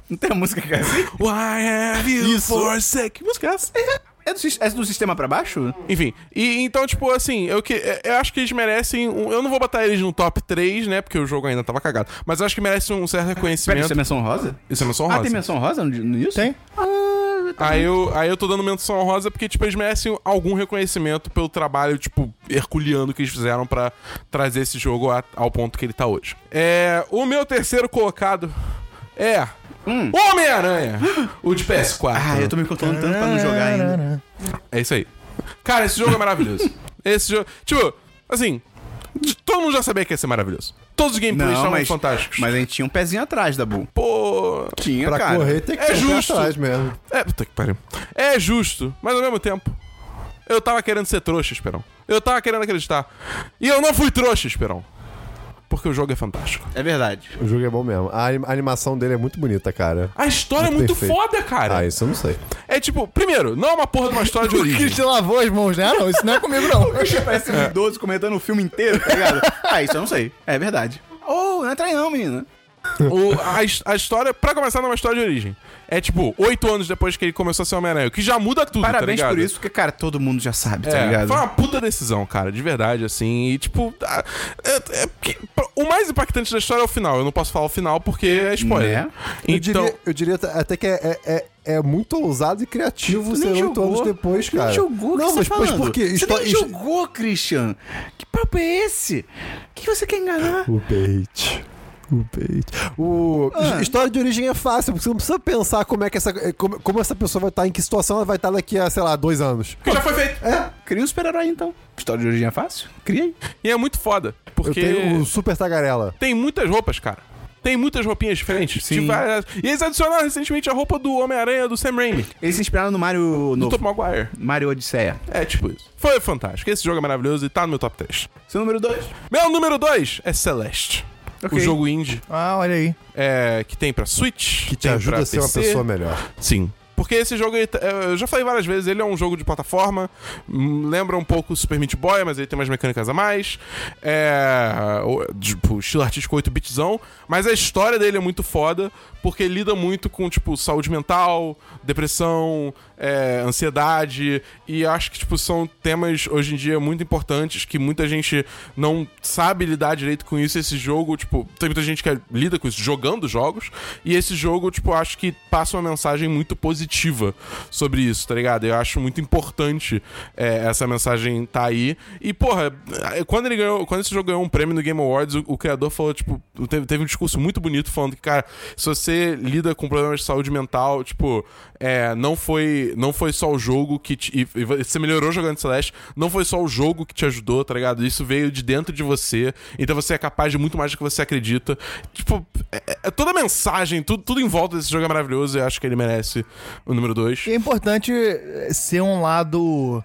S1: Não tem a música que é assim?
S3: Why have you
S1: Isso.
S3: forsaken? Que música é essa?
S1: É do, sis- é do sistema pra baixo?
S3: Enfim, e então, tipo, assim, eu, que, eu acho que eles merecem. um- eu não vou botar eles no top 3, né? Porque o jogo ainda tava cagado. Mas eu acho que merecem um certo
S1: Peraí,
S3: reconhecimento.
S1: isso é menção rosa?
S3: Isso é menção
S1: Ah,
S3: honrosa.
S1: tem menção rosa nisso?
S2: Tem.
S1: Ah, tá.
S3: Aí eu, aí eu tô dando menção honrosa porque, tipo, eles merecem algum reconhecimento pelo trabalho, tipo, herculeano que eles fizeram pra trazer esse jogo a- ao ponto que ele tá hoje. É, o meu terceiro colocado é Homem-Aranha, o de PS4.
S1: Hum. Ah, eu tô me controlando tanto pra não jogar ainda.
S3: É isso aí. Cara, esse jogo é maravilhoso. esse jogo. Tipo, assim. de- todo mundo já sabia que ia ser maravilhoso. Todos os gameplays estavam
S1: mas,
S3: fantásticos.
S1: mas a gente tinha um pezinho atrás da Bull.
S3: Pô.
S1: Tinha,
S4: Pra
S1: cara.
S4: correr tem que
S3: é
S4: ser um pé
S3: justo.
S4: atrás mesmo.
S3: É, puta que pariu. É justo, mas ao mesmo tempo. Eu tava querendo ser trouxa, Esperão. Eu tava querendo acreditar. E eu não fui trouxa, Esperão. Porque o jogo é fantástico.
S1: É verdade.
S4: O jogo é bom mesmo. A anim- a animação dele é muito bonita, cara.
S3: A história é muito
S4: Muito perfeito.
S3: foda, cara.
S4: Ah, isso eu não sei.
S3: É tipo, primeiro, não é uma porra de uma história de
S2: O
S3: origem.
S2: Christian lavou as mãos, né? Ah, Não, isso não é comigo, não.
S1: Parece um idoso comentando o filme inteiro, tá ligado? ah, isso eu não sei. É verdade. Ô, não entra aí não, menina.
S3: O- a, his- a história, pra começar, não é uma história de origem. É tipo, oito anos depois que ele começou a ser Homem-Aranha, o que já muda tudo, tá
S1: Parabéns
S3: ligado?
S1: por isso, porque, cara, todo mundo já sabe, tá
S3: É,
S1: ligado?
S3: foi uma puta decisão, cara, de verdade, assim. E, tipo, a- é- é porque- o mais impactante da história é o final. Eu não posso falar o final porque é spoiler.
S1: Né?
S3: Então,
S4: Eu diria, eu diria até que é, é- é- é muito ousado e criativo ser oito anos depois, cara.
S1: Não jogou,
S4: Não, mas, mas por quê?
S1: Você
S4: Histó-
S1: nem jogou, Christian. Que papo é esse? O que você quer enganar?
S4: O bait. O bait. O...
S1: Ah.
S4: his- História de origem é fácil, porque você não precisa pensar como é que essa. Como, como essa pessoa vai estar, em que situação ela vai estar daqui a, sei lá, dois anos.
S3: porque já foi feito.
S4: É.
S1: Cria um super-herói, então. História de origem é fácil? Cria aí.
S3: E é muito foda. Porque
S4: Eu tenho o Super Tagarela.
S3: tem muitas roupas, cara. Tem muitas roupinhas diferentes.
S1: Sim.
S3: De várias- E eles adicionaram recentemente a roupa do Homem-Aranha do Sam Raimi,
S1: Eles se inspiraram no Mario
S3: do
S1: novo.
S3: Top Maguire.
S1: Mario Odisseia.
S3: É tipo isso. Foi fantástico. Esse jogo é maravilhoso e tá no meu top 3.
S1: Seu número 2.
S3: Meu número 2 é Celeste.
S1: Ok.
S3: O jogo indie
S2: Ah, olha aí.
S3: é, que tem pra Switch.
S4: Que te
S3: tem
S4: ajuda
S3: pra
S4: a ser uma
S3: PC.
S4: pessoa melhor.
S3: Sim. Porque esse jogo, ele tá- eu já falei várias vezes, ele é um jogo de plataforma, hum, lembra um pouco o Super Meat Boy, mas ele tem umas mecânicas a mais, é, o- tipo, estilo artístico 8-bitzão, mas a história dele é muito foda, porque lida muito com, tipo, saúde mental, depressão, é, ansiedade, e acho que, tipo, são temas, hoje em dia, muito importantes, que muita gente não sabe lidar direito com isso, esse jogo, tipo, tem muita gente que lida com isso jogando jogos, e esse jogo, tipo, acho que passa uma mensagem muito positiva sobre isso, tá ligado? Eu acho muito importante é, essa mensagem tá aí. E, porra, é, quando ele ganhou, quando esse jogo ganhou um prêmio no Game Awards, o, o criador falou, tipo, teve, teve um discurso muito bonito falando que, cara, se você lida com problemas de saúde mental, tipo, é, não foi não foi só o jogo que te, e, e você melhorou jogando Celeste, não foi só o jogo que te ajudou, tá ligado? Isso veio de dentro de você, então você é capaz de muito mais do que você acredita. Tipo, é, é toda a mensagem, tudo, tudo em volta desse jogo é maravilhoso, e eu acho que ele merece o número 2.
S2: E é importante eh, ser um lado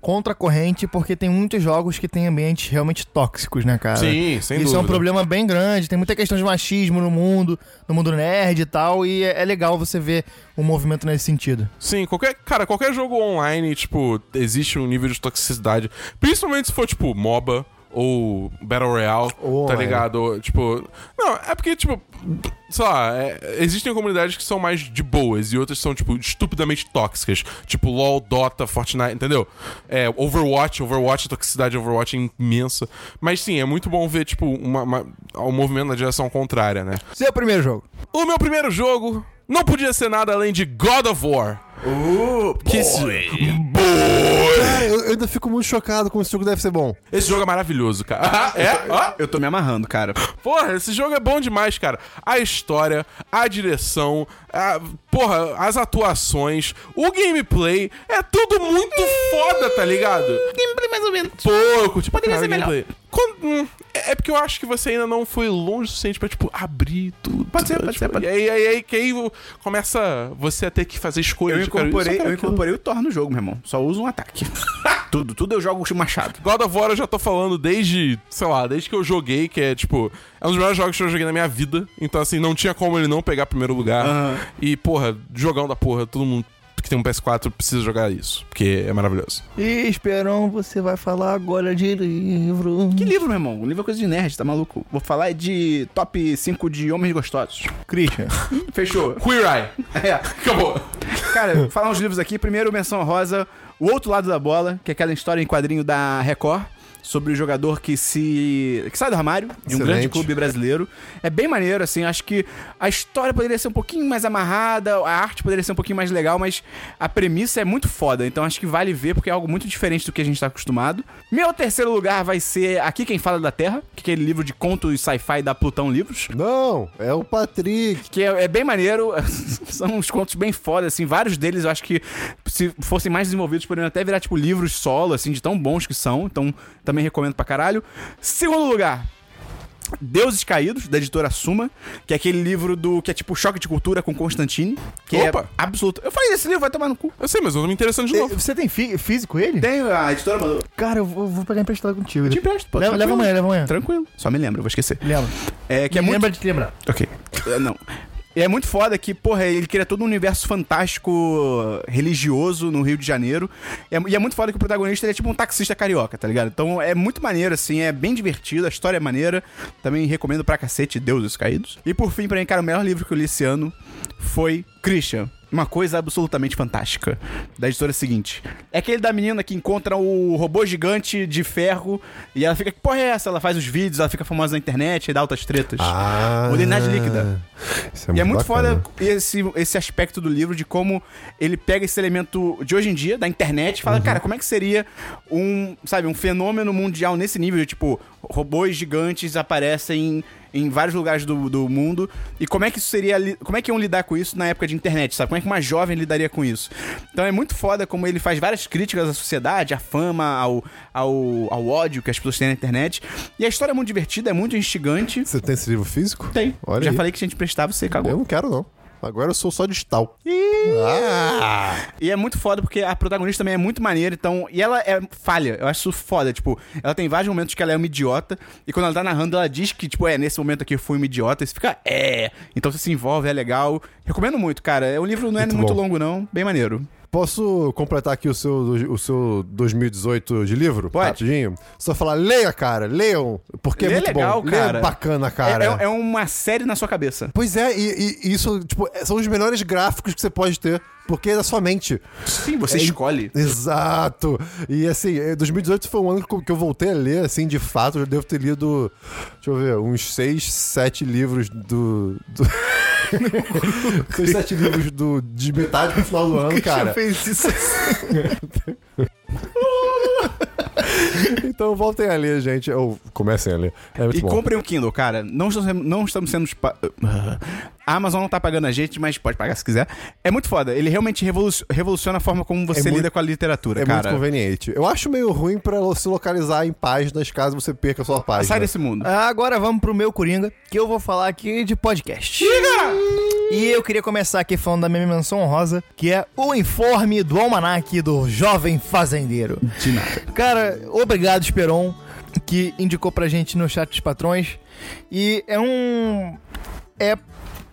S2: contra a corrente, porque tem muitos jogos que têm ambientes realmente tóxicos, né, cara?
S3: Sim, sem
S2: Isso é um
S3: dúvida.
S2: problema bem grande, tem muita questão de machismo no mundo, no mundo nerd e tal, e é é legal você ver um movimento nesse sentido.
S3: Sim, qualquer. Cara, qualquer jogo online, tipo, existe um nível de toxicidade. Principalmente se for, tipo, MOBA ou Battle Royale,
S4: Ou
S3: tá
S4: online.
S3: ligado? Ou, Tipo. Não, é porque, tipo. Sei lá, é- existem comunidades que são mais de boas e outras são, tipo, estupidamente tóxicas. Tipo, LOL, Dota, Fortnite, entendeu? É, Overwatch, Overwatch, a toxicidade de Overwatch é imensa. Mas sim, é muito bom ver, tipo, uma, uma- um movimento na direção contrária, né?
S4: é
S2: Seu primeiro jogo.
S3: O meu primeiro jogo não podia ser nada além de God of War. que esse...
S4: Cara, eu, eu ainda fico muito chocado como esse jogo deve ser bom.
S3: esse jogo é maravilhoso, cara. Ah, é? Ó.
S1: Eu tô me amarrando, cara.
S3: Porra, esse jogo é bom demais, cara. A história, a direção, a- porra, as atuações, o gameplay, é tudo muito foda, tá ligado?
S1: Gameplay mais ou menos.
S3: Pouco, tipo,
S1: Poderia ser melhor.
S3: Quando- hum, é é porque eu acho que você ainda não foi longe o suficiente pra, tipo, abrir tudo.
S1: Pode ser, pode
S3: Tipo,
S1: ser, pode
S3: E aí, aí, aí, que aí começa você a ter que fazer escolhas.
S1: Eu
S3: cara, isso,
S1: incorporei,
S3: cara,
S1: eu
S3: aquilo.
S1: incorporei o Thor no jogo, meu irmão. Só uso um ataque. tudo, tudo eu jogo com o machado.
S3: God of War eu já tô falando desde, sei lá, desde que eu joguei, que é tipo, é um dos melhores jogos que eu joguei na minha vida. Então, assim, não tinha como ele não pegar primeiro lugar. E, porra, jogão da porra, todo mundo que tem um PS4 precisa jogar isso, porque é maravilhoso.
S2: Esperão, você vai falar agora de livro.
S1: Que livro, meu irmão? O livro é coisa de nerd, tá maluco? Vou falar de top 5 de homens gostosos.
S2: Christian.
S1: Fechou.
S3: Queer Eye,
S1: É.
S3: acabou.
S1: Cara, falar uns livros aqui. Primeiro, menção rosa, O Outro Lado da Bola, que é aquela história em quadrinho da Record. Sobre o jogador que se. que sai do armário, de um
S4: Excelente.
S1: grande clube brasileiro. É bem maneiro, assim. Acho que a história poderia ser um pouquinho mais amarrada, a arte poderia ser um pouquinho mais legal, mas a premissa é muito foda. Então acho que vale ver, porque é algo muito diferente do que a gente tá acostumado. Meu terceiro lugar vai ser Aqui Quem Fala da Terra, que é aquele livro de contos sci-fi da Plutão Livros
S4: Não, é o Patrick.
S1: que é, é bem maneiro, são uns contos bem foda, assim, vários deles eu acho que se fossem mais desenvolvidos poderiam até virar, tipo, livros solo, assim, de tão bons que são, então Também recomendo pra caralho. Segundo lugar, Deuses Caídos, da editora Suma, que é aquele livro do que é tipo choque de cultura com Constantine. Que
S3: Opa!
S1: é absoluto. Eu falei desse livro, vai tomar no cu.
S3: Eu sei, mas eu tô me interessando
S1: É,
S3: de
S2: E-
S3: novo.
S2: Você tem fi- físico ele?
S1: Tem, a editora mandou.
S2: Cara, eu vou, eu vou pegar emprestado contigo.
S1: Te empresto, pô.
S2: leva, leva
S1: tranquilo.
S2: amanhã, leva amanhã.
S1: Tranquilo. Só me lembra, eu vou esquecer.
S2: Lembra.
S1: É que é
S2: Me
S1: muito.
S2: Lembra de te lembrar.
S1: Ok. É, Não. E é muito foda que, porra, ele cria todo um universo fantástico religioso no Rio de Janeiro. E é, e é muito foda que o protagonista ele é tipo um taxista carioca, tá ligado? Então é muito maneiro, assim, é bem divertido, a história é maneira. Também recomendo pra cacete Deuses Caídos. E por fim, pra mim, cara, o melhor livro que eu li esse ano foi Christian. Uma coisa absolutamente fantástica. Da editora seguinte. É aquele da menina que encontra o robô gigante de ferro e ela fica, que porra é essa? Ela faz os vídeos, ela fica famosa na internet e dá altas tretas.
S4: Ah,
S1: Modernidade líquida.
S4: Isso
S1: E é muito
S4: bacana.
S1: foda esse, esse aspecto do livro de como ele pega esse elemento de hoje em dia, da internet, e
S4: Uhum.
S1: fala, cara, como é que seria um, sabe, um fenômeno mundial nesse nível? Tipo, robôs gigantes aparecem em, em vários lugares do, do mundo. E como é que isso seria. li- Como é que iam lidar com isso na época de internet, sabe? Como é que uma jovem lidaria com isso? Então é muito foda como ele faz várias críticas à sociedade, à fama, ao, ao, ao ódio que as pessoas têm na internet. E a história é muito divertida, é muito instigante.
S4: Você tem esse livro físico?
S1: Tem.
S4: Olha
S1: Já
S4: aí.
S1: falei que a gente prestava, você cagou.
S4: Eu não quero, não. Agora eu sou só digital. Ah,
S1: E é muito foda porque a protagonista também é muito maneira, então. E ela é falha, eu acho isso foda. Tipo, ela tem vários momentos que ela é uma idiota, e quando ela tá narrando, ela diz que, tipo, é, nesse momento aqui eu fui uma idiota, e você fica, é. Então você se envolve, é legal. Recomendo muito, cara. É, O livro não é
S4: Muito
S1: muito
S4: bom.
S1: longo, não, bem maneiro.
S4: Posso completar aqui o seu, o seu 2018 de livro?
S1: Pode.
S4: Rapidinho? Só falar, leia, cara, leiam, porque é
S1: Lê
S4: muito
S1: legal,
S4: bom.
S1: cara.
S4: Lê bacana, cara.
S1: É, é- é uma série na sua cabeça.
S4: Pois é, e, e- e isso, tipo, é- são os melhores gráficos que você pode ter, porque é da sua mente.
S1: Sim, você
S4: É,
S1: escolhe.
S4: Exato! E assim, eh, 2018 foi um ano que eu voltei a ler, assim, de fato. Eu devo ter lido, deixa eu ver, uns 6, 7 livros do. do... 6, 7 livros do, de metade pro final do ano, cara.
S2: fez isso.
S4: Então voltem a ler, gente. Ou comecem a ler. É muito
S1: E
S4: bom.
S1: comprem o Kindle, cara. Não estamos, sendo- não estamos sendo. pa- A Amazon não tá pagando a gente, mas pode pagar se quiser. É muito foda. Ele realmente revoluc- revoluciona a forma como você
S4: muito-
S1: lida com a literatura,
S4: É muito
S1: cara.
S4: conveniente. Eu acho meio ruim pra lo- se localizar em páginas caso você perca a sua página.
S2: né?
S1: Sai desse mundo.
S2: Ah. Agora vamos pro meu Coringa, que eu vou falar aqui de podcast. E eu queria começar aqui falando da minha menção honrosa, que é o informe do almanac do jovem fazendeiro.
S1: De nada.
S2: Cara, obrigado, Esperon, que indicou pra gente no chat dos patrões. E é um. É.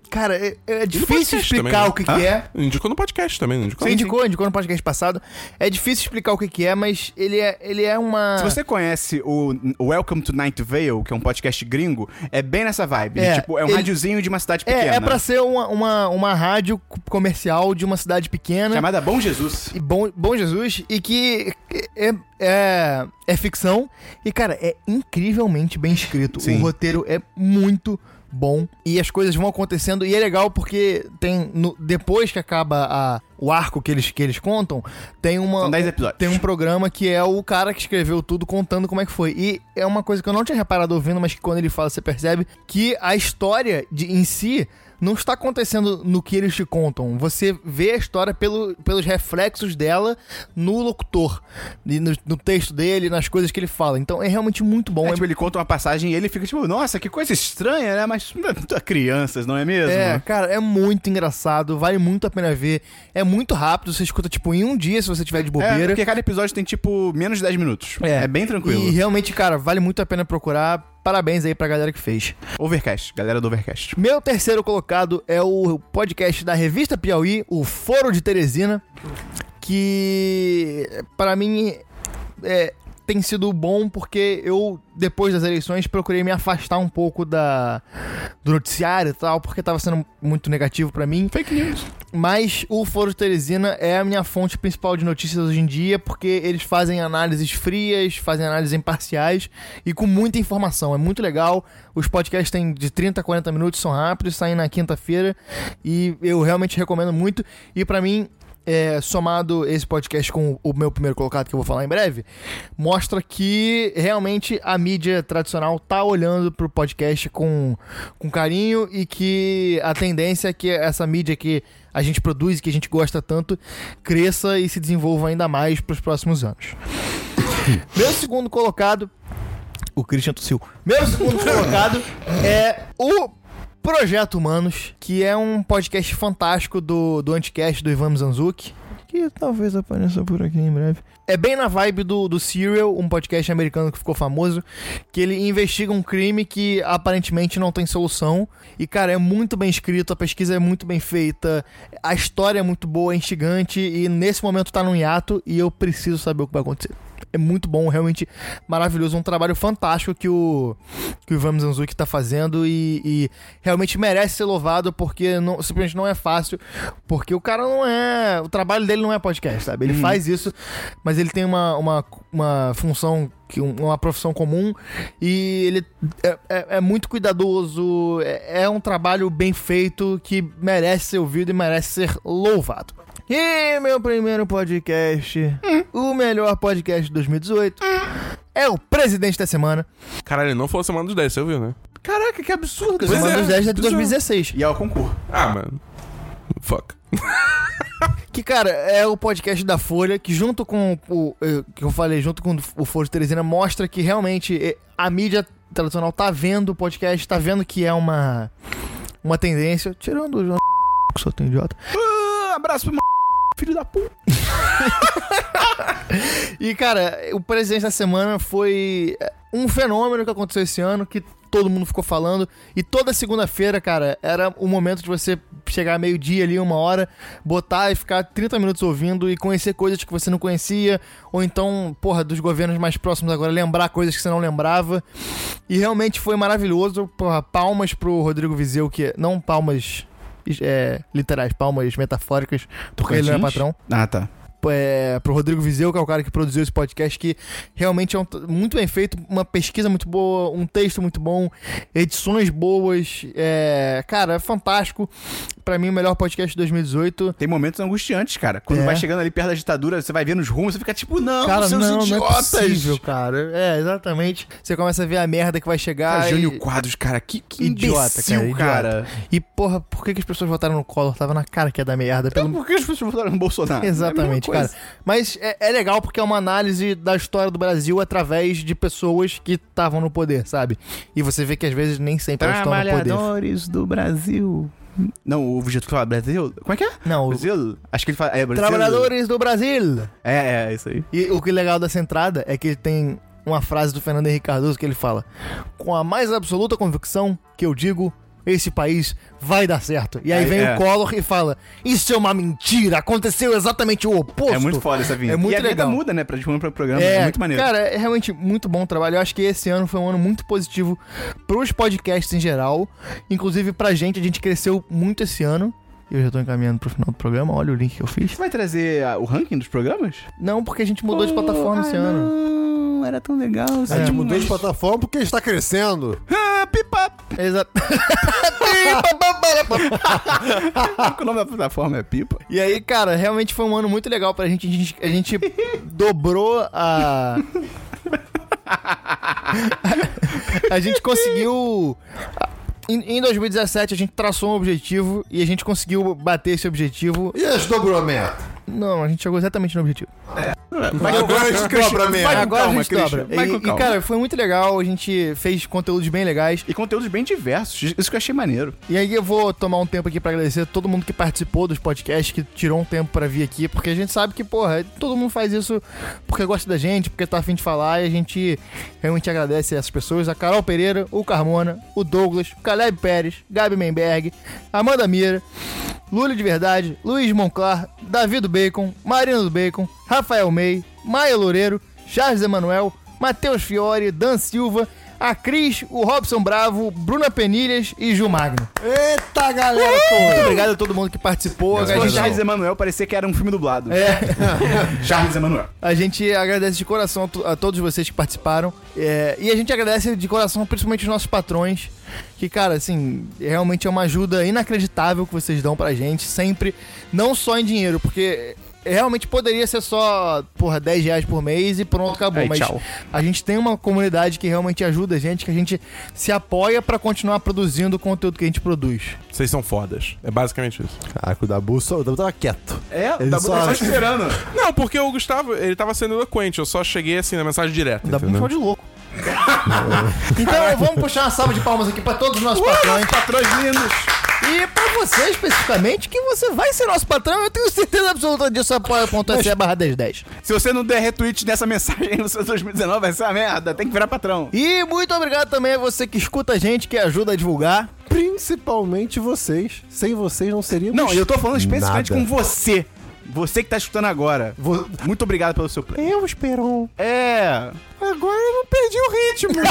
S2: Cara, é, é difícil
S3: podcast
S2: explicar
S3: também, né?
S2: o que,
S1: Ah,
S2: que é.
S3: Indicou no podcast também, não indicou?
S2: Você indicou, indicou no podcast passado. É difícil explicar o que, que é, mas ele é, ele é uma.
S1: Se você conhece o Welcome to Night Vale, que é um podcast gringo, é bem nessa vibe.
S2: É,
S1: tipo, é um
S2: ele-
S1: radiozinho de uma cidade pequena.
S2: É, é pra ser uma, uma, uma rádio comercial de uma cidade pequena.
S1: Chamada Bom Jesus.
S2: E bom, bom Jesus, e que é, é, é ficção. E, cara, é incrivelmente bem escrito.
S1: Sim.
S2: O roteiro é muito bom. E as coisas vão acontecendo. E é legal porque tem. no- depois que acaba a- o arco que eles, que eles contam, tem uma.
S1: São 10 episódios.
S2: Tem um programa que é o cara que escreveu tudo contando como é que foi. E é uma coisa que eu não tinha reparado ouvindo, mas que quando ele fala, você percebe que a história de, em si não está acontecendo no que eles te contam. Você vê a história pelo, pelos reflexos dela no locutor, e no, no texto dele, nas coisas que ele fala. Então é realmente muito bom.
S1: É,
S2: É-
S1: tipo, ele conta uma passagem e ele fica tipo, nossa, que coisa estranha, né? Mas crianças, não é mesmo?
S2: É, cara, é muito engraçado, vale muito a pena ver. É muito rápido, você escuta tipo em um dia se você tiver de
S1: É,
S2: bobeira.
S1: porque cada episódio tem, tipo, menos de 10 minutos. É, bem tranquilo.
S2: E realmente, cara, vale muito a pena procurar. Parabéns aí pra galera que fez.
S1: Overcast, galera do Overcast.
S2: Meu terceiro colocado é o podcast da revista Piauí, o Foro de Teresina, que pra mim é, tem sido bom porque eu, depois das eleições, procurei me afastar um pouco da, do noticiário e tal, porque tava sendo muito negativo pra mim.
S1: Fake news.
S2: Mas o Foro de Teresina é a minha fonte principal de notícias hoje em dia, porque eles fazem análises frias, fazem análises imparciais e com muita informação. É muito legal. Os podcasts têm de 30 a 40 minutos, são rápidos, saem na quinta-feira e eu realmente recomendo muito. E pra mim, é, somado esse podcast com o meu primeiro colocado que eu vou falar em breve, mostra que realmente a mídia tradicional tá olhando pro podcast com, com carinho e que a tendência é que essa mídia que a gente produz e que a gente gosta tanto cresça e se desenvolva ainda mais pros próximos anos. Meu segundo colocado. O Christian tossiu. Meu segundo colocado é o Projeto Humanos, que é um podcast fantástico do, do Anticast do Ivan Zanzuki. Que talvez apareça por aqui em breve. É bem na vibe do, do Serial, um podcast americano que ficou famoso, que ele investiga um crime que aparentemente não tem solução. E, cara, é muito bem escrito, a pesquisa é muito bem feita, a história é muito boa, é instigante, e nesse momento tá num hiato e eu preciso saber o que vai acontecer. É muito bom, realmente maravilhoso. Um trabalho fantástico que o, que o Ivan Mizanzuki tá fazendo e, e realmente merece ser louvado porque não, simplesmente não é fácil. Porque o cara não é. O trabalho dele não é podcast, sabe? Ele faz isso, mas ele tem uma, uma, uma função, que, um- uma profissão comum e ele é, é- é muito cuidadoso. É, é um trabalho bem feito que merece ser ouvido e merece ser louvado. E meu primeiro podcast, o melhor podcast de 2018, é o Presidente da Semana.
S3: Caralho, ele não falou semana dos 10, você ouviu, né?
S1: Caraca, que absurdo.
S3: Pois
S2: Semana
S3: é,
S2: dos 10 é de
S3: pois é.
S2: 2016.
S1: E é o concurso.
S3: Ah, mano. Fuck.
S2: Que, cara, é o podcast da Folha, que junto com o. eh, que eu falei, junto com o Foro Teresina, mostra que realmente eh, a mídia tradicional tá vendo o podcast, tá vendo que é uma. uma tendência. Tirando o João que só tem idiota.
S1: Ah, abraço pro m... filho da puta.
S2: E, cara, o presente da semana foi um fenômeno que aconteceu esse ano, que todo mundo ficou falando. E toda segunda-feira, cara, era o momento de você chegar meio-dia ali, uma hora, botar e ficar 30 minutos ouvindo e conhecer coisas que você não conhecia. Ou então, porra, dos governos mais próximos agora, lembrar coisas que você não lembrava. E realmente foi maravilhoso. Porra, palmas pro Rodrigo Vizeu, que não palmas. É, literais, palmas metafóricas, porque ele não é
S1: Tocantins?
S2: patrão
S1: Ah, tá.
S2: é, pro Rodrigo Vizeu, que é o cara que produziu esse podcast, que realmente é um t- muito bem feito, uma pesquisa muito boa, um texto muito bom, edições boas. É, cara, é fantástico. Pra mim, o melhor podcast de 2018.
S1: Tem momentos angustiantes, cara. Quando
S2: É.
S1: vai chegando ali perto da ditadura, você vai vendo os rumos, você fica tipo, não,
S2: Cara,
S1: seus
S2: não, não é
S1: idiotas.
S2: possível, cara. É, exatamente. Você começa a ver a merda que vai chegar.
S1: Cara,
S2: e-
S1: Jânio Quadros, cara, que, que
S2: Idiota,
S1: imbecil,
S2: cara, idiota.
S1: cara.
S2: E, porra, por que, que as pessoas votaram no Collor? Tava na cara que ia dar merda.
S1: Então
S2: Pelo
S1: por que as pessoas votaram no Bolsonaro?
S2: Exatamente,
S1: É a mesma
S2: cara.
S1: coisa.
S2: Mas é, é legal porque é uma análise da história do Brasil através de pessoas que estavam no poder, sabe? E você vê que às vezes nem sempre elas estão no poder.
S1: Trabalhadores do Brasil. Não, o jeito que fala Brasil. Como é que é?
S2: Não, o-
S1: Brasil? Acho que ele fala. É, Brasil.
S2: trabalhadores do Brasil!
S1: É, é, isso aí.
S2: E o que é legal dessa entrada é que tem uma frase do Fernando Henrique Cardoso que ele fala: Com a mais absoluta convicção que eu digo, esse país vai dar certo. E aí,
S1: Aí,
S2: vem
S1: é.
S2: o Collor e fala: Isso é uma mentira, aconteceu exatamente o oposto.
S1: É muito foda essa vinheta.
S2: É muito
S1: e a vinheta
S2: legal.
S1: muda, né? Pra de programa pra programa. É, muito maneiro.
S2: Cara, é realmente muito bom o trabalho. Eu acho que esse ano foi um ano muito positivo pros podcasts em geral. Inclusive pra gente, a gente cresceu muito esse ano. E eu já tô encaminhando pro final do programa. Olha o link que eu fiz.
S1: Você vai trazer ah, o ranking dos programas?
S2: Não, porque a gente mudou de plataforma esse ano.
S1: Ah, Não, era tão legal.
S4: A gente mudou de É, tipo, plataforma porque está crescendo.
S1: Ah, pipa!
S2: Exato.
S1: O nome da plataforma é pipa.
S2: E aí, cara, realmente foi um ano muito legal pra gente. A gente, a gente dobrou a. a gente conseguiu. Em, em 2017, a gente traçou um objetivo e a gente conseguiu bater esse objetivo.
S4: E as dobrou a meta?
S2: Não, a gente chegou exatamente no objetivo.
S1: Mas
S4: Agora a gente dobra a
S1: Vai
S4: meta.
S1: com
S2: Agora
S1: calma,
S2: a gente dobra.
S1: Christian. Vai
S2: E-
S1: com
S2: e,
S1: calma.
S2: cara, foi muito legal. A gente fez conteúdos bem legais.
S1: E conteúdos bem diversos. Isso que eu achei maneiro.
S2: E aí eu vou tomar um tempo aqui pra agradecer a todo mundo que participou dos podcasts, que tirou um tempo pra vir aqui, porque a gente sabe que, porra, todo mundo faz isso porque gosta da gente, porque tá afim de falar, e a gente realmente agradece essas pessoas, a Carol Pereira, o Carmona, o Douglas, o Caleb Pérez, Gabi Menberg, Amanda Mira, Lully de Verdade, Luiz Monclar, Davi do Bacon, Marina do Bacon, Rafael May, Maia Loureiro, Charles Emanuel, Matheus Fiore, Dan Silva, a Cris, o Robson Bravo, Bruna Penilhas e Gil Magno.
S4: Eita, galera,
S2: Muito
S4: porra.
S2: obrigado a todo mundo que participou. A
S1: Se fosse Charles
S2: gente,
S1: Emanuel, parecia que era um filme dublado.
S2: é,
S1: Charles Emanuel.
S2: a gente agradece de coração a, to- a todos vocês que participaram. É, e a gente agradece de coração principalmente os nossos patrões. Que, cara, assim, realmente é uma ajuda inacreditável que vocês dão pra gente. Sempre, não só em dinheiro, porque. Realmente poderia ser só, porra, 10 reais por mês e pronto, acabou.
S1: Aí,
S2: mas
S1: tchau.
S2: a gente tem uma comunidade que realmente ajuda a gente, que a gente se apoia pra continuar produzindo o conteúdo que a gente produz.
S3: Vocês são fodas. É basicamente isso.
S4: Caraca, o Dabu só. O Dabu tava quieto.
S1: É,
S4: Ele
S1: tá
S4: só-
S1: só esperando.
S3: Não, porque o Gustavo, ele tava sendo eloquente. Eu só cheguei assim na mensagem direta.
S2: Dá pra me
S3: entendeu?
S2: chamar é um de louco. então vamos puxar uma salva de palmas aqui pra todos os nossos patrões.
S1: Patrões lindos.
S2: E pra você especificamente, que você vai ser nosso patrão, eu tenho certeza absoluta disso, apoia.se barra 1010.
S1: Se você não der retweet nessa mensagem no seu 2019, vai ser uma merda. Tem que virar patrão.
S2: E muito obrigado também a você que escuta a gente, que ajuda a divulgar.
S4: Principalmente vocês. Sem vocês não seríamos.
S1: Não, eu tô falando especificamente
S4: Nada.
S1: com você. Você que tá escutando agora.
S4: Vo-
S1: Muito obrigado pelo seu play.
S4: Eu, Esperon.
S1: É.
S4: Agora eu não perdi o ritmo.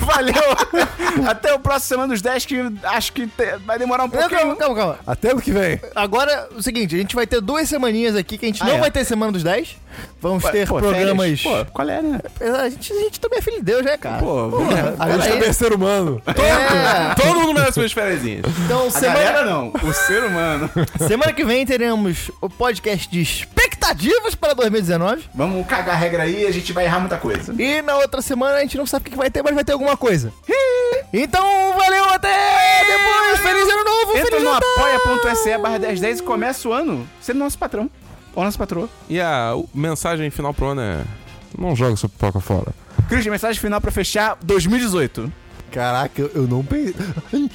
S1: Valeu. Até o próximo Semana dos 10, que acho que te- vai demorar um
S2: Não, Né, calma,
S1: pouquinho.
S2: calma, calma.
S4: Até ano que vem.
S2: Agora, o seguinte, a gente vai ter duas semaninhas aqui que a gente
S1: Ah,
S2: não
S1: é.
S2: vai ter Semana dos 10. Vamos ter
S1: Pô,
S2: programas...
S1: férias. Pô, qual é, né?
S2: A gente, a gente também é filho de Deus, né, cara?
S1: Pô,
S4: A gente também é ser humano.
S2: É,
S3: Todo mundo merece umas fériasinhas.
S2: então
S1: a
S2: semana,
S1: galera não. O ser humano.
S2: semana que vem teremos o podcast de expectativas para 2019.
S1: Vamos cagar a regra aí, a gente vai errar muita coisa.
S2: E na outra semana a gente não sabe o que que vai ter, mas vai ter alguma coisa. Então, valeu, até depois! Feliz ano novo!
S1: Entra
S2: feliz
S1: no
S2: Natal!
S1: apoia.se barra 1010 e começa o ano sendo nosso patrão. Ou nosso patroa.
S3: E a mensagem final pro ano é. Não joga sua pipoca fora.
S1: Cris, mensagem final pra fechar 2018.
S4: Caraca, eu, eu não pensei.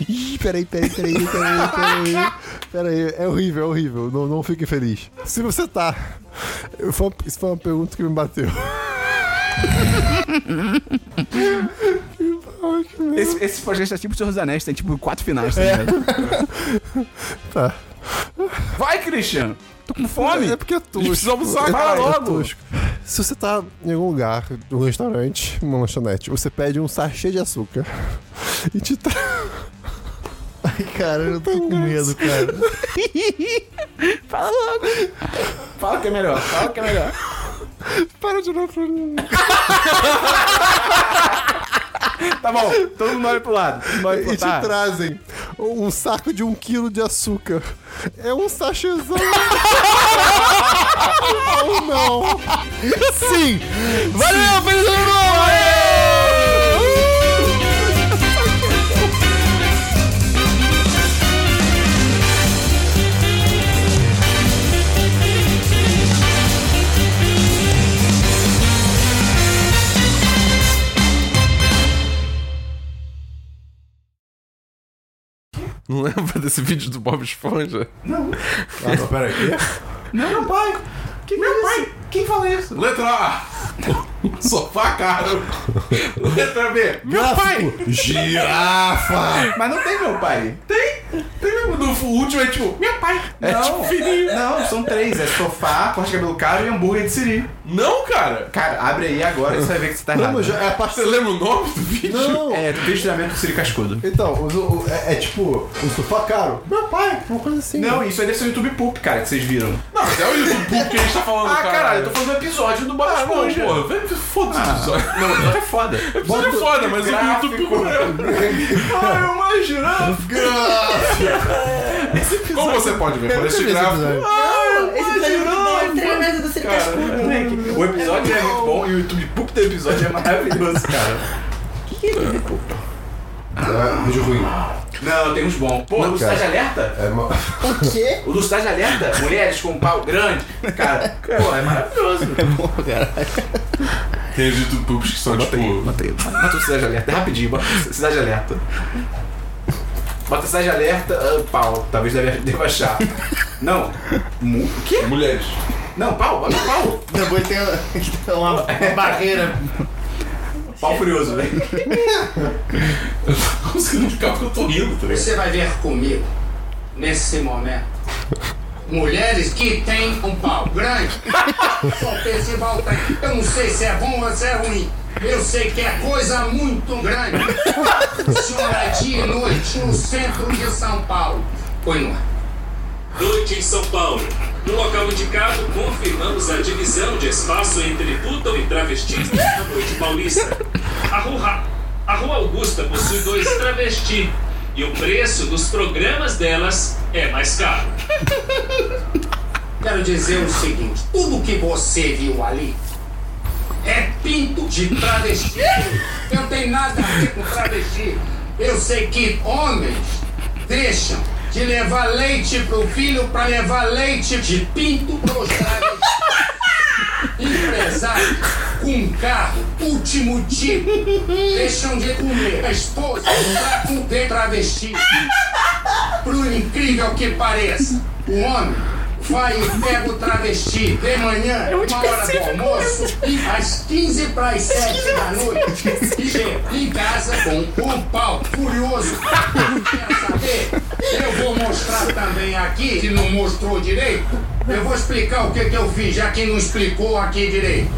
S4: Ih, peraí, peraí, peraí, peraí, peraí. Peraí, é horrível, é horrível. Não, não fique feliz. Se você tá. eu- foi uma- isso foi uma pergunta que me bateu.
S1: Esse, esse podcast é tipo o Senhor dos Anéis, tem tipo quatro finais, tá ligado?
S4: É. Tá.
S1: Vai, Christian! Tô com fome!
S4: É porque é tosco.
S3: precisa almoçar,
S4: É-
S3: cara,
S4: é
S1: logo.
S4: tosco. Se você tá em algum lugar, num restaurante, numa lanchonete, você pede um sachê de açúcar e te traz.
S2: Cara, eu tô com medo, cara.
S1: Fala logo! Fala o que é melhor, fala o que é melhor.
S4: Para de olhar pra mim.
S1: Tá bom, todo mundo olha pro lado. Todo mundo olha pro
S4: E tipo, te
S1: tá.
S4: trazem um saco de um quilo de açúcar. É um sachêzão. Ou não.
S2: Sim! Valeu, feliz ano novo!
S3: Não lembra desse vídeo do Bob Esponja?
S1: Não, não, pai! Que meu pai! Quem falou isso?
S5: Letra A. Sofá caro. Letra B.
S1: Meu pai!
S5: Girafa.
S1: Mas não tem meu pai.
S5: Tem. Tem no no último é tipo, meu pai.
S1: É não, Não, são três. É sofá, corte de cabelo caro e hambúrguer de siri.
S3: Não, cara!
S1: Cara, abre aí agora e você vai ver que você tá
S4: Não,
S1: errado.
S4: mas é a parte.
S3: Você lembra o nome do vídeo?
S4: Não!
S1: É, treinamento do siri cascudo.
S4: Então, os- o- é, é tipo, um sofá caro. Meu pai, uma coisa assim.
S1: Não, isso aí deve ser o YouTube Poop, cara, que vocês viram.
S3: Não, mas é o YouTube que a gente tá falando, cara.
S1: fazendo um episódio do Bob
S3: falando. Porra, vem- foda-se o episódio.
S1: Não, não é foda.
S3: Isso é foda, mas o
S1: Gráfico.
S3: YouTube
S1: Ah,
S3: Ai, uma girafa! Como você pode ver por este gráfico?
S6: Esse episódio é muito bom, ele treina dentro do circo escuro.
S1: O episódio é muito bom e o YouTube Poop do episódio é maravilhoso, cara.
S4: É vídeo ruim.
S1: Não, tem uns bons. Pô, o do
S4: cara.
S1: Cidade Alerta?
S4: É uma...
S2: O quê?
S1: O do Cidade Alerta? Mulheres com um pau grande. Cara, pô, é maravilhoso.
S3: Tem os YouTube Poops que são tipo.
S1: Matei. Bota o Cidade Alerta, é rapidinho. Bota o Cidade Alerta. Bota o Cidade Alerta, ah, pau. Talvez deve, deva achar. Não. Mu- O quê?
S3: Mulheres.
S1: Não, pau, bota pau.
S2: Depois tem uma, uma barreira.
S1: Pau furioso, velho.
S3: Não consigo ficar porque eu tô rindo, tá ligado?
S7: Você vai ver comigo, nesse momento, mulheres que têm um pau grande. Bom, esse pau tá- Eu não sei se é bom ou se é ruim. Eu sei que é coisa muito grande. Funciona dia e noite no centro de São Paulo. Foi no ar.
S8: Noite em São Paulo. No local indicado, confirmamos a divisão de espaço entre putão e travestis na noite paulista. A rua, a rua Augusta possui dois travesti e o preço dos programas delas é mais caro.
S7: Quero dizer o seguinte: tudo que você viu ali é pinto de travesti. Eu não tenho nada a ver com travesti. Eu sei que homens deixam de levar leite pro filho pra levar leite de pinto pro Chaves. Empresário com carro, último tipo, deixam de comer a esposa pra comer travesti. Pro um incrível que pareça, o homem vai e pega o travesti de manhã, uma hora do almoço, e às 15 para as 7 da noite, e chega em casa com um pau furioso. Quer saber? Eu vou mostrar também aqui, que não mostrou direito. Eu vou explicar o que, que eu fiz, já que não explicou aqui direito.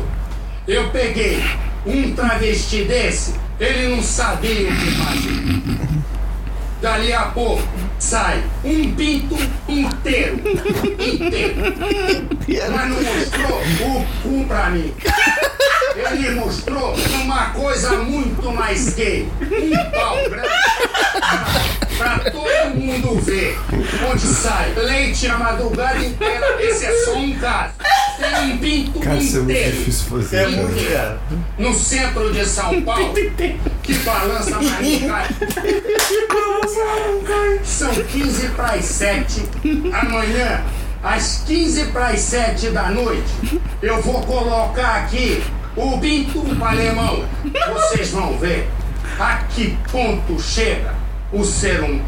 S7: Eu peguei um travesti desse, ele não sabia o que fazer. Dali a pouco sai um pinto inteiro. Inteiro. Mas não mostrou o cu pra mim. Ele mostrou uma coisa muito mais gay. Um pau grande. Pra, pra todo mundo ver. Onde sai leite a madrugada inteira. Esse é só um caso. Tem um pinto inteiro.
S4: fazer,
S7: É muito no centro de São Paulo que balança marinha. São 15 para as 7 amanhã. Às 15 para as 7 da noite, eu vou colocar aqui o Binto Alemão. Vocês vão ver a que ponto chega o ser humano.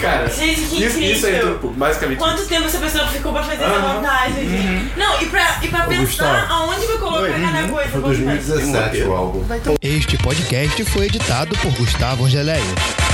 S9: Cara,
S6: Gente, que
S9: isso, isso é
S6: incrível.
S9: tudo, basicamente. Uhum.
S6: Quanto tempo essa pessoa ficou pra fazer essa montagem, gente? Não, e pra, e pra pensar
S4: Gustavo.
S6: aonde vai colocar cada coisa.
S4: Foi
S6: vamos ver.
S4: 2017 o álbum.
S2: Este podcast foi editado por Gustavo Angeléia.